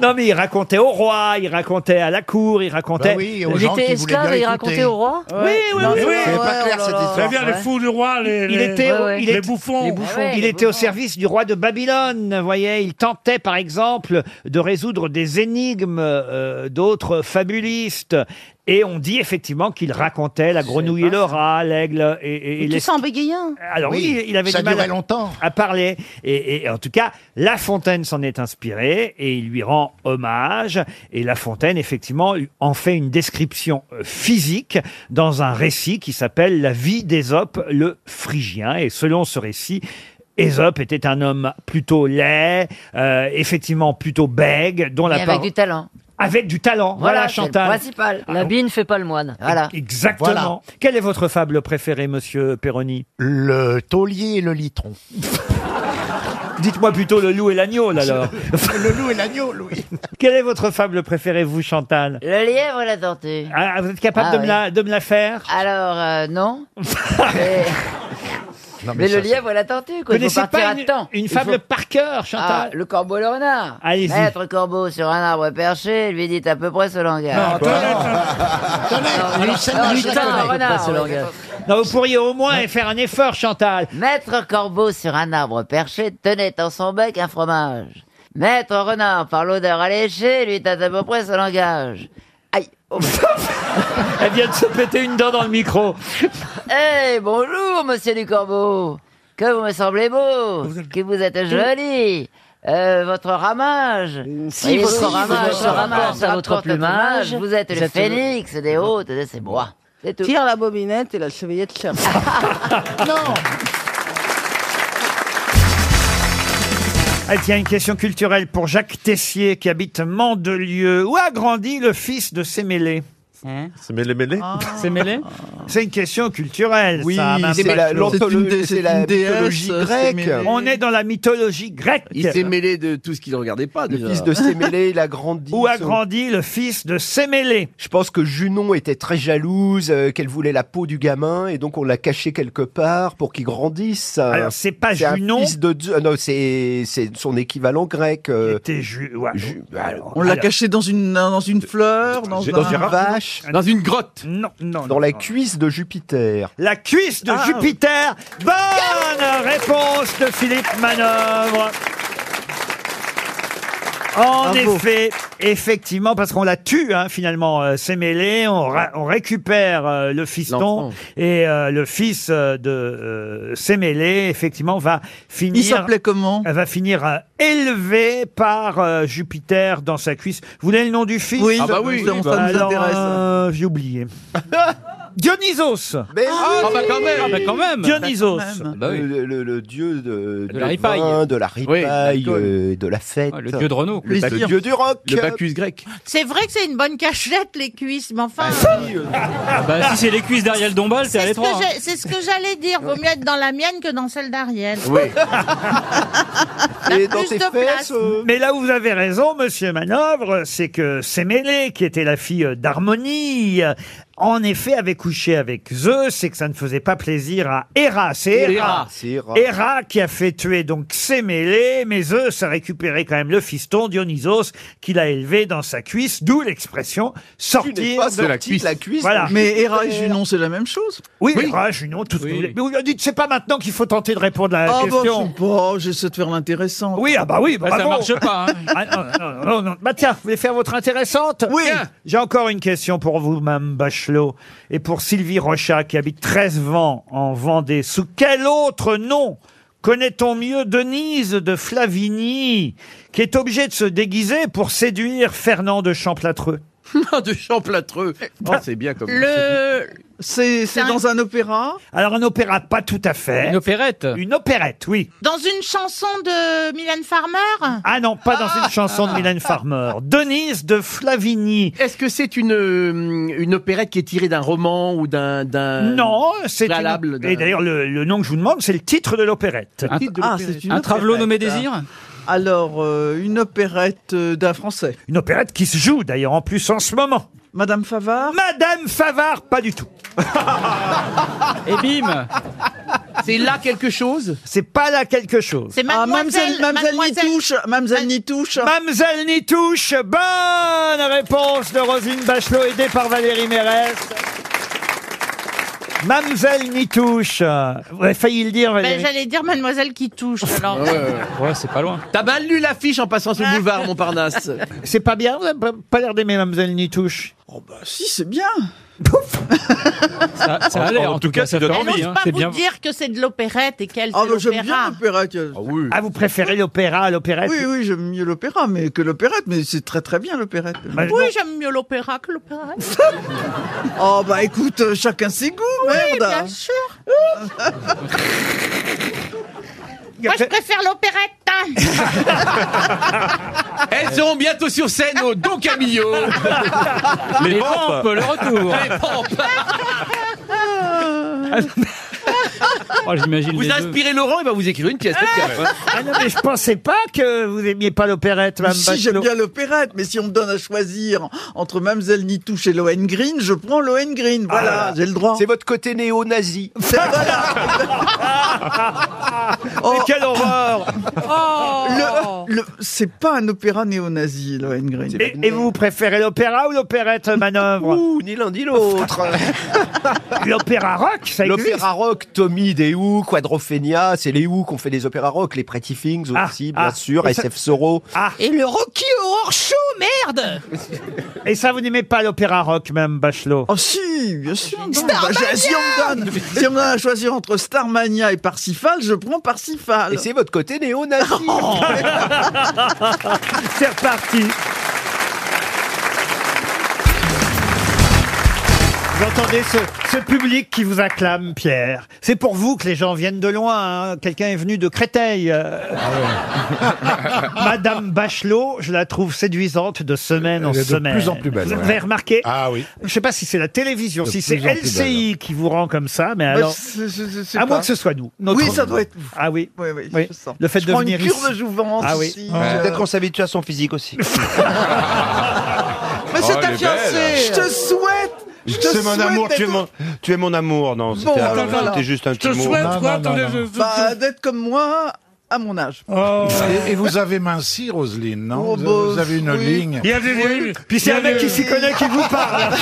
Speaker 1: Non mais il racontait au roi, il racontait à la cour, il racontait...
Speaker 14: Bah oui, aux Il gens était qui voulaient esclave bien et il racontait écouter. au roi
Speaker 1: Oui, oui,
Speaker 14: Non,
Speaker 1: oui.
Speaker 14: c'est
Speaker 1: oui.
Speaker 14: pas- c'est pas Ouais, clair, oh là cette là. histoire.
Speaker 6: Très bien, les
Speaker 1: Ouais.
Speaker 6: fous du roi, les,
Speaker 1: Il
Speaker 6: les-
Speaker 1: était, au- il
Speaker 6: les
Speaker 1: est-
Speaker 6: bouffons.
Speaker 1: il était au service du roi de Babylone, vous voyez. Il tentait, par exemple, de résoudre des énigmes euh, d'autres fabulistes. Et on dit effectivement qu'il racontait la grenouille et le rat, l'aigle et, et- et
Speaker 22: Il
Speaker 1: les-
Speaker 22: tout ça en bégayant.
Speaker 1: Alors oui, il avait
Speaker 14: ça
Speaker 1: du mal
Speaker 14: durait
Speaker 1: à-
Speaker 14: longtemps.
Speaker 1: à parler. Et, et en tout cas, La Fontaine s'en est inspirée et il lui rend hommage. Et La Fontaine, effectivement, en fait une description euh, physique dans un récit qui s'appelle La vie d'Ésope le Phrygien. Et selon ce récit, Ésope était un homme plutôt laid, euh, effectivement plutôt bègue, dont
Speaker 4: Mais
Speaker 1: la
Speaker 4: avec
Speaker 1: parole-
Speaker 4: du talent.
Speaker 1: Avec du talent, voilà,
Speaker 4: Voilà, c'est le
Speaker 1: Chantal.
Speaker 4: principal. L'habit ne fait pas le moine. Voilà.
Speaker 1: Exactement.
Speaker 14: Voilà.
Speaker 1: Quelle est votre fable préférée, monsieur Perroni
Speaker 14: Le taulier et le litron.
Speaker 1: <laughs> Dites-moi plutôt le loup et l'agneau, là, alors.
Speaker 14: <laughs> le loup et l'agneau, Louis.
Speaker 1: Quelle est votre fable préférée, vous, Chantal
Speaker 4: Le lièvre et la tortue.
Speaker 1: Ah, Vous êtes capable
Speaker 4: Ah
Speaker 1: de, <laughs>
Speaker 4: oui.
Speaker 1: me la, de me la faire
Speaker 4: Alors, euh, non. Mais-
Speaker 12: mais,
Speaker 1: mais
Speaker 12: le
Speaker 1: ça, c'est-
Speaker 12: lièvre et la tortue, quoi. il faut
Speaker 1: Connaissez
Speaker 12: partir
Speaker 1: pas
Speaker 12: à
Speaker 1: une-
Speaker 12: temps.
Speaker 1: une
Speaker 12: Il
Speaker 1: fable par cœur, Chantal
Speaker 12: Ah, Le corbeau et le renard.
Speaker 1: Allez-y.
Speaker 12: Maître corbeau sur un arbre perché, lui dit à peu près ce langage.
Speaker 1: Non, attendez,
Speaker 12: Non, non, je raconte pas ce langage.
Speaker 1: Non, vous pourriez au moins faire un effort, Chantal.
Speaker 12: Maître Corbeau sur un arbre perché tenait dans son bec un fromage. Maître Renard, par l'odeur alléchée, lui tâte à peu près ce langage. Aïe Oh.
Speaker 1: Elle vient de se péter une dent dans le micro.
Speaker 12: Eh, bonjour, monsieur du Corbeau Que vous me semblez beau Que vous êtes joli Euh, votre ramage,
Speaker 4: si,
Speaker 12: Voyez,
Speaker 4: votre
Speaker 12: votre
Speaker 4: ramage,
Speaker 12: ramage,
Speaker 4: votre ramage,
Speaker 12: rapporte
Speaker 4: votre plumage.
Speaker 12: vous êtes
Speaker 4: Vous êtes
Speaker 12: le
Speaker 4: le-
Speaker 12: phénix des hautes de ces bois. C'est tout.
Speaker 30: Tire la bobinette et la chevillette cherche.
Speaker 12: non,
Speaker 1: Elle tient une question culturelle pour Jacques Tessier qui habite Mandelieu. Où a grandi le fils de Sémélé
Speaker 31: C'est mêlé mêlé
Speaker 1: C'est mêlé C'est une question culturelle.
Speaker 31: Ah. Oui,
Speaker 1: ça, ma
Speaker 31: c'est
Speaker 1: belle.
Speaker 31: la- l'antholo- C'est une dé- c'est la c'est une déesse, mythologie c'est grecque. mêlé.
Speaker 1: On est dans la mythologie grecque.
Speaker 5: Il s'est mêlé de tout ce qu'il ne regardait pas. Le fils de Sémélé, il a grandi.
Speaker 1: Où a grandi le fils de Sémélé
Speaker 5: Je pense que Junon était très jalouse, euh, qu'elle voulait la peau du gamin, et donc on l'a caché quelque part pour qu'il grandisse.
Speaker 1: Alors, c'est pas
Speaker 5: C'est un
Speaker 1: Junon.
Speaker 5: fils de Zeus. Ah non, c'est c'est son équivalent grec. euh, Ju- bah, alors,
Speaker 20: On l'a caché dans une, dans une fleur, dans,
Speaker 5: J'ai-
Speaker 20: un-
Speaker 5: dans une vache.
Speaker 1: Dans
Speaker 5: une grotte.
Speaker 1: Non, non.
Speaker 5: Dans la cuisse de Jupiter.
Speaker 1: La cuisse de
Speaker 20: Ah.
Speaker 1: Jupiter. Bonne réponse de Philippe Manœuvre. En
Speaker 32: Bravo.
Speaker 1: effet, effectivement, parce qu'on la tue hein, finalement, euh, c'est mêlé, on, ra- on récupère euh, le fiston et euh, le fils euh, de euh, Sémélé, effectivement, va finir.
Speaker 20: Il s'appelait
Speaker 1: comment Va finir euh, élevé par euh, Jupiter dans sa cuisse. Vous voulez le nom du fils
Speaker 20: Oui, Ah bah oui, ça nous
Speaker 1: Alors,
Speaker 20: intéresse.
Speaker 1: euh,
Speaker 20: <laughs>
Speaker 1: J'ai oublié. Dionysos.
Speaker 5: Mais
Speaker 1: Ah, bah, quand même. Ah, bah, quand même. Dionysos.
Speaker 5: le, le- le dieu de,
Speaker 1: bah la
Speaker 5: du
Speaker 1: ripaille.
Speaker 5: vin, de la ripaille,
Speaker 1: l'alcool.
Speaker 5: euh, de la fête.
Speaker 1: Ah, le dieu de Renault.
Speaker 5: Le,
Speaker 1: Le
Speaker 5: Bac-
Speaker 1: plaisir.
Speaker 5: dieu du rock. Le Bacchus grec.
Speaker 6: C'est vrai que c'est une bonne cachette, les cuisses, mais enfin.
Speaker 1: Ah,
Speaker 33: Bah, si c'est les cuisses d'Ariel Dombal, c'est à
Speaker 6: C'est ce que
Speaker 33: l'étroit. hein.
Speaker 6: j'ai- c'est ce que j'allais dire. Vaut mieux être dans la mienne que dans celle d'Ariel. <laughs>
Speaker 5: Et
Speaker 6: dans plus tes de fesses, place. euh.
Speaker 1: Mais là où vous avez raison, monsieur Manœuvre, c'est que Sémélé, qui était la fille euh, d'Harmonie, euh, en effet avait couché avec Zeus et que ça ne faisait pas plaisir à Héra. C'est Héra.
Speaker 5: Héra, c'est Héra.
Speaker 1: Héra qui a fait tuer donc Sémélé, mais Zeus a récupéré quand même le fiston Dionysos qu'il a élevé dans sa cuisse, d'où l'expression sortir
Speaker 20: pas sorti de la cuisse de Mais Héra et Junon,
Speaker 1: c'est la même chose Oui, Héra et Junon, tout ce que vous voulez. Mais vous dites, c'est pas maintenant qu'il faut tenter de répondre à la
Speaker 20: Ah bah,
Speaker 1: question.
Speaker 20: je sais
Speaker 28: Oh,
Speaker 20: pas, j'essaie de faire l'intéressant.
Speaker 1: Oui, ah bah oui, bah
Speaker 20: ça
Speaker 1: bravo.
Speaker 20: marche pas.
Speaker 5: hein.
Speaker 1: Ah, non, <laughs> non, non, non. Bah tiens, vous voulez faire votre intéressante Oui. J'ai encore une question pour vous, Mme Bachelot, et pour Sylvie Rochat, qui habite 13 vents en Vendée. Sous quel autre nom connaît-on mieux Denise de Flavigny, qui est obligée de se déguiser pour séduire Fernand de Champlâtreux
Speaker 28: <laughs>
Speaker 20: de champlâtreux.
Speaker 5: c'est bien comme
Speaker 20: Le. C'est c'est dans un opéra.
Speaker 1: Alors un opéra, pas tout à fait. Une opérette Une opérette, oui.
Speaker 6: Dans une chanson de Mylène Farmer
Speaker 1: Ah non, pas dans une chanson de Mylène Farmer. Denise de Flavigny.
Speaker 5: Est-ce que c'est une, euh, une opérette qui est tirée d'un roman ou d'un.
Speaker 1: Non, c'est
Speaker 5: Euh, préalable
Speaker 1: une...
Speaker 5: d'un-
Speaker 1: Et d'ailleurs, le, le nom que je vous demande, c'est le titre de l'opérette.
Speaker 20: Un- ah, c'est une opérette.
Speaker 5: Ah.
Speaker 20: Alors, euh, une opérette euh, d'un Français.
Speaker 1: Une opérette qui se joue, d'ailleurs, en plus, en ce moment.
Speaker 20: Madame Favard
Speaker 1: Madame Favard, pas du tout. <laughs> Et bim
Speaker 5: C'est là quelque chose
Speaker 1: C'est pas là quelque chose.
Speaker 6: C'est
Speaker 20: Ah,
Speaker 6: mademoiselle-
Speaker 20: Mamselle, Mamselle
Speaker 6: mademoiselle-
Speaker 20: Nitouche, Mamselle Nitouche.
Speaker 1: Mamselle Nitouche, bonne réponse de Rosine Bachelot, aidée par Valérie Mérès. Mamselle Nitouche, vous avez failli le dire,
Speaker 6: Ben,
Speaker 1: Valérie.
Speaker 6: J'allais dire Mademoiselle qui touche. Alors.
Speaker 1: ouais c'est pas loin.
Speaker 5: Ah T'as mal lu l'affiche en passant sur le boulevard, Montparnasse.
Speaker 1: <laughs> C'est pas bien, vous avez pas- pas l'air d'aimer Mamselle Nitouche.
Speaker 5: Oh, bah,
Speaker 20: Si, c'est bien.
Speaker 33: Ça, ça a l'air, en, tout cas, ça
Speaker 1: donne
Speaker 33: fait
Speaker 6: Elle
Speaker 33: envie.
Speaker 6: n'ose
Speaker 33: hein.
Speaker 6: pas
Speaker 1: c'est
Speaker 6: vous
Speaker 1: bien.
Speaker 6: dire que c'est de l'opérette et qu'elle
Speaker 20: Ah,
Speaker 6: c'est
Speaker 20: bah, j'aime bien
Speaker 6: l'opéra.
Speaker 20: l'opérette.
Speaker 1: Ah, vous préférez l'opéra à l'opérette
Speaker 20: euh, Oui, oui, j'aime mieux l'opéra mais que l'opérette, mais c'est très très bien l'opérette.
Speaker 1: Bah,
Speaker 6: Oui, j'aime mieux l'opéra que l'opérette.
Speaker 20: Oh, bah écoute, euh, chacun ses goûts,
Speaker 6: oui,
Speaker 20: merde.
Speaker 6: bien sûr. Moi, je préfère l'opérette. hein.
Speaker 5: Elles seront bientôt sur scène au Don Camillo. Les pompes, le retour.
Speaker 20: Ah.
Speaker 1: Ah,
Speaker 5: Les pompes.
Speaker 10: j'imagine
Speaker 13: Vous
Speaker 10: les deux.
Speaker 13: inspirez Laurent,
Speaker 5: ben,
Speaker 13: il va vous écrire une pièce de théâtre.
Speaker 1: Ah non, mais je pensais pas que vous aimiez pas l'opérette, Mme
Speaker 20: Si j'aime bien l'opérette, mais si on me donne à choisir entre Mamselle Nitouche et Lohengrin, je prends Lohengrin. Voilà,
Speaker 1: Ah.
Speaker 20: j'ai le droit. C'est votre côté <laughs> néo-nazi.
Speaker 1: <laughs> Mais quelle horreur
Speaker 20: Oh. Le- le- C'est pas un opéra néo-nazi, Lohengrin.
Speaker 1: Et, et vous préférez l'opéra ou l'opérette, manœuvre
Speaker 6: Ouh, ni l'un ni l'autre.
Speaker 20: Ah,
Speaker 1: L'opéra rock, ça existe
Speaker 6: L'opéra rock, Tommy, des Who, Quadrophenia, c'est les Who qu'on fait des opéras rock, les Pretty Things aussi, bien
Speaker 1: ah,
Speaker 6: sûr,
Speaker 1: et ça-
Speaker 6: SF Soro.
Speaker 20: Ah,
Speaker 1: Et le Rocky Horror Show, merde Et ça, vous n'aimez pas l'opéra rock, même Bachelot
Speaker 20: Oh si, bien sûr. non, bah, j'ai- si, on me donne, si on me donne à choisir entre Starmania et Parsifal, je prends Parsifal. Oh.
Speaker 6: Et c'est votre côté néo-nazi.
Speaker 20: <laughs>
Speaker 1: <laughs> C'est reparti. Vous entendez ce, ce public qui vous acclame, Pierre. C'est pour vous que les gens viennent de loin. hein. Quelqu'un est venu de Créteil. euh.
Speaker 2: Ah
Speaker 1: Madame Bachelot, je la trouve séduisante de semaine en
Speaker 2: Elle est de
Speaker 1: semaine.
Speaker 2: plus en plus belle,
Speaker 1: Vous
Speaker 2: ouais.
Speaker 1: avez remarqué Ah oui. Je sais pas si c'est la télévision,
Speaker 2: De
Speaker 1: si c'est
Speaker 2: plus en plus
Speaker 1: LCI qui vous rend comme ça, mais
Speaker 20: Bah,
Speaker 1: alors.
Speaker 20: je- je- je sais
Speaker 1: À moins
Speaker 20: pas.
Speaker 1: que ce soit nous.
Speaker 20: Oui, ça doit être nous.
Speaker 1: Ah oui.
Speaker 20: Oui, oui, je sens.
Speaker 1: Le fait
Speaker 20: Je
Speaker 1: de
Speaker 20: prends une
Speaker 1: venir
Speaker 20: cure
Speaker 1: ici.
Speaker 20: de jouvence
Speaker 1: Ah oui.
Speaker 20: ici, Ouais. je- Peut-être qu'on
Speaker 6: s'habitue à son physique
Speaker 1: <laughs>
Speaker 6: aussi.
Speaker 20: Mais
Speaker 23: Oh,
Speaker 20: c'est
Speaker 23: elle
Speaker 20: ta
Speaker 23: est
Speaker 20: fiancée.
Speaker 23: belle.
Speaker 20: Je te souhaite. Je te
Speaker 23: C'est mon
Speaker 20: souhaite
Speaker 23: amour, tu es
Speaker 20: d'être-
Speaker 23: mon, tu es mon amour. Non,
Speaker 2: Oh,
Speaker 23: c'était
Speaker 20: Bon, voilà.
Speaker 23: c'était juste un petit mot.
Speaker 20: Bah, d'être comme moi à mon âge.
Speaker 2: Et, et vous avez minci, Roselyne, non
Speaker 20: Oh,
Speaker 2: vous,
Speaker 20: bah,
Speaker 2: vous avez une
Speaker 20: oui.
Speaker 2: ligne.
Speaker 1: Il y a des Puis c'est un mec qui s'y connaît qui vous parle.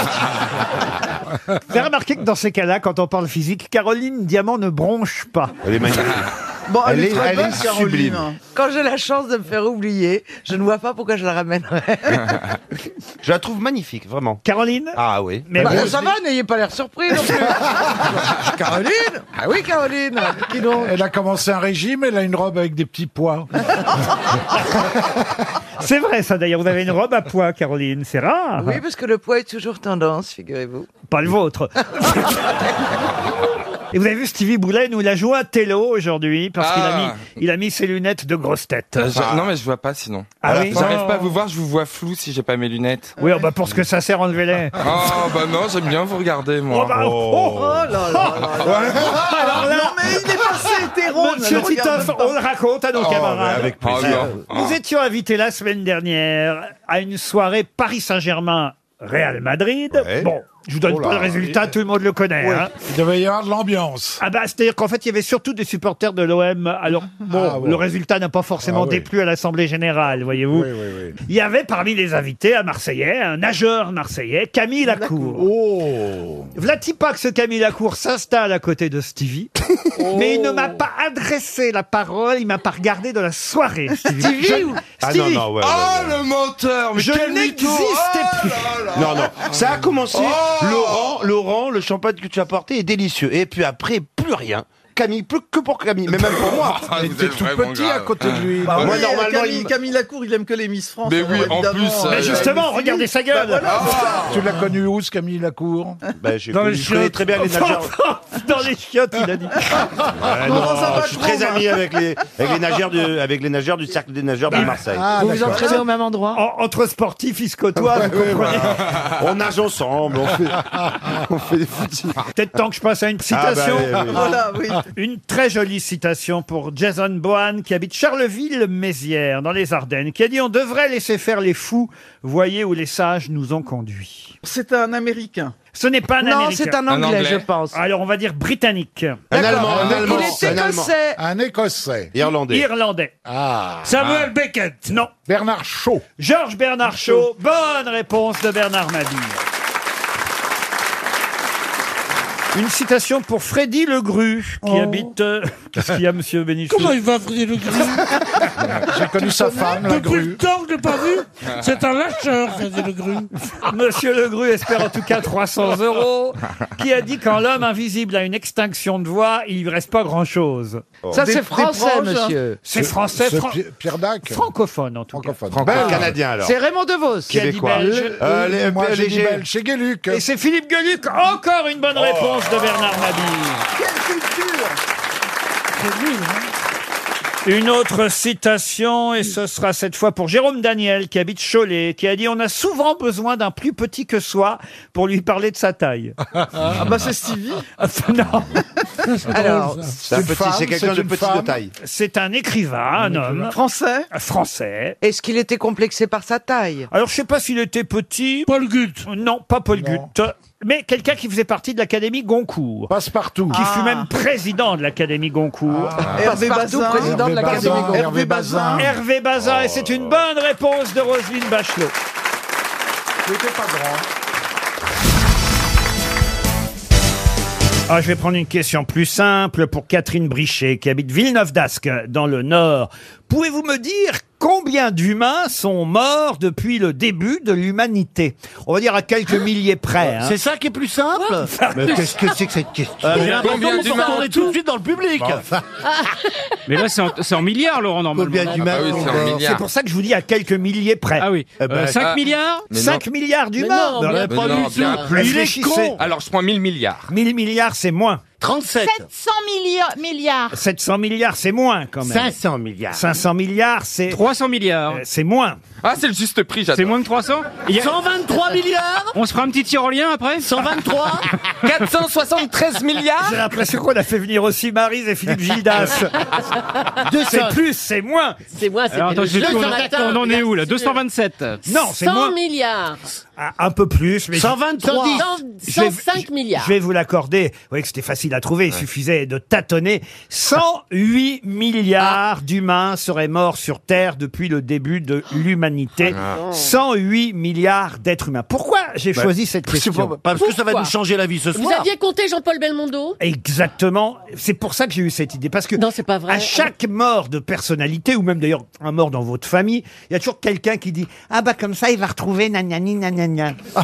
Speaker 1: <laughs> Vous avez remarqué que dans ces cas-là, quand on parle physique, Caroline Diamant ne bronche pas.
Speaker 23: <laughs> Elle est magnifique.
Speaker 20: Bon, elle,
Speaker 23: Elle
Speaker 20: est,
Speaker 23: est-
Speaker 20: très
Speaker 23: elle
Speaker 20: bonne,
Speaker 23: est
Speaker 20: Caroline.
Speaker 23: sublime.
Speaker 5: Quand j'ai la chance de me faire oublier, je ne vois pas pourquoi je la ramènerais.
Speaker 23: Je la trouve magnifique, vraiment.
Speaker 1: <laughs> Caroline
Speaker 23: Ah oui.
Speaker 1: Mais
Speaker 5: Bah, ça va, n'ayez pas l'air surpris non plus. Caroline Ah oui, Caroline Qui donc
Speaker 2: Elle a commencé un régime, elle a une robe avec des petits pois.
Speaker 1: C'est vrai, ça d'ailleurs. Vous avez une robe à pois, Caroline. C'est rare.
Speaker 5: Oui, parce que le poids est toujours tendance, figurez-vous.
Speaker 1: Pas le
Speaker 20: <laughs>
Speaker 1: vôtre. Et vous avez vu Stevie Boulet nous la joue à Tello aujourd'hui parce qu'il a
Speaker 11: Ah.
Speaker 1: mis il a mis ses lunettes de grosse tête.
Speaker 11: Euh, je- Non mais je vois pas sinon.
Speaker 1: Ah
Speaker 11: À la
Speaker 1: oui
Speaker 11: fin, J'arrive
Speaker 1: Oh.
Speaker 11: pas à vous voir, je vous vois flou si j'ai pas mes lunettes.
Speaker 1: Oui, oh bah pour ce que ça sert, enlevez-les.
Speaker 11: Oh bah non, j'aime bien vous regarder moi.
Speaker 23: bah,
Speaker 1: Oh. Ah, Alors là,
Speaker 20: Non, mais il est passé hétéro. ne
Speaker 1: Monsieur
Speaker 20: le regarde
Speaker 1: Titoff,
Speaker 20: même pas.
Speaker 1: on le raconte à nos
Speaker 11: Oh,
Speaker 1: camarades. Euh,
Speaker 11: mais avec plaisir. Ah, non.
Speaker 1: Nous étions invités la semaine dernière à une soirée Paris Saint-Germain Real Madrid. Bon, je vous donne
Speaker 2: Oh là,
Speaker 1: pas le résultat,
Speaker 2: oui.
Speaker 1: tout le monde le connaît.
Speaker 2: Ouais.
Speaker 1: hein.
Speaker 2: Il devait y avoir de l'ambiance.
Speaker 1: Ah bah c'est-à-dire qu'en fait il y avait surtout des supporters de l'OM. Alors bon,
Speaker 2: Ah, bon.
Speaker 1: le résultat n'a pas forcément
Speaker 2: Ah, oui.
Speaker 1: déplu à l'Assemblée générale, voyez-vous.
Speaker 2: Oui, oui, oui.
Speaker 1: Il y avait parmi les invités un Marseillais, un nageur marseillais, Camille Lacour.
Speaker 2: Oh
Speaker 1: Vlati pas que ce Camille Lacour s'installe à côté de Stevie, mais il ne m'a pas adressé la parole, il m'a pas regardé de la soirée. Stevie, Je-
Speaker 23: Ah non,
Speaker 1: Stevie,
Speaker 23: non, ouais, ouais,
Speaker 11: Oh le menteur, mais
Speaker 1: Je
Speaker 11: quel mytho.
Speaker 1: n'existais
Speaker 11: Oh
Speaker 1: plus.
Speaker 11: là là.
Speaker 23: Non, non. Ça a commencé.
Speaker 11: Oh
Speaker 23: Laurent, Laurent, le champagne que tu as porté est délicieux. Et puis après, plus rien. Camille, plus que pour Camille, mais même pour moi.
Speaker 11: <laughs> Ah, vous
Speaker 23: J'étais
Speaker 11: êtes
Speaker 23: tout
Speaker 11: vraiment
Speaker 23: petit
Speaker 11: grave.
Speaker 23: à côté de lui.
Speaker 20: Bah
Speaker 23: moi,
Speaker 20: oui,
Speaker 23: normalement,
Speaker 20: Camille,
Speaker 23: il me-
Speaker 20: Camille Lacour, il aime que les Miss France.
Speaker 11: Mais oui,
Speaker 20: alors
Speaker 11: en
Speaker 20: évidemment.
Speaker 11: plus, Mais euh,
Speaker 1: justement, regardez sa gueule.
Speaker 20: Bah voilà.
Speaker 2: Tu l'as connue où, ce Camille Lacour
Speaker 23: Ah, Ben, j'ai
Speaker 1: Dans
Speaker 23: connu-
Speaker 1: les
Speaker 23: je connais
Speaker 1: chiottes.
Speaker 23: très bien les
Speaker 1: <laughs>
Speaker 23: nageurs.
Speaker 1: Dans les chiottes, il a dit.
Speaker 5: Ah,
Speaker 23: Ouais,
Speaker 20: Comment
Speaker 23: Ah, non,
Speaker 20: ça va,
Speaker 23: je suis
Speaker 20: Jérôme
Speaker 23: très ami avec les, avec, les nageurs du, avec les nageurs du cercle des nageurs de
Speaker 5: Ah.
Speaker 23: Marseille.
Speaker 5: Vous vous <laughs> entraînez au même endroit
Speaker 1: Ah, En- entre sportifs, ils se
Speaker 23: <laughs>
Speaker 1: côtoient, vous comprenez.
Speaker 23: On nage ensemble, on
Speaker 11: <laughs>
Speaker 23: fait, on fait des footings.
Speaker 1: Peut-être temps que je passe à une citation.
Speaker 23: Ah bah oui, oui.
Speaker 20: Voilà, oui.
Speaker 1: Une très jolie citation pour Jason Bohan, qui habite Charleville-Mézières, dans les Ardennes, qui a dit On devrait laisser faire les fous, voyez où les sages nous ont conduits.
Speaker 20: C'est un Américain.
Speaker 1: Ce n'est pas un
Speaker 5: Non,
Speaker 1: Américain.
Speaker 5: c'est un anglais,
Speaker 11: Anglais.
Speaker 5: je pense.
Speaker 1: Alors, on va dire britannique.
Speaker 23: Un Allemand, un Allemand,
Speaker 5: Il est
Speaker 23: un Allemand.
Speaker 5: écossais.
Speaker 2: Un Écossais.
Speaker 23: Irlandais.
Speaker 1: Irlandais.
Speaker 2: Ah
Speaker 11: Samuel
Speaker 1: Beckett. Non.
Speaker 2: Bernard Shaw.
Speaker 1: Georges Bernard Shaw. Bonne réponse de Bernard Mabille. Une citation pour Freddy Legru, qui habite... euh, <laughs> Qu'est-ce qu'il y a, monsieur Bénichou
Speaker 15: Oh. Comment il va, Freddy
Speaker 23: <laughs>
Speaker 15: Le Gru
Speaker 2: J'ai connu sa femme, la
Speaker 15: Depuis le
Speaker 2: grue.
Speaker 15: temps que je l'ai pas
Speaker 11: <laughs>
Speaker 15: vu, c'est un lâcheur, Freddy Le Gru.
Speaker 1: <laughs> Monsieur Legru espère en tout cas 300 euros, qui a dit quand l'homme invisible a une extinction de voix, il lui reste pas grand-chose.
Speaker 5: Ça,
Speaker 20: Des-
Speaker 5: c'est
Speaker 20: des
Speaker 5: français,
Speaker 20: proches, hein.
Speaker 5: monsieur.
Speaker 1: C'est français,
Speaker 2: Ce
Speaker 1: fran-
Speaker 2: Pi- Pierre Dac
Speaker 1: francophone en tout cas.
Speaker 2: Francophone.
Speaker 23: Belge.
Speaker 2: Belge.
Speaker 23: Canadien, alors.
Speaker 5: C'est Raymond DeVos.
Speaker 1: Qui a dit
Speaker 23: Québécois.
Speaker 1: belge.
Speaker 23: Euh, les-
Speaker 2: Moi, j'ai dit
Speaker 23: les-
Speaker 2: Belge. Chez Gueluc.
Speaker 1: Et c'est Philippe Gueluc, encore une bonne réponse de Bernard Mabille.
Speaker 20: Quelle culture
Speaker 1: Une autre citation, et ce sera cette fois pour Jérôme Daniel, qui habite Cholet, qui a dit « On a souvent besoin d'un plus petit que soi pour lui parler de sa taille. »
Speaker 5: <laughs> Ah bah, c'est Stevie.
Speaker 1: <laughs> Non
Speaker 5: Alors, c'est un C'est une petit- femme, c'est quelqu'un c'est de une petit de femme. taille.
Speaker 1: C'est un écrivain, un homme.
Speaker 5: Français
Speaker 1: Français.
Speaker 5: Est-ce qu'il était complexé par sa taille
Speaker 1: Alors, je sais pas s'il était petit. Paul Gut. Non, pas Paul Gut. Mais quelqu'un qui faisait partie de l'Académie Goncourt. Passepartout. Qui fut même président de l'Académient Goncourt.
Speaker 5: Ah. Hervé Passepartout, Bazin. président de l'Académie Goncourt.
Speaker 1: Hervé Bazin. Hervé Bazin. Et c'est une bonne réponse de Roselyne Bachelot.
Speaker 2: C'était pas grand.
Speaker 1: Ah, je vais prendre une question plus simple pour Catherine Brichet, qui habite Villeneuve d'Ascq, dans le Nord. Pouvez-vous me dire combien d'humains sont morts depuis le début de l'humanité On va dire à quelques milliers près. hein.
Speaker 3: C'est ça qui est plus simple Mais qu'est-ce que c'est que cette question
Speaker 1: Euh, j'ai l'impression Combien qu'on d'humains
Speaker 3: est tout de suite dans le public
Speaker 10: <laughs> Mais là, c'est en, c'est en milliards, Laurent, normalement.
Speaker 1: Combien d'humains Ah bah oui, c'est en encore milliards. C'est pour ça que je vous dis à quelques milliers près.
Speaker 10: Ah oui.
Speaker 1: Eh ben,
Speaker 10: Euh, 5
Speaker 1: ah.
Speaker 10: milliards
Speaker 1: Mais 5 non. milliards d'humains.
Speaker 10: Mais non,
Speaker 1: Mais
Speaker 10: mais pas
Speaker 1: non,
Speaker 10: du
Speaker 1: bien
Speaker 10: tout.
Speaker 1: plus. Réfléchissez.
Speaker 11: Alors, je prends 1000 milliards.
Speaker 1: 1000 milliards, c'est moins. 37.
Speaker 28: 700 milli- milliards.
Speaker 1: 700 milliards, c'est moins quand même.
Speaker 3: 500 milliards.
Speaker 1: 500 milliards, c'est. Euh,
Speaker 10: 300 milliards.
Speaker 1: c'est moins.
Speaker 11: Ah, c'est le juste prix, j'adore.
Speaker 10: C'est moins que 300 Il y a-
Speaker 3: 123 milliards
Speaker 10: On se fera un petit tyrolien après <laughs>
Speaker 3: 123
Speaker 11: 473 milliards
Speaker 1: J'ai l'impression qu'on a fait venir aussi Marise et Philippe
Speaker 14: <laughs>
Speaker 1: Gildas. c'est plus, c'est moins.
Speaker 17: <laughs> C'est moi, Ah, c'est
Speaker 10: Alors, attends,
Speaker 17: le
Speaker 10: j'ai
Speaker 17: jeu
Speaker 10: plus,
Speaker 17: ce
Speaker 10: on,
Speaker 17: matin.
Speaker 10: on en est où là 227
Speaker 1: Non, c'est
Speaker 17: 100
Speaker 1: moins.
Speaker 17: milliards.
Speaker 1: Ah, Un peu plus, mais.
Speaker 17: 123.
Speaker 1: 110. Je vais-
Speaker 17: 105 milliards.
Speaker 1: Je vais vous l'accorder. Vous voyez que c'était facile à trouver. Il suffisait de tâtonner. 108 milliards
Speaker 3: Ah.
Speaker 1: d'humains seraient morts sur Terre depuis le début de l'humanité. 108 milliards d'êtres humains. Pourquoi j'ai
Speaker 3: Ah. Bah,
Speaker 1: choisi cette
Speaker 3: je sais
Speaker 1: question
Speaker 3: pas, parce que ça va Pourquoi nous changer la vie ce
Speaker 17: Vous aviez compté Jean-Paul Belmondo
Speaker 1: Exactement. C'est pour ça que j'ai eu cette idée. Parce que à chaque mort de personnalité, ou même d'ailleurs un mort dans votre famille, il y a toujours quelqu'un qui dit « Ah bah comme ça, il va retrouver nanani nanana
Speaker 10: Ah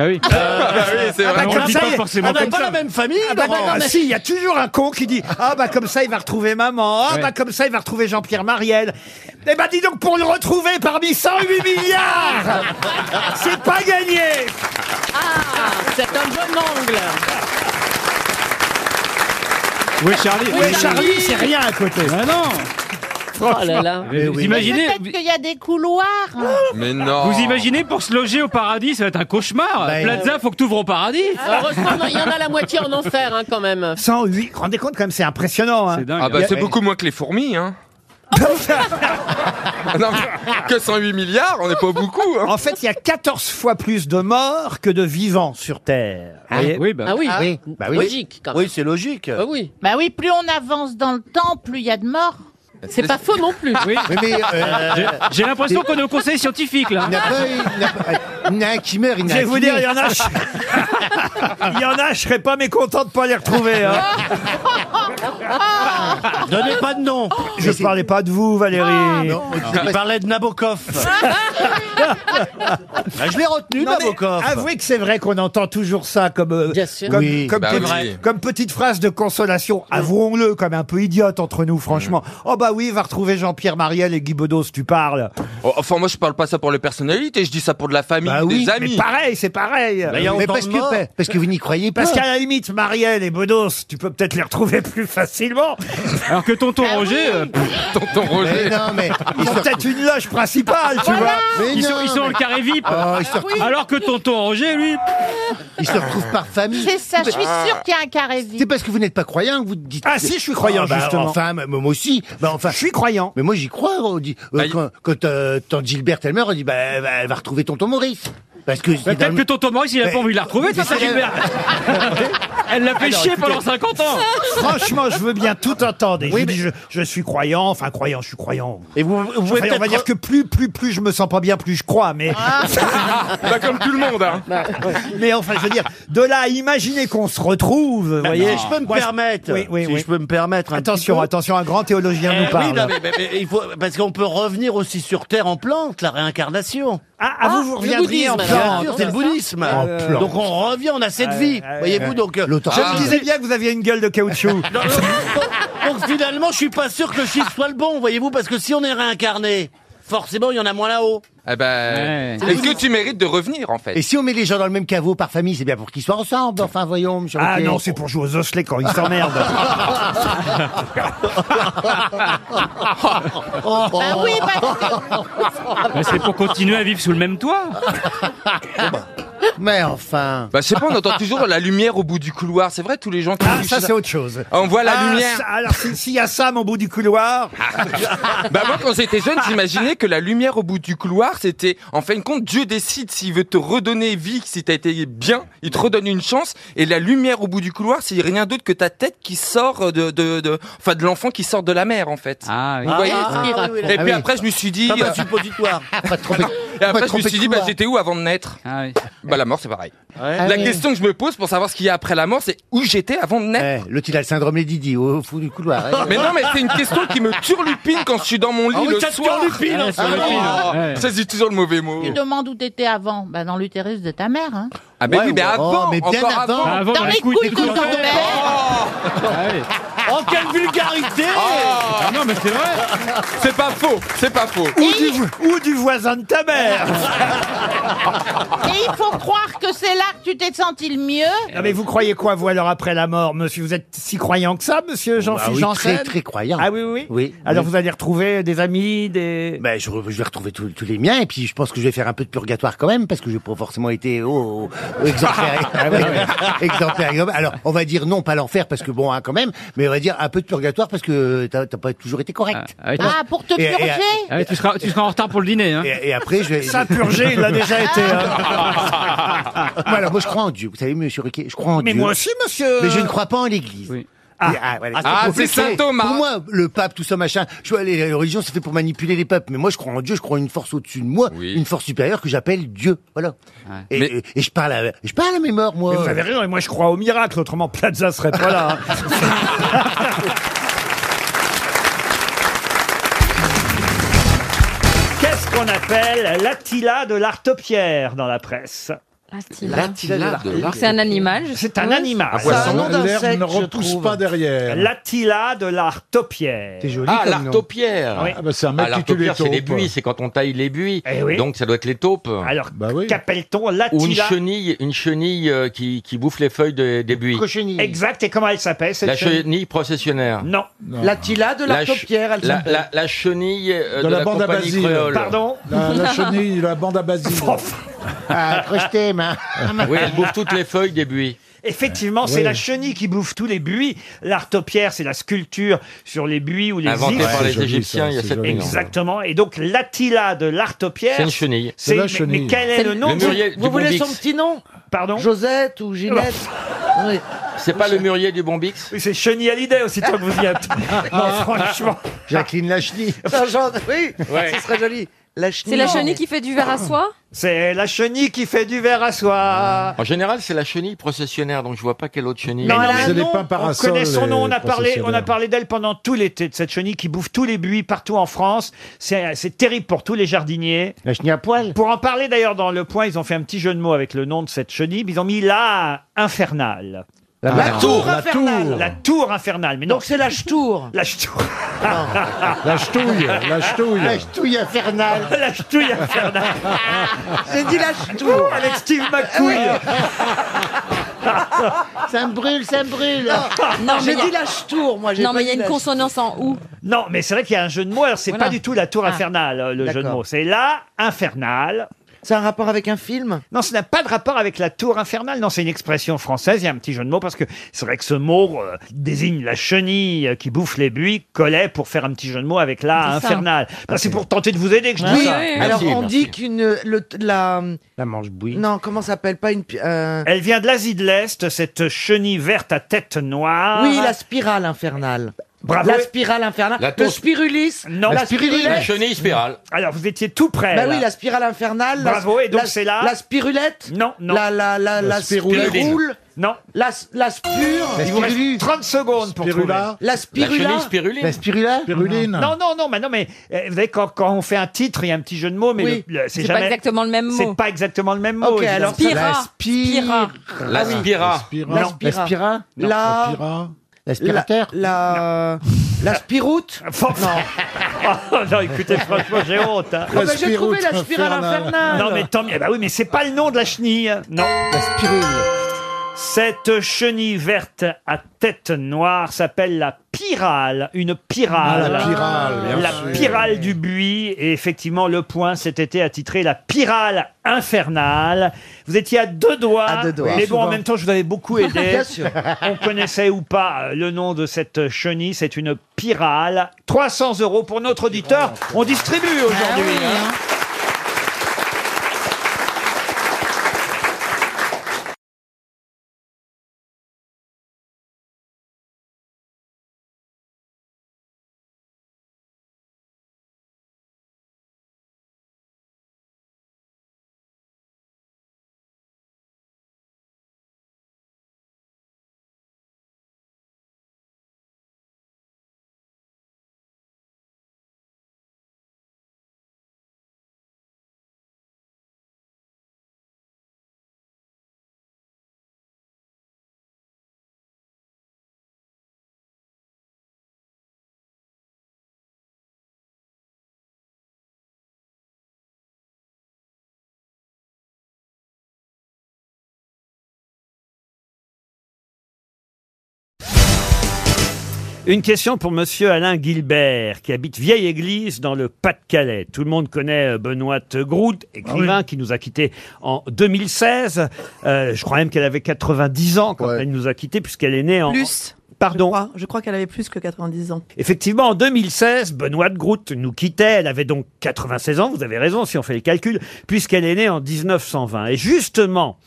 Speaker 10: oui.
Speaker 1: Ah bah,
Speaker 10: on
Speaker 1: comme
Speaker 10: le dit
Speaker 1: ça,
Speaker 10: pas
Speaker 1: il-
Speaker 10: forcément
Speaker 1: ah bah,
Speaker 10: comme
Speaker 1: pas
Speaker 10: ça.
Speaker 1: la même famille.
Speaker 3: Ah bah, non,
Speaker 1: Laurent.
Speaker 3: mais-
Speaker 1: Si, il y a toujours un con qui dit Ah bah comme ça, il va retrouver maman. Ah
Speaker 10: Ouais.
Speaker 1: bah comme ça, il va retrouver Jean-Pierre Marielle. Eh bah dis donc, pour le retrouver parmi
Speaker 3: <laughs>
Speaker 1: 108
Speaker 23: <laughs>
Speaker 1: milliards, c'est pas gagné.
Speaker 17: Ah, c'est un bon angle.
Speaker 10: Où est Charlie
Speaker 1: Oui, Charlie, c'est rien à côté.
Speaker 10: Ah non
Speaker 13: <laughs>
Speaker 17: Oh là là.
Speaker 10: Mais Vous Oh, imaginez
Speaker 28: Peut-être qu'il y a des couloirs.
Speaker 11: Mais non
Speaker 10: Vous imaginez pour se loger au paradis, ça va être un cauchemar.
Speaker 3: Bah,
Speaker 17: Ben,
Speaker 3: euh,
Speaker 10: Plaza, faut que t'ouvres au paradis.
Speaker 17: Ah, Heureusement, non, il y en a la moitié en enfer hein, quand même.
Speaker 1: 108, rendez compte quand même, c'est impressionnant. hein.
Speaker 11: Ah bah, c'est beaucoup moins que les
Speaker 10: <laughs>
Speaker 11: fourmis, hein. non, mais que 108 milliards, on n'est pas beaucoup. Hein.
Speaker 1: En fait, il y a 14 fois plus de morts que de vivants sur Terre. Vous voyez
Speaker 17: Ah oui,
Speaker 3: Bah oui.
Speaker 17: logique quand même.
Speaker 3: Oui, c'est logique.
Speaker 17: Ah oui.
Speaker 28: Bah oui, plus on avance dans le temps, plus il y a de morts.
Speaker 17: C'est pas faux non plus.
Speaker 10: Oui.
Speaker 3: Oui, mais, euh,
Speaker 10: J'ai- J'ai l'impression qu'on est au conseil scientifique là.
Speaker 3: Il n'y a pas- il n'y a pas- il y en a un qui meurt, il y en
Speaker 1: Je
Speaker 3: a un
Speaker 1: vais
Speaker 3: qui
Speaker 1: vous dire, il y en
Speaker 3: meurt.
Speaker 1: a, je... <laughs> il y en a, je serais pas mécontent de pas les retrouver. hein.
Speaker 10: hein.
Speaker 28: <laughs>
Speaker 3: Donnez pas de nom.
Speaker 1: Je parlais pas de vous,
Speaker 3: Ah,
Speaker 1: Valérie.
Speaker 3: Il parlait de <laughs> Nabokov. Ah, je l'ai retenu,
Speaker 1: Non, mais
Speaker 3: Nabokov.
Speaker 1: Avouez que c'est vrai qu'on entend toujours ça comme, euh, comme,
Speaker 3: Oui.
Speaker 1: comme
Speaker 3: Bah
Speaker 1: petite,
Speaker 3: oui. Mm.
Speaker 1: comme petite phrase de consolation. Avouons-le, comme un peu idiote entre nous, franchement. Oh bah oui, va retrouver Jean-Pierre Mariel et Guy Bedos, tu parles.
Speaker 11: Oh, Enfin, moi, je parle pas ça pour les personnalités, je dis ça pour de la famille,
Speaker 23: Bah
Speaker 11: des
Speaker 1: mais
Speaker 11: amis.
Speaker 1: pareil, c'est pareil.
Speaker 3: Mais il y a Mais autant parce de que- morts. parce que vous n'y croyez pas.
Speaker 1: Parce qu'à la limite, Marielle et Bedos, tu peux peut-être les retrouver <laughs> plus facilement.
Speaker 10: Alors que tonton Roger. euh,
Speaker 11: Tonton Roger.
Speaker 3: Mais non, mais.
Speaker 1: Ils ont peut-être une loge principale, tu vois.
Speaker 3: Mais
Speaker 10: Ils sont,
Speaker 3: non,
Speaker 10: ils sont dans
Speaker 3: mais-
Speaker 10: le carré VIP.
Speaker 3: Oh, ils se retrouvent-
Speaker 10: Alors que tonton Roger, lui.
Speaker 3: Ils se retrouvent par famille.
Speaker 28: C'est ça, je suis
Speaker 3: Ah.
Speaker 28: sûre qu'il y a un carré vide.
Speaker 3: C'est parce que vous n'êtes pas croyant que vous dites.
Speaker 1: Ah si, je suis croyant,
Speaker 3: Ah, bah,
Speaker 1: justement.
Speaker 3: Enfin, mais moi aussi. Bah, enfin, je
Speaker 1: suis croyant.
Speaker 3: Mais moi j'y crois. On dit, euh, quand quand euh, tante Gilberte elle meurt, on dit bah, elle va- elle va retrouver tonton Maurice. Parce
Speaker 1: Bah,
Speaker 3: que
Speaker 10: Mais Peut-être que tonton Maurice, il a pas envie de la retrouver,
Speaker 3: Mais
Speaker 10: tata
Speaker 3: c'est-
Speaker 10: Gilbert.
Speaker 3: <laughs>
Speaker 10: Elle l'a fait
Speaker 3: Alors,
Speaker 10: chier
Speaker 3: Ah écoutez-
Speaker 10: pendant 50
Speaker 5: <laughs>
Speaker 10: ans.
Speaker 1: Franchement, je veux bien tout entendre. Et je, vous dis, je, je suis croyant, enfin croyant, je suis croyant.
Speaker 3: Et vous, vous
Speaker 1: Enfin, on
Speaker 3: pouvez
Speaker 1: va
Speaker 3: peut-être-
Speaker 1: dire que plus, plus, plus je me sens pas bien, plus je crois. Mais,
Speaker 24: Ah.
Speaker 1: <laughs>
Speaker 11: Bah, comme tout le monde, hein.
Speaker 1: Bah, mais enfin, je veux dire, de là à imaginer qu'on se retrouve, vous
Speaker 3: Bah,
Speaker 1: voyez.
Speaker 3: si je peux me
Speaker 1: Moi,
Speaker 3: permettre,
Speaker 1: Oui, oui,
Speaker 3: si
Speaker 1: oui.
Speaker 3: je peux me permettre un
Speaker 1: Attention,
Speaker 3: petit peu.
Speaker 1: attention, un grand théologien
Speaker 3: Eh
Speaker 1: nous parle.
Speaker 3: oui, non, mais- mais- mais il faut, parce qu'on peut revenir aussi sur Terre en plante, la réincarnation.
Speaker 1: Ah, ah, vous, vous reviendriez en
Speaker 3: Bien
Speaker 1: plante.
Speaker 3: sûr, c'est le bouddhisme.
Speaker 1: En plante.
Speaker 3: Donc on revient, on a cette
Speaker 1: Ah,
Speaker 3: vie.
Speaker 1: ah,
Speaker 3: Voyez-vous,
Speaker 1: ah,
Speaker 3: donc. euh,
Speaker 1: Je me disais bien que vous aviez une gueule de <laughs> caoutchouc.
Speaker 5: <laughs>
Speaker 3: Non, non, donc,
Speaker 5: <laughs>
Speaker 3: donc, finalement, je suis pas sûr que le chiffre soit le bon, voyez-vous, parce que si on est réincarné, forcément, il y en a moins là-haut.
Speaker 11: Eh ben,
Speaker 3: Ouais.
Speaker 11: est-ce que tu mérites de revenir en fait
Speaker 3: Et si on met les gens dans le même caveau par famille, c'est bien pour qu'ils soient ensemble. Enfin, voyons, monsieur
Speaker 1: Ah
Speaker 3: Ruquier.
Speaker 1: non, c'est pour jouer aux osselets quand ils
Speaker 3: <laughs>
Speaker 1: s'emmerdent.
Speaker 28: Bah oui, parce
Speaker 10: Mais Bah, c'est pour continuer à vivre sous le même
Speaker 1: <laughs>
Speaker 10: toit.
Speaker 3: Mais enfin.
Speaker 11: Bah, je sais pas, on entend toujours la lumière au bout du couloir. C'est vrai, tous les gens qui.
Speaker 1: Ah, ça, c'est autre chose.
Speaker 11: On voit la
Speaker 1: Ah,
Speaker 11: lumière.
Speaker 1: ça- alors, si- s'il y a Sam au bout du couloir.
Speaker 11: <laughs> bah moi quand j'étais jeune, j'imaginais que la lumière au bout du couloir, c'était en fin de compte Dieu décide s'il veut te redonner vie, si t'as été bien, il te redonne une chance et la lumière au bout du couloir, c'est rien d'autre que ta tête qui sort de de de enfin de l'enfant qui sort de la mer en fait. Ah
Speaker 3: Ah, ah, oui, oui, oui.
Speaker 11: Et
Speaker 3: Ah
Speaker 11: puis
Speaker 3: oui.
Speaker 11: après je me suis dit euh,
Speaker 3: Ah, bah,
Speaker 11: suppositoire.
Speaker 3: Pas de tromper-
Speaker 11: Et
Speaker 3: pas de
Speaker 11: <laughs> après je me
Speaker 3: tromper
Speaker 11: suis dit
Speaker 3: de
Speaker 11: bah
Speaker 3: couloir.
Speaker 11: j'étais où avant de naître Bah la mort c'est pareil. La
Speaker 3: Ah oui.
Speaker 11: question que je me pose pour savoir ce qu'il y a après la mort, c'est où j'étais avant de naître.
Speaker 3: Eh, Le L'autre, il a le syndrome des Didi au fond du couloir.
Speaker 1: Ah
Speaker 3: hein.
Speaker 11: Mais non, mais c'est une question qui me turlupine quand je suis dans mon lit
Speaker 3: Ah oui,
Speaker 11: le
Speaker 3: ça te
Speaker 11: soir.
Speaker 3: turlupine, hein,
Speaker 11: Ah,
Speaker 3: ça turlupine.
Speaker 11: non,
Speaker 3: Ouais.
Speaker 11: Ça, c'est toujours le mauvais mot.
Speaker 28: Tu demandes où t'étais avant Bah dans l'utérus de ta mère. Hein.
Speaker 11: Ah, mais oui, mais
Speaker 1: Oh,
Speaker 11: avant,
Speaker 3: mais bien
Speaker 11: encore
Speaker 3: avant.
Speaker 1: Bah,
Speaker 11: avant.
Speaker 3: Avant,
Speaker 28: dans les couilles de ton père.
Speaker 1: Ah
Speaker 11: Oh, quelle vulgarité Non, mais c'est vrai C'est pas faux, c'est pas faux.
Speaker 1: Ou du, ou du voisin de ta
Speaker 5: <laughs>
Speaker 1: mère.
Speaker 28: Et il faut croire que c'est là que tu t'es senti le mieux.
Speaker 3: Eh
Speaker 1: Non, mais vous croyez quoi, vous, alors, après la mort, monsieur Vous êtes si croyant que ça, monsieur Jean-Philippe
Speaker 3: Ah bah oui,
Speaker 1: Janssen
Speaker 3: très, très croyant.
Speaker 1: Ah oui, oui,
Speaker 3: Oui.
Speaker 1: Alors, vous allez retrouver des amis, des...
Speaker 3: Ben, je, re- je vais retrouver tous tous les miens et puis je pense que je vais faire un peu de purgatoire quand même parce que je n'ai pas forcément été oh, oh,
Speaker 11: <laughs>
Speaker 3: exemplaire.
Speaker 1: Ah oui, oui.
Speaker 3: exemplaire. Alors, on va dire non, pas l'enfer parce que bon, hein, quand même, mais on va dire un peu de purgatoire parce que t'as t'as pas toujours été correct.
Speaker 10: Ah, ouais, t'as- Ah, pour te purger Ah ouais, tu seras- tu seras en retard pour le dîner. hein.
Speaker 3: Et, et après, je vais.
Speaker 10: Ça, purger, il l'a déjà été,
Speaker 3: hein. <laughs> Moi, alors, moi, je crois en Dieu. Vous savez, monsieur Riquet, je crois en
Speaker 1: hein. Mais
Speaker 3: Dieu.
Speaker 1: moi aussi, monsieur.
Speaker 3: Mais je ne crois pas en l'Église.
Speaker 1: Ah.
Speaker 3: Mais, voilà,
Speaker 1: Ah,
Speaker 3: pour
Speaker 1: c'est
Speaker 3: flétrer.
Speaker 1: saint Thomas.
Speaker 3: Pour moi, le pape, tout ça, machin. Je vois, les, les religions, c'est fait pour manipuler les peuples. Mais moi, je crois en Dieu, je crois en une force au-dessus de moi, une force supérieure que j'appelle Dieu. Voilà. Et, et- et je parle à, je parle à mes morts, moi.
Speaker 1: Mais vous avez raison, et moi, je crois au miracle, autrement, Plaza serait pas là. hein. Qu'est-ce qu'on appelle l'attila de l'artopierre dans la presse
Speaker 19: C'est un animal. je
Speaker 1: Ah, C'est un
Speaker 19: suppose.
Speaker 1: animal.
Speaker 2: L'herbe ne repousse pas derrière.
Speaker 1: L'attila de l'artopierre.
Speaker 2: C'est joli
Speaker 16: Ah,
Speaker 2: comme nom.
Speaker 16: l'artopière
Speaker 1: Oui.
Speaker 2: Ah, bah, c'est un mec
Speaker 16: Ah,
Speaker 2: qui tue les
Speaker 16: l'artopière, c'est les
Speaker 2: taupes.
Speaker 16: buis, c'est quand on taille les buis.
Speaker 1: Eh oui.
Speaker 16: Donc ça doit être les taupes.
Speaker 1: Alors, qu'appelle-t-on l'attila
Speaker 16: Ou une chenille, une chenille euh, qui, qui bouffe les feuilles de- des buis.
Speaker 1: Exact, et comment elle s'appelle cette
Speaker 16: La
Speaker 1: chenille
Speaker 16: chenille processionnaire.
Speaker 1: Non.
Speaker 16: L'attila
Speaker 1: de
Speaker 16: l'artopière,
Speaker 1: l'artopière, elle
Speaker 16: La,
Speaker 1: s'appelle.
Speaker 16: la- la chenille euh,
Speaker 2: De,
Speaker 16: de,
Speaker 2: la, bande à
Speaker 16: compagnie
Speaker 2: Basile.
Speaker 16: créole. <laughs>
Speaker 2: La, la chenille, la bande à
Speaker 1: <laughs>
Speaker 2: Basile.
Speaker 3: Ah, crocheté,
Speaker 2: hein.
Speaker 3: main.
Speaker 16: <laughs> Oui, elle bouffe toutes les feuilles des buis.
Speaker 1: Effectivement, c'est
Speaker 16: Oui.
Speaker 1: la chenille qui bouffe tous les buis. L'artopierre, c'est la sculpture sur les buis ou les
Speaker 16: Inventée
Speaker 1: ifs.
Speaker 16: par les Égyptiens il y a 7000 ans.
Speaker 1: Exactement. Et donc, l'attila de l'artopierre.
Speaker 16: C'est une chenille.
Speaker 1: c'est-
Speaker 16: C'est la
Speaker 1: mais-
Speaker 16: chenille.
Speaker 1: Mais quel est,
Speaker 16: C'est
Speaker 1: le
Speaker 16: le-
Speaker 1: nom
Speaker 16: le mûrier du Vous voulez Bombix. son
Speaker 1: petit nom Pardon
Speaker 16: Josette ou
Speaker 1: Ginette
Speaker 16: Oui. C'est pas le mûrier du Ah. Bombix
Speaker 1: Oui, c'est chenille à l'idée aussi, toi que vous
Speaker 16: <laughs>
Speaker 1: y êtes. non, franchement. <laughs>
Speaker 3: Jacqueline Lachenille.
Speaker 5: Ça, genre, oui,
Speaker 1: Ouais.
Speaker 5: ce serait joli. La
Speaker 19: C'est la chenille qui fait du verre à soie
Speaker 1: Ah. C'est la chenille qui fait du verre à soie.
Speaker 16: En général, c'est la chenille processionnaire, donc je vois pas quelle autre chenille.
Speaker 1: Non, elle a un euh, nom, on connaît son nom, on
Speaker 2: euh,
Speaker 1: a parlé, on a parlé d'elle pendant tout l'été, de cette chenille qui bouffe tous les buis partout en France. C'est c'est terrible pour tous les jardiniers.
Speaker 3: La chenille à poil.
Speaker 1: Pour en parler d'ailleurs dans Le Point, ils ont fait un petit jeu de mots avec le nom de cette chenille, mais ils ont mis la infernale.
Speaker 5: La La tour, tour la infernale. tour.
Speaker 1: La tour infernale. Mais Donc c'est la ch'tour. <laughs> La ch'tour.
Speaker 2: La ch'touille, la ch'touille. La
Speaker 3: ch'touille infernale.
Speaker 1: la ch'touille infernale.
Speaker 5: J'ai dit la ch'tour.
Speaker 1: Avec Steve McCouille.
Speaker 19: <laughs>
Speaker 3: ça me brûle, ça me brûle.
Speaker 5: Non,
Speaker 19: mais
Speaker 5: j'ai
Speaker 19: il y a-
Speaker 5: dit la ch'tour, moi. j'ai
Speaker 19: Non,
Speaker 5: pas
Speaker 19: mais il y a
Speaker 5: dit
Speaker 19: une
Speaker 5: la
Speaker 19: consonance en ou.
Speaker 1: Non, mais c'est vrai qu'il y a un jeu de mots. Alors, c'est
Speaker 19: Voilà.
Speaker 1: pas du tout la tour
Speaker 19: Ah.
Speaker 1: infernale, euh, le jeu de
Speaker 5: D'accord.
Speaker 1: mots. C'est la infernale. C'est un rapport avec un film Non, ça n'a pas de rapport avec la tour infernale. Non, c'est une expression française. Il y a un petit jeu de mots parce que c'est vrai que ce mot euh, désigne la chenille euh, qui bouffe les buis, collait pour faire un petit jeu de mots avec la
Speaker 5: C'est ça.
Speaker 1: infernale. Bah, c'est pour tenter de vous aider que
Speaker 19: Ah,
Speaker 1: je dis ça.
Speaker 5: Alors on dit qu'une le- la
Speaker 3: la manche bouillie.
Speaker 5: Non, comment ça s'appelle pas une pi- euh,
Speaker 1: Elle vient de l'Asie de l'Est, cette chenille verte à tête noire.
Speaker 5: Oui, la spirale infernale.
Speaker 1: Bravo.
Speaker 5: La spirale infernale.
Speaker 1: La
Speaker 5: le
Speaker 1: tour-
Speaker 5: spirulis.
Speaker 1: Non,
Speaker 5: la spirulis.
Speaker 16: chenille spirale.
Speaker 1: Alors, vous étiez tout près.
Speaker 5: Bah
Speaker 1: là.
Speaker 5: oui, la spirale infernale. la-
Speaker 1: Bravo, et donc
Speaker 5: la-
Speaker 1: c'est là-
Speaker 5: La spirulette.
Speaker 1: Non, non.
Speaker 5: La, la, la, la, spiroule.
Speaker 1: Non.
Speaker 5: La, la spure.
Speaker 1: Il vous reste 30 secondes pour trouver.
Speaker 5: La spirula.
Speaker 3: spirula
Speaker 5: Spiruline.
Speaker 1: Non, non, non, mais non, mais euh, vous savez, quand, quand on fait un titre, il y a un petit jeu de mots, mais
Speaker 5: Oui.
Speaker 1: le- le- c'est
Speaker 19: C'est pas
Speaker 1: jamais-
Speaker 19: exactement le même mot.
Speaker 1: C'est pas exactement le même mot.
Speaker 5: Ok,
Speaker 1: évidemment.
Speaker 5: alors ça- Spira.
Speaker 19: Spira.
Speaker 16: La
Speaker 14: Ah
Speaker 16: spira.
Speaker 5: La spira.
Speaker 1: Non.
Speaker 5: La-
Speaker 3: L'aspirateur.
Speaker 5: La.
Speaker 1: La <laughs> spiroute <laughs> oh, Non, écoutez, franchement, j'ai honte. hein.
Speaker 5: Ah, bah, j'ai trouvé la spirale infernale.
Speaker 1: Non, mais tant mieux. Bah oui, mais c'est pas le nom de la chenille. Non. La spirule. Cette chenille verte à tête noire s'appelle la pyrale. Une pyrale.
Speaker 2: Ah, la pyrale, bien
Speaker 1: La
Speaker 2: sûr.
Speaker 1: pyrale du buis. Et effectivement, le point cet été attitré la pyrale infernale. Vous étiez à deux doigts.
Speaker 20: À deux doigts.
Speaker 1: Mais
Speaker 20: Oui,
Speaker 1: bon, en
Speaker 20: souvent.
Speaker 1: même temps, je vous avais beaucoup aidé.
Speaker 20: Bien sûr.
Speaker 1: On connaissait ou pas le nom de cette chenille. C'est une pyrale. 300 euros pour notre auditeur. On distribue
Speaker 14: Bah
Speaker 1: aujourd'hui. hein. Une question pour Monsieur Alain Gilbert, qui habite Vieille Église dans le Pas-de-Calais. Tout le monde connaît euh, Benoît Groult,
Speaker 14: Ah
Speaker 1: écrivain qui nous a quittés en 2016. Euh, je crois même qu'elle avait 90 ans quand elle nous a quittés, puisqu'elle est née en...
Speaker 14: Plus.
Speaker 1: Pardon
Speaker 14: Je crois, je crois qu'elle avait plus que 90 ans.
Speaker 1: Effectivement, en 2016, Benoît de Groot nous quittait. Elle avait donc 96 ans, vous avez raison si on fait les calculs, puisqu'elle est née en 1920. Et justement,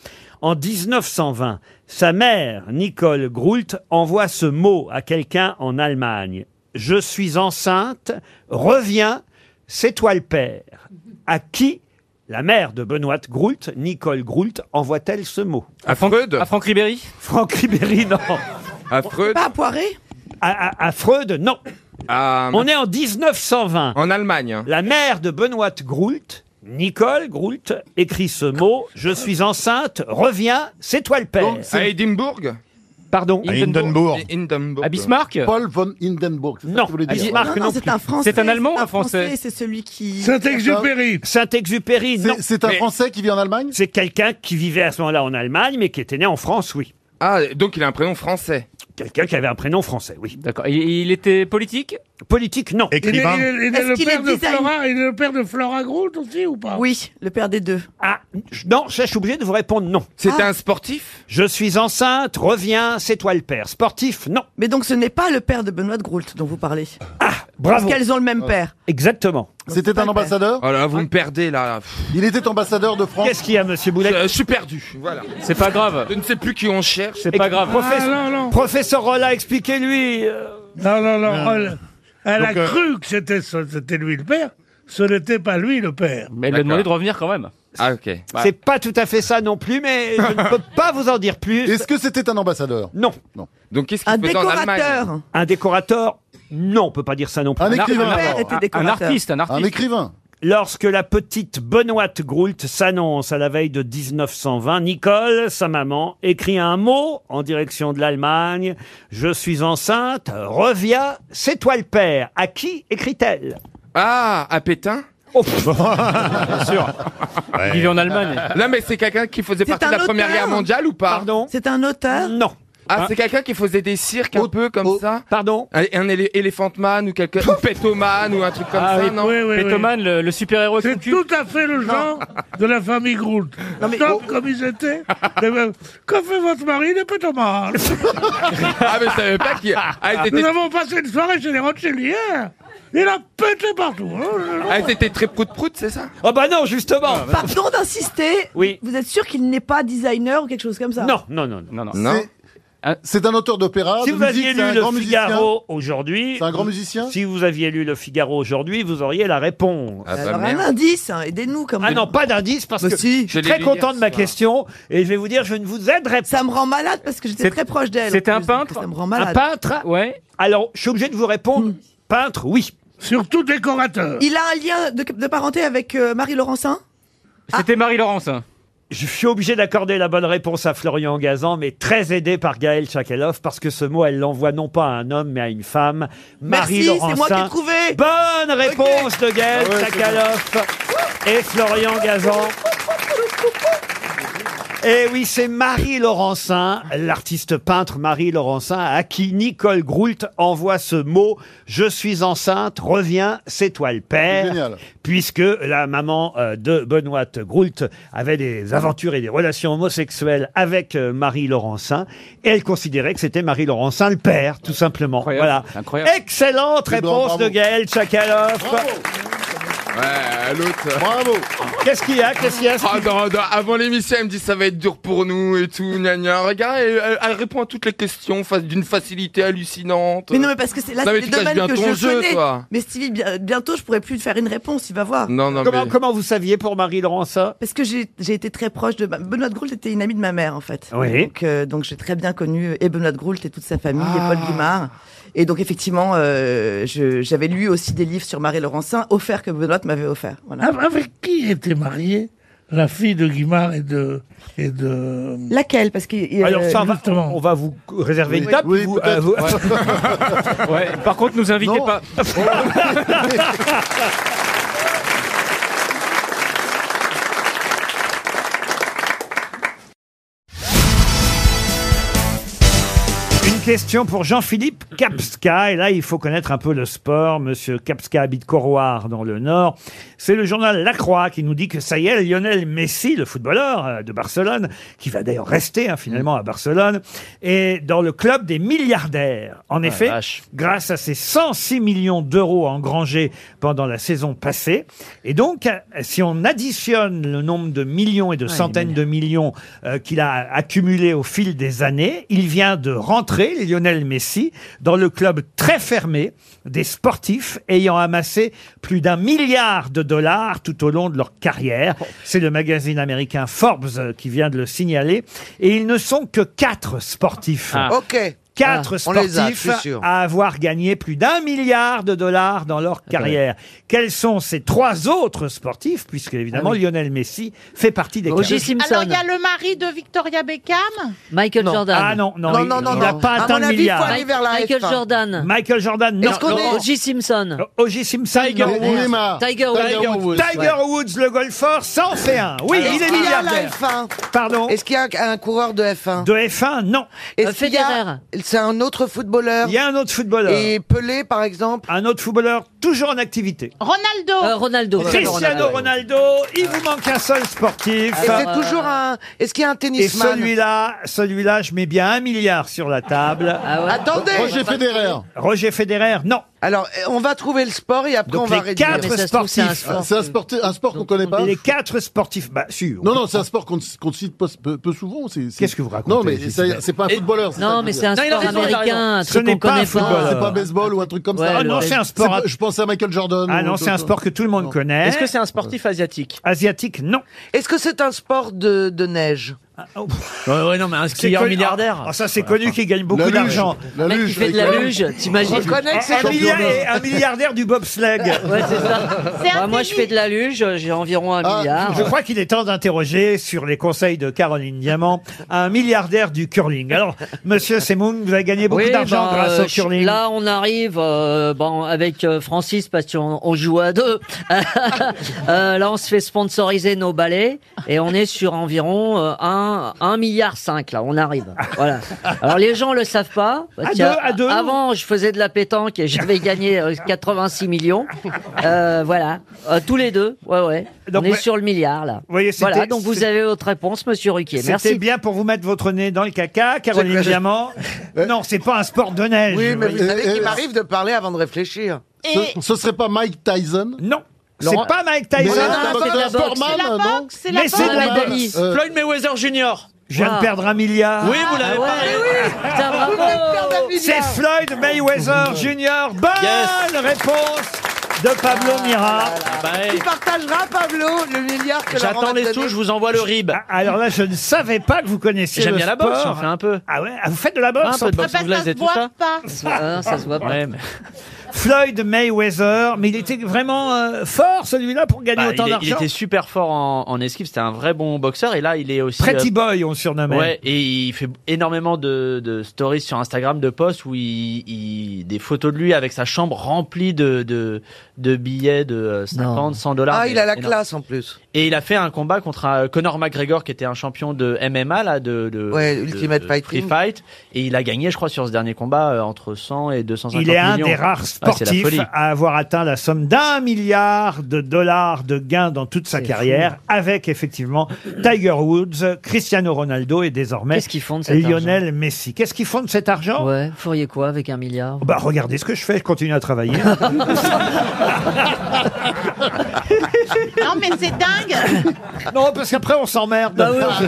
Speaker 1: en 1920, sa mère, Nicole Groult, envoie ce mot à quelqu'un en Allemagne. Je suis enceinte, reviens, c'est toi le père. À qui la mère de Benoît de Groult, Nicole Groult, envoie-t-elle ce mot
Speaker 11: À Freud À Franck Ribéry
Speaker 1: Franck Ribéry, non.
Speaker 11: À Freud
Speaker 14: Pas à Poiré
Speaker 1: à, à- à Freud, non. On est en 1920.
Speaker 11: En Allemagne.
Speaker 1: La mère de Benoît Groult, Nicole Groult, écrit ce mot Je suis enceinte, reviens, c'est toi le père.
Speaker 11: À Édimbourg
Speaker 1: Pardon
Speaker 11: À Hindenburg. Hindenburg. À Bismarck
Speaker 1: Paul von Hindenburg. Non,
Speaker 11: voulez dire.
Speaker 1: Bismarck
Speaker 14: Non, Ah, non,
Speaker 1: non
Speaker 14: c'est
Speaker 1: plus.
Speaker 14: un français. c'est C'est celui qui.
Speaker 1: Saint-Exupéry, non.
Speaker 14: c'est un Français
Speaker 1: qui vit en Allemagne C'est quelqu'un qui vivait à ce moment-là en Allemagne, mais qui était né en France, oui.
Speaker 11: Ah, donc il a un prénom français.
Speaker 1: Quelqu'un qui avait un prénom français, oui.
Speaker 11: D'accord. Il, était politique
Speaker 1: Politique, non.
Speaker 15: Il est, il est- il est
Speaker 14: Est-ce
Speaker 15: le
Speaker 14: qu'il
Speaker 15: père
Speaker 14: est
Speaker 15: de
Speaker 14: design-
Speaker 15: Flora, il est le père de Flora Groult aussi ou pas
Speaker 14: Oui, le père des deux.
Speaker 1: Ah, non, ça, je suis obligé de vous répondre non.
Speaker 11: C'était
Speaker 14: Ah.
Speaker 11: un sportif
Speaker 1: Je suis enceinte, reviens, c'est toi le père. Sportif, non.
Speaker 14: Mais donc ce n'est pas le père de Benoît de Groult dont vous parlez. Ah,
Speaker 1: bravo.
Speaker 14: Parce qu'elles ont le même père.
Speaker 1: Oh. Exactement.
Speaker 14: C'était un ambassadeur
Speaker 11: Oh là, là, vous me perdez là.
Speaker 14: Il était ambassadeur de France.
Speaker 1: Qu'est-ce qu'il y a, monsieur Boulet
Speaker 11: je, je suis perdu. Voilà.
Speaker 1: C'est pas grave.
Speaker 11: Je ne sais plus qui on cherche.
Speaker 1: C'est pas grave. Professe- Professeur Rolla, expliquez-lui. euh.
Speaker 15: Non, non, non.
Speaker 1: Non.
Speaker 15: Elle, elle a
Speaker 1: Donc, euh,
Speaker 15: cru que c'était son- c'était lui le père. Ce n'était pas lui le père.
Speaker 13: Mais elle lui a demandé de revenir quand même.
Speaker 11: Ah, ok.
Speaker 1: C'est
Speaker 14: <laughs>
Speaker 1: pas tout à fait ça non plus, mais je ne
Speaker 11: <laughs>
Speaker 1: peux pas vous en dire plus. Est-ce
Speaker 11: que c'était un ambassadeur
Speaker 1: Non.
Speaker 11: Donc qu'est-ce qu'il faisait en Allemagne
Speaker 1: Un décorateur Non, on peut pas dire ça non plus.
Speaker 11: Un Un écrivain. ar- Le père était décorateur. Un artiste, un artiste. Un
Speaker 1: écrivain. Lorsque la petite Benoîte Groult s'annonce à la veille de 1920, Nicole, sa maman, écrit un mot en direction de l'Allemagne. Je suis enceinte, reviens, c'est toi le père. À qui écrit-elle
Speaker 11: Ah, à Pétain
Speaker 1: Oh,
Speaker 11: Bien sûr.
Speaker 13: Il vivait en Allemagne.
Speaker 11: Là, mais c'est quelqu'un qui faisait partie de la Première Guerre mondiale ou pas
Speaker 1: Pardon
Speaker 14: C'est un auteur
Speaker 1: Non.
Speaker 11: Ah, c'est quelqu'un qui faisait des cirques un peu comme ça
Speaker 1: Pardon
Speaker 11: Un, un éle- Elephant Man ou quelqu'un... ou Pétoman ou un truc comme
Speaker 13: Ah
Speaker 11: ça,
Speaker 13: oui,
Speaker 11: non
Speaker 13: oui, oui, Pétoman,
Speaker 11: le, super-héros
Speaker 15: C'est tout à fait le genre de la famille Groult. Top comme ils étaient. les mêmes. Qu'a fait votre mari Il est pas mal.
Speaker 11: Ah, mais je savais pas qui... Ah,
Speaker 15: Nous
Speaker 11: c'était...
Speaker 15: avons passé une soirée chez les Rothschild hier. Il a pété partout. hein.
Speaker 11: Ah, c'était très prout-prout, c'est ça
Speaker 1: Oh bah non,
Speaker 5: Ah,
Speaker 1: justement
Speaker 23: Ah,
Speaker 14: Pardon d'insister.
Speaker 1: Oui.
Speaker 14: Vous êtes sûr qu'il n'est pas designer ou quelque chose comme ça
Speaker 1: Non, non, non. non.
Speaker 23: C'est- C'est un auteur d'opéra.
Speaker 1: Si
Speaker 23: de
Speaker 1: vous aviez
Speaker 23: musique, c'est
Speaker 1: lu
Speaker 23: un
Speaker 1: Le
Speaker 23: grand musicien.
Speaker 1: Figaro aujourd'hui,
Speaker 23: C'est un grand
Speaker 1: vous-
Speaker 23: musicien
Speaker 1: Si vous aviez lu Le Figaro aujourd'hui, vous auriez la réponse.
Speaker 14: Alors un indice, hein, aidez-nous quand
Speaker 1: Ah
Speaker 14: même.
Speaker 1: non, pas d'indice parce que je suis
Speaker 14: Bah, Je l'ai
Speaker 1: très
Speaker 14: lu
Speaker 1: content
Speaker 14: hier
Speaker 1: de ma
Speaker 14: soir.
Speaker 1: question et je vais vous dire, je ne vous aiderai pas.
Speaker 14: Ça me rend malade parce que j'étais très proche d'elle.
Speaker 1: c'était
Speaker 14: en
Speaker 1: un
Speaker 14: plus, donc
Speaker 1: peintre
Speaker 14: Ça me rend malade. Hmm.
Speaker 1: Un peintre Ouais. Alors, je suis obligé de vous répondre. Peintre, oui.
Speaker 15: Surtout décorateur.
Speaker 14: Il a un lien de, de parenté avec euh, Marie Laurencin
Speaker 13: C'était Marie-Laurence.
Speaker 1: Je suis obligé d'accorder la bonne réponse à Florian Gazan, mais très aidé par Gaël Tchakelov, parce que ce mot, elle l'envoie non pas à un homme, mais à une femme. Marie
Speaker 14: Merci, c'est moi qui ai
Speaker 1: Laurencin.
Speaker 14: trouvé.
Speaker 1: Bonne réponse de Gaël
Speaker 14: Ah ouais, c'est
Speaker 1: Tchakalov et Florian Gazan. Et oui, c'est Marie Laurencin, l'artiste peintre Marie Laurencin, à qui Nicole Groult envoie ce mot « Je suis enceinte, reviens, c'est toi le père ».
Speaker 2: Génial.
Speaker 1: Puisque la maman euh, de Benoît Groult avait des aventures et des relations homosexuelles avec euh, Marie Laurencin, et elle considérait que c'était Marie Laurencin le père, tout simplement. Voilà. Excellente
Speaker 2: Eh ben,
Speaker 1: réponse
Speaker 2: bravo.
Speaker 1: de Gaël Tchakaloff.
Speaker 11: Ouais, l'autre.
Speaker 2: Bravo.
Speaker 1: Qu'est-ce qu'il y a Qu'est-ce qu'il y a
Speaker 11: Ah, non, non, Avant l'émission, elle me dit ça va être dur pour nous et tout. Gna, gna. Regarde, elle, elle- elle répond à toutes les questions fa- d'une facilité hallucinante.
Speaker 14: Mais non, mais parce que c'est là,
Speaker 11: Non, mais
Speaker 14: c'est
Speaker 11: tu
Speaker 14: des
Speaker 11: caches
Speaker 14: domaines
Speaker 11: bien
Speaker 14: que
Speaker 11: ton
Speaker 14: je
Speaker 11: jeu,
Speaker 14: connais.
Speaker 11: toi.
Speaker 14: Mais Stevie, bien- bientôt, je pourrais plus te faire une réponse, tu vas voir.
Speaker 11: Non, non, Comment- mais-
Speaker 1: comment vous saviez pour Marie hein Laurencin
Speaker 14: Parce que j'ai j'ai été très proche de... ma- Benoît de Groult était une amie de ma mère, en fait.
Speaker 1: Oui.
Speaker 14: Donc, euh, donc j'ai très bien connu euh, et Benoît de Groult et toute sa famille, et
Speaker 1: Ah.
Speaker 14: Paul Guimard. Et donc, effectivement, euh, je- j'avais lu aussi des livres sur Marie Laurencin, offerts que Benoît m'avait offerts.
Speaker 1: Ah
Speaker 14: Voilà.
Speaker 15: Av- Avec qui était mariée la fille de Guimard et de. Et de...
Speaker 14: Laquelle Parce que
Speaker 1: Alors ça, on va- on va vous réserver une
Speaker 15: Oui.
Speaker 1: table.
Speaker 15: Oui,
Speaker 1: vous-
Speaker 15: peut-être.
Speaker 1: euh, vous- <laughs>
Speaker 10: Ouais, par contre, nous invitez pas.
Speaker 1: hein. Une question pour Jean-Philippe Kapska. Et là, il faut connaître un peu le sport. Monsieur Kapska habite Corroir, dans le Nord. C'est le journal La Croix qui nous dit que ça y est, Lionel Messi, le footballeur euh, de Barcelone, qui va d'ailleurs rester hein, finalement à Barcelone, est dans le club des milliardaires. En effet, grâce à ses 106 millions d'euros engrangés pendant la saison passée. Et donc, euh, si on additionne le nombre de millions et de centaines de millions euh, qu'il a accumulés au fil des années, il vient de rentrer, Lionel Messi, dans le club très fermé des sportifs ayant amassé plus d'un milliard de dollars tout au long de leur carrière. C'est le magazine américain Forbes euh, qui vient de le signaler. Et ils ne sont que quatre sportifs.
Speaker 5: Ah. Ok.
Speaker 1: Quatre
Speaker 5: Ah, on les a,
Speaker 1: sportifs
Speaker 5: c'est sûr.
Speaker 1: à avoir gagné plus d'un milliard de dollars dans leur carrière. Quels sont ces trois autres sportifs, puisque évidemment Lionel Messi fait partie des quatre.
Speaker 28: Alors, il y a le mari de Victoria Beckham.
Speaker 1: Michael Jordan. Ah non, non,
Speaker 28: Non,
Speaker 1: il-
Speaker 28: non, non,
Speaker 1: il n'a
Speaker 28: non.
Speaker 1: pas
Speaker 28: À
Speaker 1: atteint
Speaker 28: mon
Speaker 1: le
Speaker 28: avis,
Speaker 1: milliard.
Speaker 28: faut aller vers la Michael F1. Jordan.
Speaker 1: Michael Jordan, non.
Speaker 4: Est-ce qu'on est- O.J. Simpson.
Speaker 1: O.J. Simpson,
Speaker 4: Tiger
Speaker 1: non.
Speaker 4: Woods. Neymar. Tiger Tiger Woods. Woods,
Speaker 1: Tiger
Speaker 4: ouais.
Speaker 1: Woods, le golfeur, ça en fait un. Oui,
Speaker 4: Alors,
Speaker 1: il est
Speaker 4: est-ce qu'il y a la
Speaker 1: milliardaire.
Speaker 4: F1?
Speaker 1: Pardon
Speaker 4: Est-ce qu'il y a un, un coureur de F1
Speaker 1: De F1, non.
Speaker 4: Est-ce qu'il y a- C'est un autre footballeur
Speaker 1: Il y a un autre footballeur.
Speaker 4: Et Pelé, par exemple
Speaker 1: Un autre footballeur, toujours en activité.
Speaker 4: Euh, Ronaldo
Speaker 17: Euh, Ronaldo.
Speaker 1: Cristiano Ronaldo, il vous manque un seul sportif.
Speaker 4: Et c'est toujours un... Est-ce qu'il y a un
Speaker 1: Et
Speaker 4: tennisman
Speaker 1: celui-là, celui-là, je mets bien un milliard sur la table.
Speaker 4: Ah ouais. Attendez Roger Federer.
Speaker 1: Roger Federer, non.
Speaker 4: Alors, on va trouver le sport et après
Speaker 1: Donc
Speaker 4: on va
Speaker 1: les
Speaker 4: réduire.
Speaker 1: quatre sportifs.
Speaker 2: C'est un sport, un sport qu'on connaît pas.
Speaker 1: Les quatre sportifs, bah sûr.
Speaker 2: Non, non, c'est un sport qu'on qu'on cite pas- peu, peu souvent. c'est- c'est-
Speaker 1: Qu'est-ce que vous racontez
Speaker 2: Non, mais
Speaker 1: Gisèle
Speaker 2: c'est c'est pas un footballeur.
Speaker 4: Non,
Speaker 2: ça que
Speaker 4: mais
Speaker 2: je veux
Speaker 4: c'est un
Speaker 2: dire.
Speaker 4: Non, il a sport raison, il a américain, raison. un
Speaker 2: Ce
Speaker 4: truc
Speaker 2: n'est
Speaker 4: qu'on
Speaker 2: pas
Speaker 4: connaît
Speaker 2: un football,
Speaker 4: pas.
Speaker 2: C'est pas baseball ou un truc comme
Speaker 4: Ouais,
Speaker 2: ça.
Speaker 4: Ah non, le- c'est un
Speaker 1: sport à-
Speaker 2: Je pensais à Michael Jordan.
Speaker 1: Ah
Speaker 2: ou
Speaker 1: non,
Speaker 2: autre
Speaker 1: c'est un
Speaker 2: chose.
Speaker 1: sport que tout le monde connaît.
Speaker 4: Est-ce que c'est
Speaker 1: un sportif asiatique Asiatique, non. Ah,
Speaker 4: Est-ce que c'est un sport de, de neige
Speaker 1: Ouais, non, mais un
Speaker 4: skieur milliardaire.
Speaker 1: ça, c'est connu qu'il gagne beaucoup
Speaker 4: luge.
Speaker 1: d'argent.
Speaker 4: Le mec qui fait de la luge, t'imagines
Speaker 1: reconnais que c'est un,
Speaker 4: Champion
Speaker 1: milliard-
Speaker 4: d'Europe.
Speaker 1: un milliardaire du bobsleigh.
Speaker 4: <laughs> Ouais, c'est ça.
Speaker 17: C'est un
Speaker 4: Bah, moi, je fais de la luge, j'ai environ un milliard.
Speaker 1: Je crois qu'il est temps d'interroger sur les conseils de Caroline Diamant un milliardaire du curling. Alors, monsieur Semoun, vous avez gagné beaucoup
Speaker 4: Oui,
Speaker 1: d'argent
Speaker 4: ben,
Speaker 1: grâce
Speaker 4: euh,
Speaker 1: au curling.
Speaker 4: là, on arrive euh, bon, avec euh, Francis parce qu'on on joue à deux. <laughs> Euh, là, on se fait sponsoriser nos balais et on est sur environ euh, un 1 milliard 5 là, on arrive. Voilà. Alors les gens le savent pas parce
Speaker 1: À
Speaker 4: qu'il y a-
Speaker 1: deux, à deux.
Speaker 4: avant je faisais de la pétanque et j'avais gagné euh, 86 millions. Euh, voilà, Euh, tous les deux. Ouais ouais.
Speaker 1: Donc,
Speaker 4: on est
Speaker 1: ouais.
Speaker 4: sur le milliard là.
Speaker 1: voyez, c'était-
Speaker 4: voilà, donc vous
Speaker 1: c'était-
Speaker 4: avez votre réponse monsieur Ruquier.
Speaker 1: C'était
Speaker 4: Merci.
Speaker 1: bien pour vous mettre votre nez dans le caca, Caroline
Speaker 4: quoi, je-
Speaker 1: Diamant. non, c'est pas un sport de neige.
Speaker 16: Euh,
Speaker 1: Euh,
Speaker 16: Oui, mais vous
Speaker 1: voyez.
Speaker 16: savez qu'il m'arrive de parler avant de réfléchir.
Speaker 2: Ce, ce serait pas Mike Tyson
Speaker 1: Non. C'est
Speaker 2: Laurent-
Speaker 1: pas Mike Tyson.
Speaker 2: Mais c'est un
Speaker 1: Non, c'est
Speaker 2: boxeur,
Speaker 1: la boxe.
Speaker 2: Sportman,
Speaker 1: C'est la
Speaker 2: non
Speaker 1: boxe, c'est la Mais c'est de la boxe. boxe. Euh,
Speaker 10: Floyd Mayweather Jr.
Speaker 1: Je
Speaker 4: Ah.
Speaker 1: viens de perdre un milliard. Ah
Speaker 10: Oui, vous l'avez pas.
Speaker 1: <laughs> C'est Floyd Mayweather Jr. Bonne réponse de Pablo Mira.
Speaker 16: Tu partageras, Pablo, le milliard que Laurent
Speaker 10: J'attends
Speaker 16: m'a
Speaker 10: les
Speaker 16: donné.
Speaker 10: sous, je vous envoie le rib.
Speaker 1: Ah, Alors là, je ne savais pas que vous connaissiez
Speaker 10: J'aime
Speaker 1: le
Speaker 10: bien la
Speaker 1: sport.
Speaker 10: boxe, j'en fais un peu.
Speaker 1: Ah ouais, ah, vous faites de la boxe
Speaker 10: Un peu de boxe
Speaker 1: en plus
Speaker 10: anglaise et tout ça.
Speaker 4: Ah, ça se voit pas.
Speaker 10: Ouais, mais-
Speaker 1: Floyd Mayweather, mais il était vraiment euh, fort celui-là pour gagner
Speaker 8: Bah,
Speaker 1: autant
Speaker 8: il, est- il
Speaker 1: d'argent.
Speaker 8: était super fort en, en esquive, c'était un vrai bon boxeur et là il est aussi.
Speaker 1: Pretty
Speaker 8: euh,
Speaker 1: Boy, on le surnommait.
Speaker 8: Ouais, et il fait énormément de, de stories sur Instagram, de posts où il, il- des photos de lui avec sa chambre remplie de, de, de billets de euh, 50, 100 dollars.
Speaker 5: Ah, il a la classe,
Speaker 8: en plus. Et il a fait un combat contre un euh, Conor McGregor qui était un champion de MMA là, de, de,
Speaker 5: Ouais,
Speaker 8: de-
Speaker 5: Ultimate
Speaker 8: de
Speaker 5: Fighting.
Speaker 8: Free Fight, et il a gagné, je crois, sur ce dernier combat euh, entre 100 et 250
Speaker 1: Il est un
Speaker 8: millions.
Speaker 1: des rares
Speaker 8: Ah, c'est la
Speaker 1: sportifs
Speaker 8: folie.
Speaker 1: à avoir atteint la somme d'un milliard de dollars de gains dans toute sa carrière, avec effectivement Tiger Woods, Cristiano Ronaldo et désormais
Speaker 4: Qu'est-ce qu'ils font de cet
Speaker 1: Lionel Messi. Qu'est-ce qu'ils font de cet argent
Speaker 4: Ouais, vous feriez quoi avec un milliard
Speaker 1: Bah regardez ce que je fais, je continue à travailler.
Speaker 22: <laughs>
Speaker 28: Non, mais c'est dingue.
Speaker 1: <laughs> non, parce qu'après on s'emmerde.
Speaker 28: Bah oui, je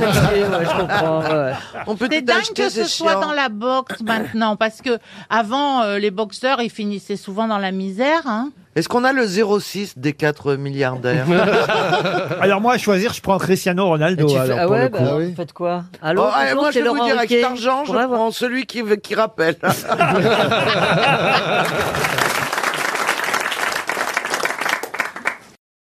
Speaker 5: On peut
Speaker 28: C'est
Speaker 5: tout
Speaker 28: dingue
Speaker 5: acheter,
Speaker 28: que
Speaker 5: c'est
Speaker 28: ce soit
Speaker 5: chiant.
Speaker 28: dans la boxe maintenant, parce que avant euh, les boxeurs ils finissaient souvent dans la misère. hein.
Speaker 5: Est-ce qu'on a le 06 des 4
Speaker 1: <laughs>
Speaker 5: milliardaires
Speaker 1: alors moi, à choisir, je prends Cristiano Ronaldo.
Speaker 5: Et tu fais-
Speaker 1: alors,
Speaker 5: ah
Speaker 1: pour
Speaker 5: ouais,
Speaker 1: le
Speaker 5: bah
Speaker 1: coup.
Speaker 5: alors, vous
Speaker 4: Faites quoi
Speaker 5: Oh, eh,
Speaker 4: Allô, bonjour,
Speaker 5: moi, je
Speaker 4: c'est
Speaker 5: vais vous
Speaker 4: Laurent
Speaker 5: dire, avec
Speaker 4: Ruquier.
Speaker 5: cet argent, je
Speaker 4: Ouais,
Speaker 5: prends celui qui, qui rappelle.